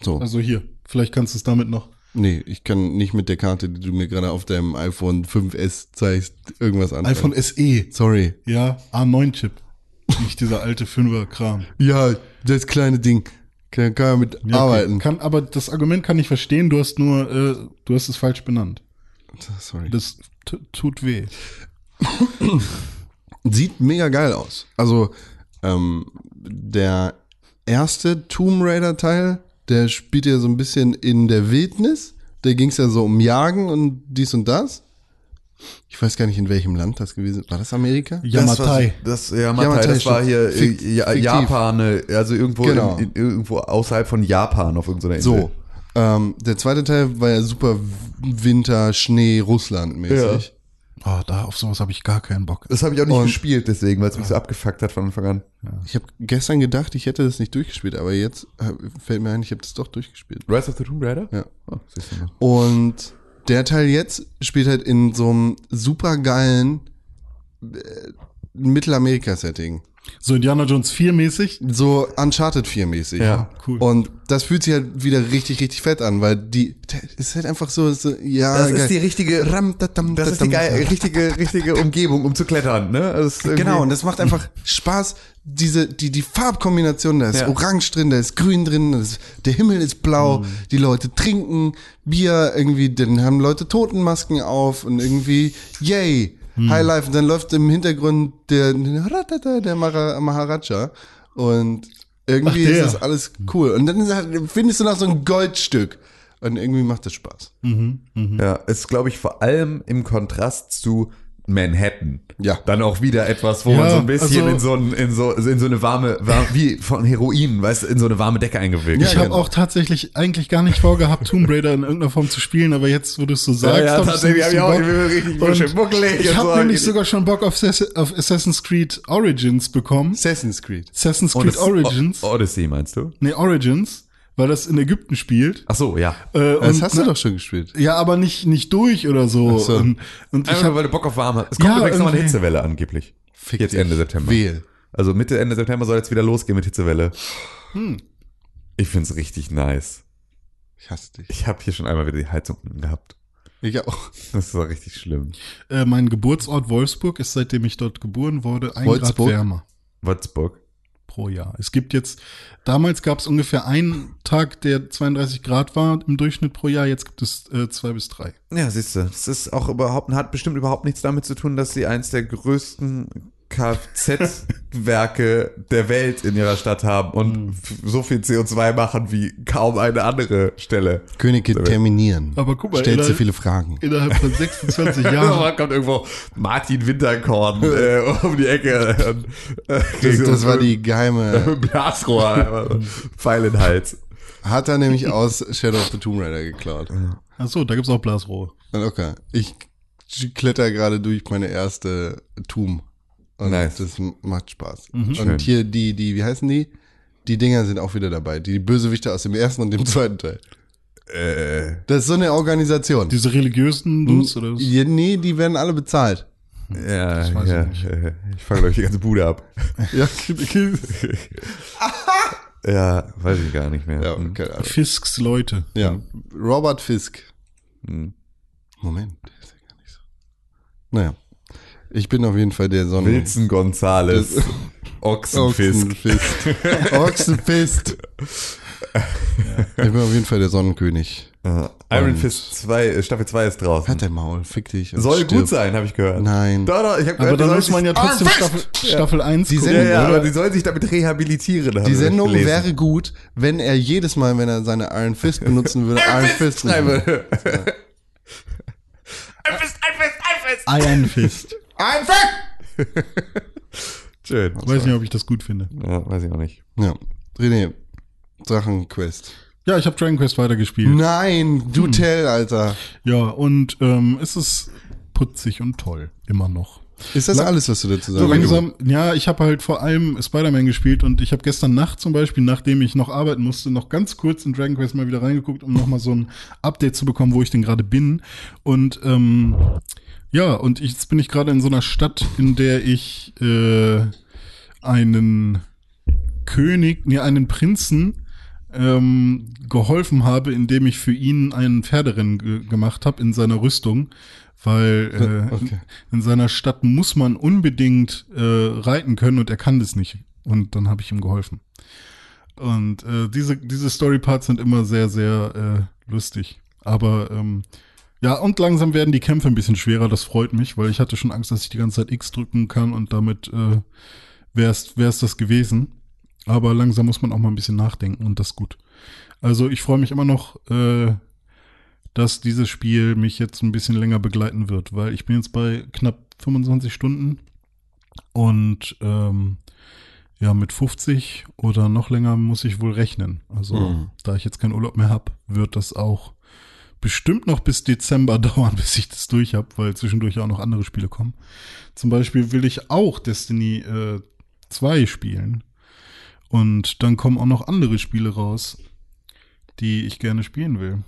A: So.
B: Also hier, vielleicht kannst du es damit noch
A: Nee, ich kann nicht mit der Karte, die du mir gerade auf deinem iPhone 5S zeigst, irgendwas anfangen.
B: iPhone SE.
A: Sorry.
B: Ja, A9-Chip. Nicht dieser alte Fünfer-Kram.
A: Ja, das kleine Ding. Kann, kann man mit
B: Ja, okay.
A: arbeiten.
B: Kann, aber das Argument kann ich verstehen, du hast nur, äh, du hast es falsch benannt.
A: Sorry.
B: Das t- tut weh.
A: Sieht mega geil aus. Also, ähm, der erste Tomb Raider-Teil, der spielt ja so ein bisschen in der Wildnis. Da ging es ja so um Jagen und dies und das. Ich weiß gar nicht, in welchem Land das gewesen ist. War das Amerika?
B: Yamatai.
C: Das, ja, Matai,
A: Matai,
C: das war
A: stimmt.
C: hier äh,
A: Fikt-
C: ja,
A: fiktiv.
C: Japan, äh, also irgendwo,
A: Genau.
C: in, in, irgendwo außerhalb von Japan auf irgendeiner Insel.
A: So. Ähm, der zweite Teil war ja super Winter, Schnee, Russland-mäßig.
B: Oh, da, auf sowas habe ich gar keinen Bock.
C: Das habe ich auch nicht
A: Und-
C: gespielt, deswegen, weil es mich so abgefuckt hat von Anfang an.
A: Ich habe gestern gedacht, ich hätte das nicht durchgespielt, aber jetzt äh, fällt mir ein, ich habe das doch durchgespielt.
C: Rise of the Tomb Raider?
A: Ja.
C: Oh, siehst du mal.
A: Und der Teil jetzt spielt halt in so einem supergeilen äh, Mittelamerika-Setting.
B: So Indiana Jones 4 mäßig.
A: So Uncharted 4 mäßig.
C: Ja,
B: cool.
A: Und das fühlt sich halt wieder richtig, richtig fett an, weil die, es ist halt einfach so, so ja,
C: Das ist
A: Ah, geil.
C: die richtige,
A: Ram, da, dam,
C: das
A: da,
C: ist die
A: dam,
C: geile,
A: da.
C: richtige, richtige Umgebung, um zu klettern, ne? Also es ist irgendwie-
A: Genau, und das macht einfach Spaß. Diese, die, die Farbkombination, da ist
C: Ja. Mhm.
A: orange drin, da ist grün drin, da ist, der Himmel ist blau, die Leute trinken Bier, irgendwie, dann haben Leute Totenmasken auf und irgendwie, yay,
C: Mhm.
A: High Life. Und dann läuft im Hintergrund der, ratata, der Mara- Maharaja und irgendwie
B: Ach, der.
A: ist das alles cool. Und dann ist halt- findest du noch so ein Goldstück und irgendwie macht das Spaß.
C: Ja, ist, glaube ich, vor allem im Kontrast zu Manhattan.
A: Ja.
C: Dann auch wieder etwas, wo
B: Ja,
C: man so ein bisschen
B: also-
C: in, so ein, in, so, in so eine warme, war, wie von Heroin, weißt du, in so eine warme Decke eingewickelt.
B: Ich habe
A: genau.
B: auch tatsächlich eigentlich gar nicht vorgehabt, Tomb Raider in irgendeiner Form zu spielen, aber jetzt, wo du es so sagst,
C: ja,
B: hab ich so
C: tatsächlich
B: ein
C: hab ich auch-
B: bisschen
C: ich bin
B: Bock.
C: richtig
B: Und
C: schön muckelig
B: Ich
C: und so.
B: habe nämlich sogar schon Bock auf, Sas- auf Assassin's Creed Origins bekommen.
A: Assassin's Creed.
B: Assassin's
C: Und
B: Creed
C: Oh, das-
B: Origins.
C: O Odyssey meinst du?
B: Nee, Origins, weil das in Ägypten spielt.
C: Ach so, ja.
B: Äh,
A: Das
B: und-
A: hast
C: ne
A: du doch schon gespielt.
B: Ja, aber nicht, nicht durch oder so.
A: so.
B: Und, und ich
C: Einfach nur,
B: habe
C: weil du Bock auf warm hast. Es kommt
B: Ja,
C: übrigens noch eine
B: irgendwie.
C: Hitzewelle angeblich.
A: Fick
C: jetzt
A: dich.
C: Ende September.
A: Wehe.
C: Also Mitte, Ende September soll jetzt wieder losgehen mit Hitzewelle.
B: hm.
C: Ich find's richtig nice.
A: Ich hasse dich.
C: Ich habe hier schon einmal wieder die Heizung unten gehabt.
A: Ich auch.
C: Das war richtig schlimm.
B: äh, mein Geburtsort Wolfsburg ist, seitdem ich dort geboren wurde, ein
A: Wolfsburg?
B: Grad wärmer
C: Würzburg.
B: pro Jahr. Es gibt jetzt, damals gab es ungefähr einen Tag, der 32 Grad war im Durchschnitt pro Jahr, jetzt gibt es äh, zwei bis drei.
C: Ja, siehst du, das ist auch überhaupt, hat bestimmt überhaupt nichts damit zu tun, dass sie eins der größten Kfz-Werke der Welt in ihrer Stadt haben
A: Mhm.
C: und f- so viel CO2 machen wie kaum eine andere Stelle.
A: Könige terminieren.
B: Aber guck mal,
A: Stellst du
B: innerhalb-
A: viele Fragen.
B: Innerhalb von 26 Jahren.
C: Da kommt irgendwo Martin Winterkorn äh, um die Ecke. Und, äh,
A: Das,
C: kriegst du
A: das war
C: mit-
A: die geheime.
C: mit Blasrohr, einfach so Pfeil in den Hals.
A: Hat er nämlich aus Shadow of the Tomb Raider geklaut.
B: Ach so, da gibt's auch Blasrohre.
A: Okay. Ich kletter gerade durch meine erste Tomb. Und
C: Nice.
A: das macht Spaß.
B: Mhm.
C: Schön.
A: Und hier die, die, wie heißen die? Die Dinger sind auch wieder dabei. Die Bösewichte aus dem ersten und dem zweiten Teil.
C: Äh,
A: Das ist so eine Organisation.
B: Diese religiösen Dudes oder was?
A: Ja, nee, die werden alle bezahlt.
C: ja,
B: weiß ich
C: ja.
B: nicht.
C: äh, Ich fange, glaube ich, die ganze Bude ab.
A: Ja,
C: Ja, weiß ich gar nicht mehr.
A: ja,
C: Hm.
A: keine Ahnung.
B: Fisks Leute.
A: ja. Robert Fisk.
C: Hm.
A: Moment, der ist ja gar nicht so. Naja. Ich bin auf jeden Fall der Sonne.
C: Wilson Gonzales. Ochsenfisk.
A: Ochsenfist. Ochsenfist. Ich bin auf jeden Fall der Sonnenkönig.
C: Äh, Iron Fist 2, äh, Staffel 2 ist draußen.
A: Hat dein Maul, fick dich. und
C: Soll
A: stirb.
C: gut sein, habe ich gehört.
A: Nein.
C: Doch, doch, ich habe
B: Aber
C: gehört, die
B: dann
C: sollen
B: muss man
C: sich- Ah,
B: ja trotzdem Staffel, Staffel 1
A: Die
C: Ja,
A: Sendung,
C: ja, aber
A: oder?
C: die sollen sich damit rehabilitieren. habe
A: Die
C: ich
A: Sendung
C: gelesen.
A: wäre gut, wenn er jedes Mal, wenn er seine Iron Fist benutzen würde, Iron Fist schreiben würde.
F: Ein Fest, ein Fest, ein Fest.
B: Iron Fist.
A: Iron Fist!
C: Schön.
B: Weiß nicht, ob ich das gut finde.
C: Ja, weiß ich auch nicht.
A: Ja. René, Drachenquest.
B: Ja, ich habe Dragon Quest
A: Hm.
B: weitergespielt.
A: Nein, du tell, Alter.
B: Ja, und ähm, es ist putzig und toll. Immer noch.
A: Ist das alles, was du dazu
B: So
A: sagen
B: langsam, ja, ich habe halt vor allem Spider-Man gespielt und ich habe gestern Nacht zum Beispiel, nachdem ich noch arbeiten musste, noch ganz kurz in Dragon Quest mal wieder reingeguckt, um nochmal so ein Update zu bekommen, wo ich denn gerade bin. Und ähm, ja, und ich, jetzt bin ich gerade in so einer Stadt, in der ich äh, einen König, nee, einen Prinzen ähm, geholfen habe, indem ich für ihn einen Pferderennen ge gemacht habe in seiner Rüstung, weil äh,
A: Okay.
B: in, in seiner Stadt muss man unbedingt äh, reiten können und er kann das nicht. Und dann habe ich ihm geholfen. Und äh, diese, diese Story-Parts sind immer sehr, sehr äh, lustig. Aber ähm, ja, und langsam werden die Kämpfe ein bisschen schwerer, das freut mich, weil ich hatte schon Angst, dass ich die ganze Zeit X drücken kann und damit äh, wär's, wär's das gewesen. Aber langsam muss man auch mal ein bisschen nachdenken und das ist gut. Also ich freue mich immer noch, äh, dass dieses Spiel mich jetzt ein bisschen länger begleiten wird, weil ich bin jetzt bei knapp 25 Stunden und ähm, ja, mit 50 oder noch länger muss ich wohl rechnen. Also da ich jetzt keinen Urlaub mehr habe, wird das auch bestimmt noch bis Dezember dauern, bis ich das durch habe, weil zwischendurch auch noch andere Spiele kommen. Zum Beispiel will ich auch Destiny äh, 2 spielen. Und dann kommen auch noch andere Spiele raus, die ich gerne spielen will.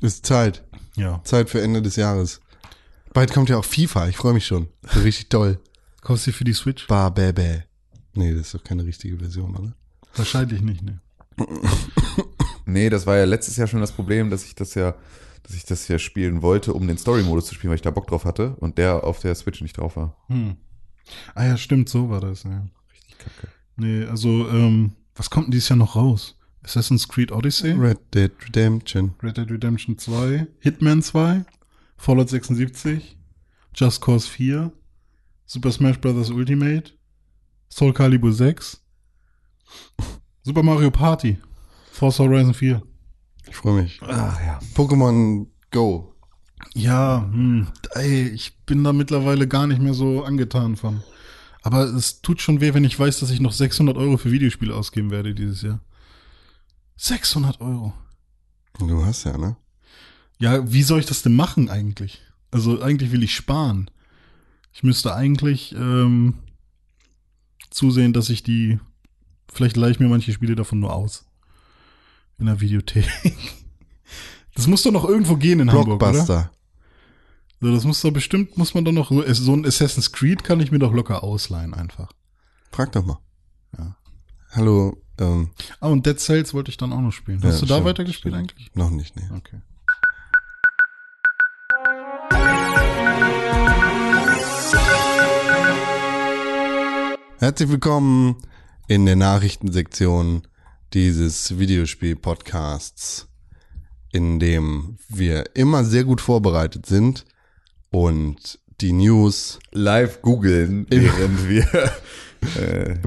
A: Ist Zeit.
B: Ja.
A: Zeit für Ende des Jahres. Bald kommt ja auch FIFA, ich freue mich schon. Richtig toll.
B: Kaufst du für die Switch?
A: Ba, bä, bä. Nee, das ist doch keine richtige Version, oder?
B: Wahrscheinlich nicht, ne?
C: Nee, das war ja letztes Jahr schon das Problem, dass ich das ja, dass ich das ja spielen wollte, um den Story-Modus zu spielen, weil ich da Bock drauf hatte und der auf der Switch nicht drauf war.
B: Hm. Ah ja, stimmt, so war das, ja. Richtig kacke. Nee, also, ähm, was kommt denn dieses Jahr noch raus? Assassin's Creed Odyssey?
A: Red Dead Redemption.
B: Red Dead Redemption 2, Hitman 2, Fallout 76, Just Cause 4, Super Smash Bros. Ultimate, Soul Calibur 6, Super Mario Party, Forza Horizon 4.
A: Ich freue mich.
B: Ah,
A: Pokémon Go.
B: Ja, hm, ey, ich bin da mittlerweile gar nicht mehr so angetan von. Aber es tut schon weh, wenn ich weiß, dass ich noch 600 Euro für Videospiele ausgeben werde dieses Jahr. 600 Euro.
A: Du hast ja, ne?
B: Ja, wie soll ich das denn machen eigentlich? Also eigentlich will ich sparen. Ich müsste eigentlich ähm, zusehen, dass ich die. Vielleicht leihe ich mir manche Spiele davon nur aus. In der Videothek. Das muss doch noch irgendwo gehen in Hamburg, oder?
A: Blockbuster.
B: So, das muss doch bestimmt, muss man doch noch. So so ein Assassin's Creed kann ich mir doch locker ausleihen einfach.
A: Frag doch mal.
B: Ja.
A: Hallo, ähm,
B: Ah, und Dead Cells wollte ich dann auch noch spielen. Hast
A: Ja,
B: du da
A: stimmt,
B: weitergespielt
A: stimmt.
B: eigentlich?
A: noch nicht, ne?
B: Okay.
A: Herzlich willkommen in der Nachrichtensektion dieses Videospiel-Podcasts, in dem wir immer sehr gut vorbereitet sind und die News
C: Live googeln, während wir.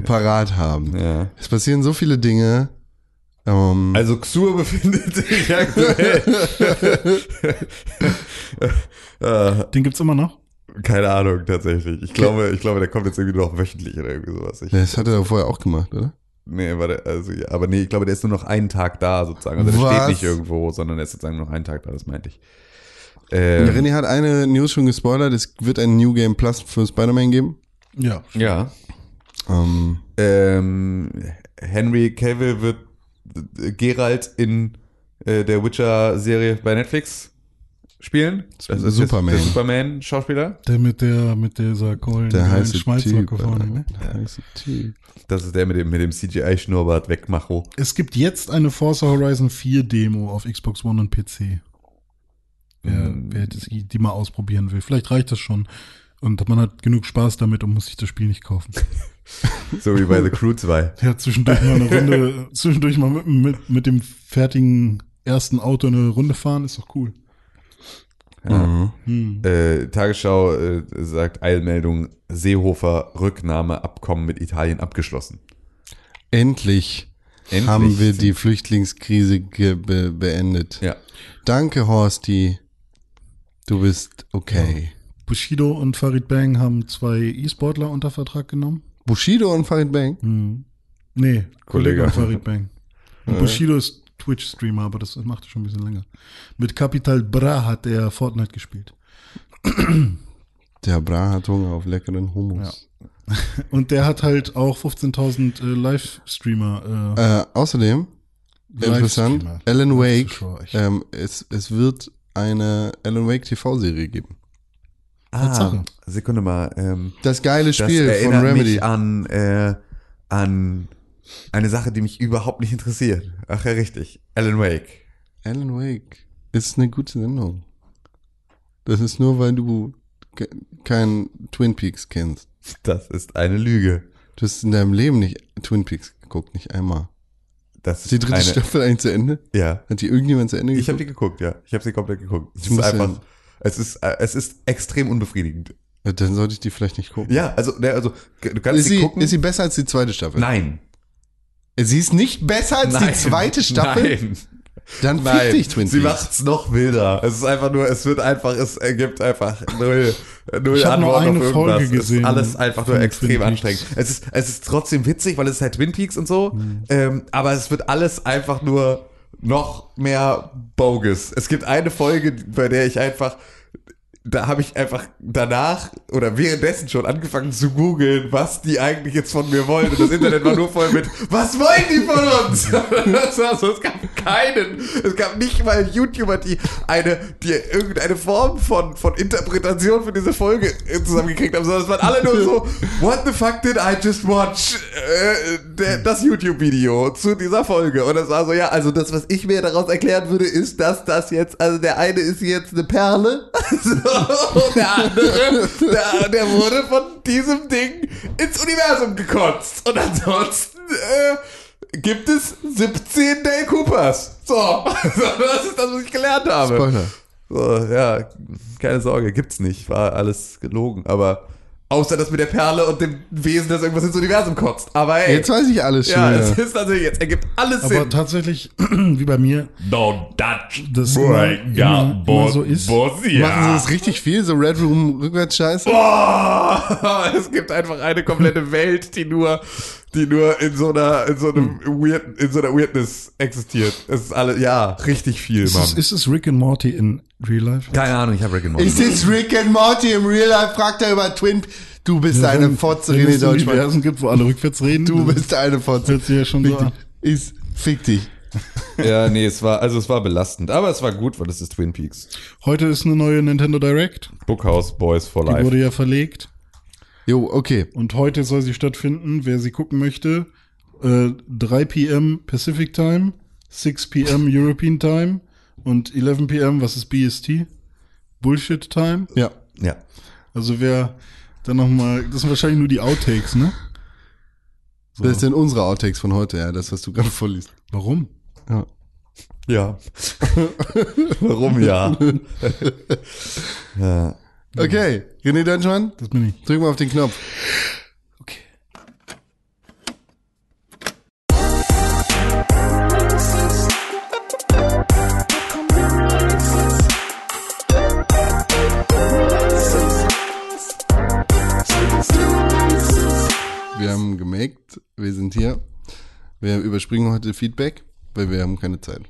A: parat haben.
C: Ja.
A: Es passieren so viele Dinge. Ähm,
C: Also Xur befindet sich aktuell. äh,
B: Den gibt's immer noch?
C: keine Ahnung, tatsächlich. Ich glaube, ich glaube, der kommt jetzt irgendwie nur noch wöchentlich oder irgendwie sowas. Ich,
A: das hat er doch vorher auch gemacht, oder?
C: nee, warte, also, ja, aber nee, ich glaube, der ist nur noch einen Tag da sozusagen. Also der
A: Was?
C: steht nicht irgendwo, sondern der ist sozusagen nur noch einen Tag da, das meinte ich.
A: Der
C: Ähm,
A: René hat eine News schon gespoilert. Es wird ein New Game Plus für Spider-Man geben.
B: Ja.
C: ja.
A: Ähm,
C: ähm, Henry Cavill wird äh, Geralt in äh, der Witcher-Serie bei Netflix spielen. Das jetzt
A: Superman.
C: Der Superman-Schauspieler.
B: Der mit der, mit dieser Kohlen,
A: der heiße Typ.
B: Schmalzwacke
A: Alter.
B: vorne, ne?
A: Der heiße Typ.
C: Das ist der mit dem, mit dem CGI-Schnurrbart wegmacho.
B: Es gibt jetzt eine Forza Horizon 4 Demo auf Xbox One und PC. Wer,
A: Hm.
C: Mm.
B: wer das, die mal ausprobieren will. Vielleicht reicht das schon. Und man hat genug Spaß damit und muss sich das Spiel nicht kaufen.
C: So wie bei The Crew 2.
B: Ja, zwischendurch mal eine Runde, zwischendurch mal mit, mit, mit dem fertigen ersten Auto eine Runde fahren, ist doch cool.
C: Ja.
A: Mhm.
B: Hm.
C: Äh, Tagesschau äh, sagt Eilmeldung, Seehofer Rücknahmeabkommen mit Italien abgeschlossen.
A: Endlich,
C: Endlich.
A: haben wir die Flüchtlingskrise ge- be beendet.
C: Ja.
A: Danke, Horsti. Du bist okay.
B: Bushido und Farid Bang haben zwei E-Sportler unter Vertrag genommen.
A: Bushido und Farid Bang.
B: Hm. Nee, Kollege,
C: Kollege.
B: und Farid Bang. Und Bushido ist Twitch-Streamer, aber das macht er schon ein bisschen länger. Mit Capital Bra hat er Fortnite gespielt.
A: Der Bra hat Hunger auf leckeren Hummus.
B: Und der hat halt auch 15.000 äh, Livestreamer. Äh,
A: Äh, außerdem, interessant,
B: Livestreamer.
A: Alan Wake,
B: Zuschauer, ich-
A: ähm, es, es wird eine Alan Wake TV-Serie geben.
C: Ah,
B: Tatsache.
C: Sekunde mal. Ähm,
A: Das geile
C: das
A: Spiel von
C: erinnert
A: Remedy.
C: mich an, äh, an Eine Sache, die mich überhaupt nicht interessiert. Ach ja, richtig. Alan Wake.
A: Alan Wake ist eine gute Sendung. Das ist nur, weil du ke- kein Twin Peaks kennst.
C: Das ist eine Lüge.
A: Du hast in deinem Leben nicht Twin Peaks geguckt, nicht einmal.
C: Das
A: Ist die dritte
C: eine,
A: Staffel eigentlich zu Ende?
C: Ja.
A: Hat die irgendjemand zu Ende
C: Ich habe die geguckt,
A: geguckt?
C: ja. Ich habe sie komplett geguckt. Es
A: Ich
C: ist
A: muss ja-
C: einfach. Es ist, äh, es ist extrem unbefriedigend.
A: Ja, Dann sollte ich die vielleicht nicht gucken.
C: Ja, also, ne, also du kannst
A: Ist
C: sie
A: sie,
C: gucken.
A: ist sie besser als die zweite Staffel?
C: Nein.
A: Sie ist nicht besser als die
C: Nein.
A: zweite Staffel?
C: Nein.
A: Dann fick
C: Nein.
A: dich, Twin
C: sie
A: Peaks.
C: macht's noch wilder. Es ist einfach nur, es wird einfach, es ergibt einfach null, null
B: Ich hab nur
C: Antworten
B: eine
C: auf
B: Folge
C: irgendwas. Es ist
B: gesehen
C: alles einfach nur
B: von Twin
C: extrem
B: Peaks.
C: anstrengend. Es ist, es ist trotzdem witzig, weil es ist halt Twin Peaks und so, ähm, aber es wird alles einfach nur noch mehr bogus. Es gibt eine Folge, bei der ich einfach da habe ich einfach danach oder währenddessen schon angefangen zu googeln, was die eigentlich jetzt von mir wollen. Und das Internet war nur voll mit, was wollen die von uns? Das war so, es gab keinen. Es gab nicht mal YouTuber, die eine, die irgendeine Form von, von Interpretation für diese Folge äh, zusammengekriegt haben, sondern es waren alle nur so, what the fuck did I just watch? Äh, der, das YouTube-Video zu dieser Folge. Und das war so, ja, also das, was ich mir daraus erklären würde, ist, dass das jetzt, also der eine ist jetzt eine Perle. So, und der andere, der, der wurde von diesem Ding ins Universum gekotzt. Und ansonsten äh, gibt es 17 Dale Coopers. So, So, das ist das, was ich gelernt habe.
A: Spoiler.
C: So, ja, keine Sorge, gibt's nicht. War alles gelogen, aber außer das mit der Perle und dem Wesen, das irgendwas ins Universum kotzt. Aber ey,
A: Jetzt weiß ich alles schon.
C: ja,
A: wieder.
C: es ist natürlich, jetzt ergibt alles
B: Aber
C: Sinn.
B: tatsächlich, wie bei mir,
G: No Dutch.
B: Das
G: Boy,
B: immer-
G: ja,
B: immer-
G: bo-
B: immer so ist.
G: Borussia.
A: Machen sie das richtig viel, so Red Room rückwärts scheiße?
C: Boah, es gibt einfach eine komplette Welt, die nur, die nur in so einer, in so einem weird, in so einer Weirdness existiert. Es ist alle, ja, richtig viel,
B: ist es,
C: Mann.
B: ist es Rick and Morty in Real Life?
C: Keine Ahnung, ich habe Rick and Morty.
A: Ist es Rick and Morty im Real Life? Fragt er über Twin. Du bist eine Fotze,
B: Wenn
A: René
B: es ein
A: Deutschmann.
B: Universum gibt, wo alle rückwärts reden,
A: Du bist eine Fotze.
B: hört sich ja schon so
A: Fick dich.
B: an.
A: Ist, fick dich.
C: Ja, nee, es war, also es war belastend, aber es war gut, weil es ist Twin Peaks.
B: Heute ist eine neue Nintendo Direct.
C: Bookhouse Boys for
B: Die wurde ja verlegt.
A: Jo, okay.
B: Und heute soll sie stattfinden. Wer sie gucken möchte, äh, 3 p.m. Pacific Time, 6 p.m. European Time und 11 p.m. was ist BST? Bullshit Time.
A: Ja.
C: Ja.
B: Also wer dann nochmal, das sind wahrscheinlich nur die Outtakes, ne?
A: Das sind unsere Outtakes von heute, ja, das, was du gerade vorliest.
B: Warum?
A: Ja.
C: Ja. Warum ja? ja.
A: Okay, René Deutschmann,
B: Das bin ich.
A: drück mal auf den Knopf.
B: Okay.
A: Wir haben gemerkt, wir sind hier. Wir überspringen heute Feedback, weil wir haben keine Zeit.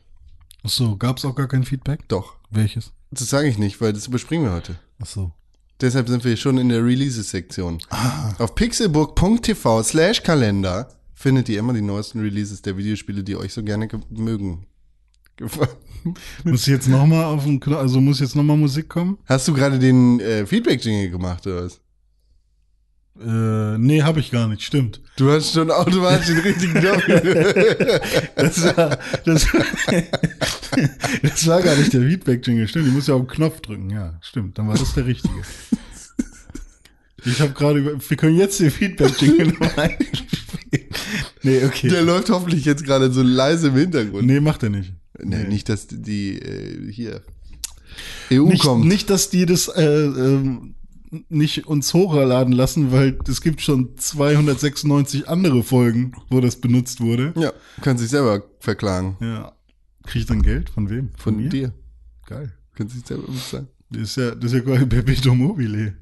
B: Ach so, gab's auch gar kein Feedback?
A: Doch.
B: Welches?
A: Das sage ich nicht, weil das überspringen wir heute.
B: Ach so.
A: Deshalb sind wir schon in der Releases-Sektion.
B: Ah.
A: Auf pixelburg.tv slash Kalender findet ihr immer die neuesten Releases der Videospiele, die euch so gerne ge mögen. Gefallen.
B: Muss ich jetzt nochmal auf den Knopf, also muss jetzt nochmal Musik kommen?
A: Hast du gerade den äh, Feedback-Jingle gemacht oder was?
B: Äh, nee, habe ich gar nicht, stimmt.
A: Du hast schon automatisch den richtigen Job.
B: Das war, das, das war gar nicht der Feedback-Jingle, stimmt. Ich muss ja auf den Knopf drücken, ja, stimmt. Dann war das der richtige. Ich habe gerade, über- wir können jetzt den Feedback-Jingle noch einspielen. Nee, okay.
A: Der läuft hoffentlich jetzt gerade so leise im Hintergrund.
B: nee, macht er nicht.
A: Nee, nicht, dass die äh, hier EU
B: Nicht,
A: kommt.
B: nicht dass die das äh, ähm, nicht uns hochladen lassen, weil es gibt schon 296 andere Folgen, wo das benutzt wurde.
A: Ja, können sich selber verklagen.
B: Ja. Krieg ich dann Geld? Von wem?
A: Von
B: mir?
A: dir.
B: Geil.
A: Können sich selber bezahlen.
B: Das ist ja, das ist ja quasi Perpetuum mobile.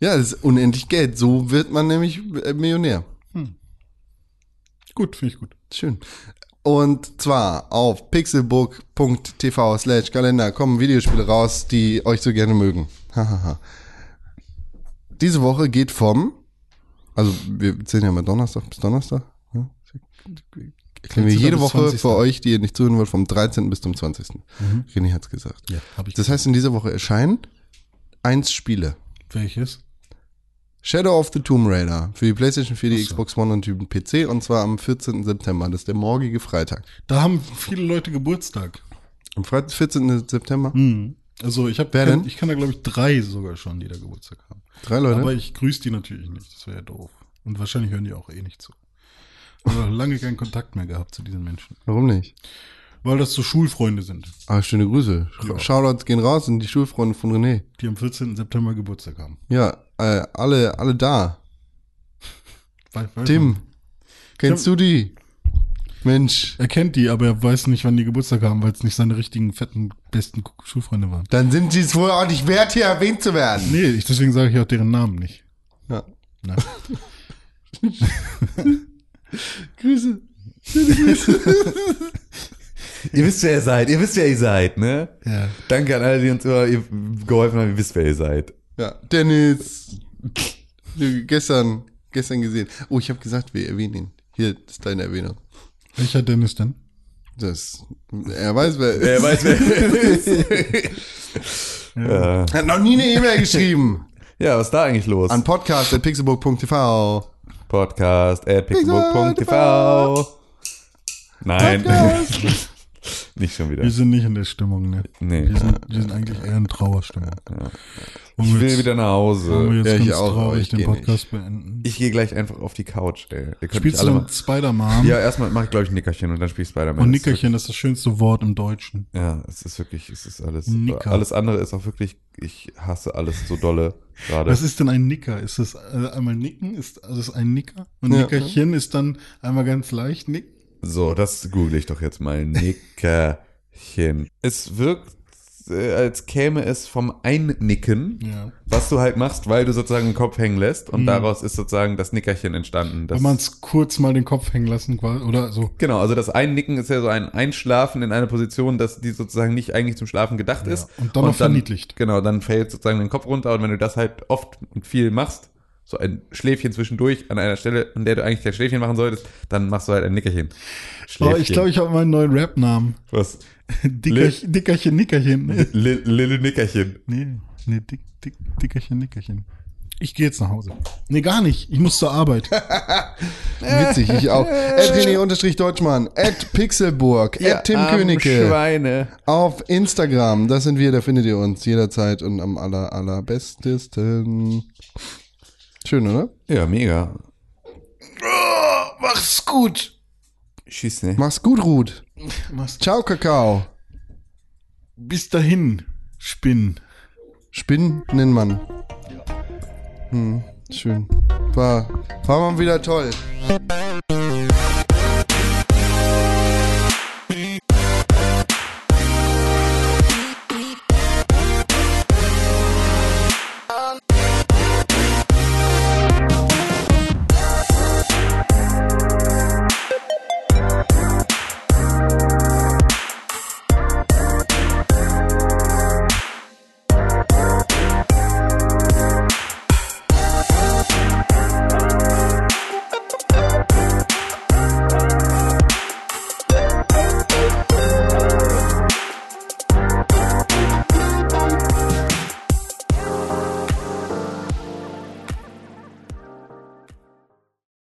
A: Ja, das ist unendlich Geld. So wird man nämlich äh, Millionär.
B: Gut, finde ich gut.
A: Schön. Und zwar auf pixelburg.tv slash Kalender kommen Videospiele raus, die euch so gerne mögen. Hahaha. Diese Woche geht vom, also wir zählen ja mal Donnerstag bis Donnerstag. ne? Erklären wir
B: 20.
A: jede
B: bis
A: Woche
B: 20..
A: für euch, die ihr nicht zuhören wollt, vom 13. bis zum 20. René hat's gesagt.
B: Ja, habe ich.
A: Das heißt, in dieser Woche erscheinen eins Spiele.
B: Welches?
A: Shadow of the Tomb Raider für die PlayStation 4, die Xbox One und den PC und zwar am 14. September. Das ist der morgige Freitag.
B: Da haben viele Leute Geburtstag.
A: Am Fre- 14. September?
B: Also ich habe,
A: Hm. Wer denn?
B: ich kann da glaube ich drei sogar schon, die da Geburtstag haben.
A: Drei Leute?
B: Aber ich grüße die natürlich nicht, das wäre ja doof. Und wahrscheinlich hören die auch eh nicht zu. Ich habe lange keinen Kontakt mehr gehabt zu diesen Menschen,
A: Warum nicht?
B: weil das so Schulfreunde sind,
A: Ah, schöne Grüße. Sch-
B: Ja.
A: Shoutouts gehen raus in die Schulfreunde von René.
B: die am 14. September Geburtstag haben.
A: Ja, äh, alle, alle da.
B: Wei- weiß
A: Tim,
B: man.
A: kennst du die? Mensch,
B: Er kennt die, aber er weiß nicht, wann die Geburtstag haben, weil es nicht seine richtigen, fetten, besten K- Schulfreunde waren.
A: dann sind sie es wohl auch nicht wert, hier erwähnt zu werden.
B: Nee, ich, deswegen sage ich auch deren Namen nicht.
A: Ja.
B: Na.
A: Grüße.
C: Ihr wisst, wer ihr seid. Ihr wisst, wer ihr seid, ne?
B: Ja.
C: Danke an alle, die uns immer ihr- geholfen haben. Ihr wisst, wer ihr seid.
A: Ja, Dennis. gestern, gestern gesehen. Oh, ich habe gesagt, wir erwähnen ihn. Hier ist deine Erwähnung.
B: Welcher Dennis denn?
A: Das, er weiß, wer
C: Wer
A: ist.
C: weiß, wer ja.
A: Er hat noch nie eine E-Mail geschrieben.
C: ja, was ist da eigentlich los?
A: An podcast.pixelburg.tv.
C: Podcast at pixelbook.tv. Nein. Nicht schon wieder.
B: Wir sind nicht in der Stimmung, ne?
C: Nee.
B: Wir sind, wir sind eigentlich eher in Trauerstimmung. Wollen
C: Ich
B: wir
C: will
B: jetzt-
C: wieder nach
B: wollen wir
C: Hause.
B: jetzt
A: Ja, ich
B: ganz
A: auch, aber
B: traurig
A: ich
B: den
A: geh
B: Podcast beenden?
C: Ich gehe gleich einfach auf die Couch, ey. Ihr könnt mich
B: Spielst du
C: alle
B: dann
C: mal
B: Spider-Man?
C: ja, erstmal mache ich, glaube ich, ein Nickerchen und dann spiele ich Spider-Man.
B: Und
C: Es ist wirklich-
B: Nickerchen ist das schönste Wort im Deutschen.
C: Ja, es ist wirklich, es ist alles.
B: Nicker.
C: Alles andere ist auch wirklich, ich hasse alles so dolle gerade.
B: Was ist denn ein Nicker? Ist das äh, einmal Nicken? Ist also ist ein Nicker? Und
A: Ja.
B: Nickerchen ist dann einmal ganz leicht Nicken?
C: So, das google ich doch jetzt mal. Nickerchen. es wirkt, äh, als käme es vom Einnicken,
B: Ja.
C: was du halt machst, weil du sozusagen den Kopf hängen lässt und daraus ist sozusagen das Nickerchen entstanden. Das
B: Mhm. Wenn man es kurz mal den Kopf hängen lassen quasi, oder so.
C: Genau, also das Einnicken ist ja so ein Einschlafen in einer Position, dass die sozusagen nicht eigentlich zum Schlafen gedacht ist.
B: und dann noch verniedlicht.
C: Genau, dann fällt sozusagen den Kopf runter und wenn du das halt oft und viel machst, so ein Schläfchen zwischendurch an einer Stelle, an der du eigentlich kein Schläfchen machen solltest, dann machst du halt ein Nickerchen.
B: Oh, ich glaube, ich habe meinen neuen Rap-Namen.
C: Was?
B: Dickerchen, Dickerchen, Nickerchen.
C: Li- Lille Nickerchen.
B: Nee, nee, dick, dick, Dickerchen, Nickerchen. Ich gehe jetzt nach Hause. Nee, gar nicht. Ich muss zur Arbeit.
A: Witzig, ich auch. At René-Deutschmann, at Pixelburg, at Tim Königke,
C: Schweine.
A: auf Instagram, das sind wir, da findet ihr uns jederzeit und am aller, allerbestesten. Schön, oder?
C: Ja, mega.
A: Mach's gut.
C: Schieß, ne?
A: Mach's gut, Ruth.
B: Mach's-
A: Ciao, Kakao.
B: Bis dahin, Spinnen.
A: Spinnenmann. Hm, schön. War, war mal wieder toll.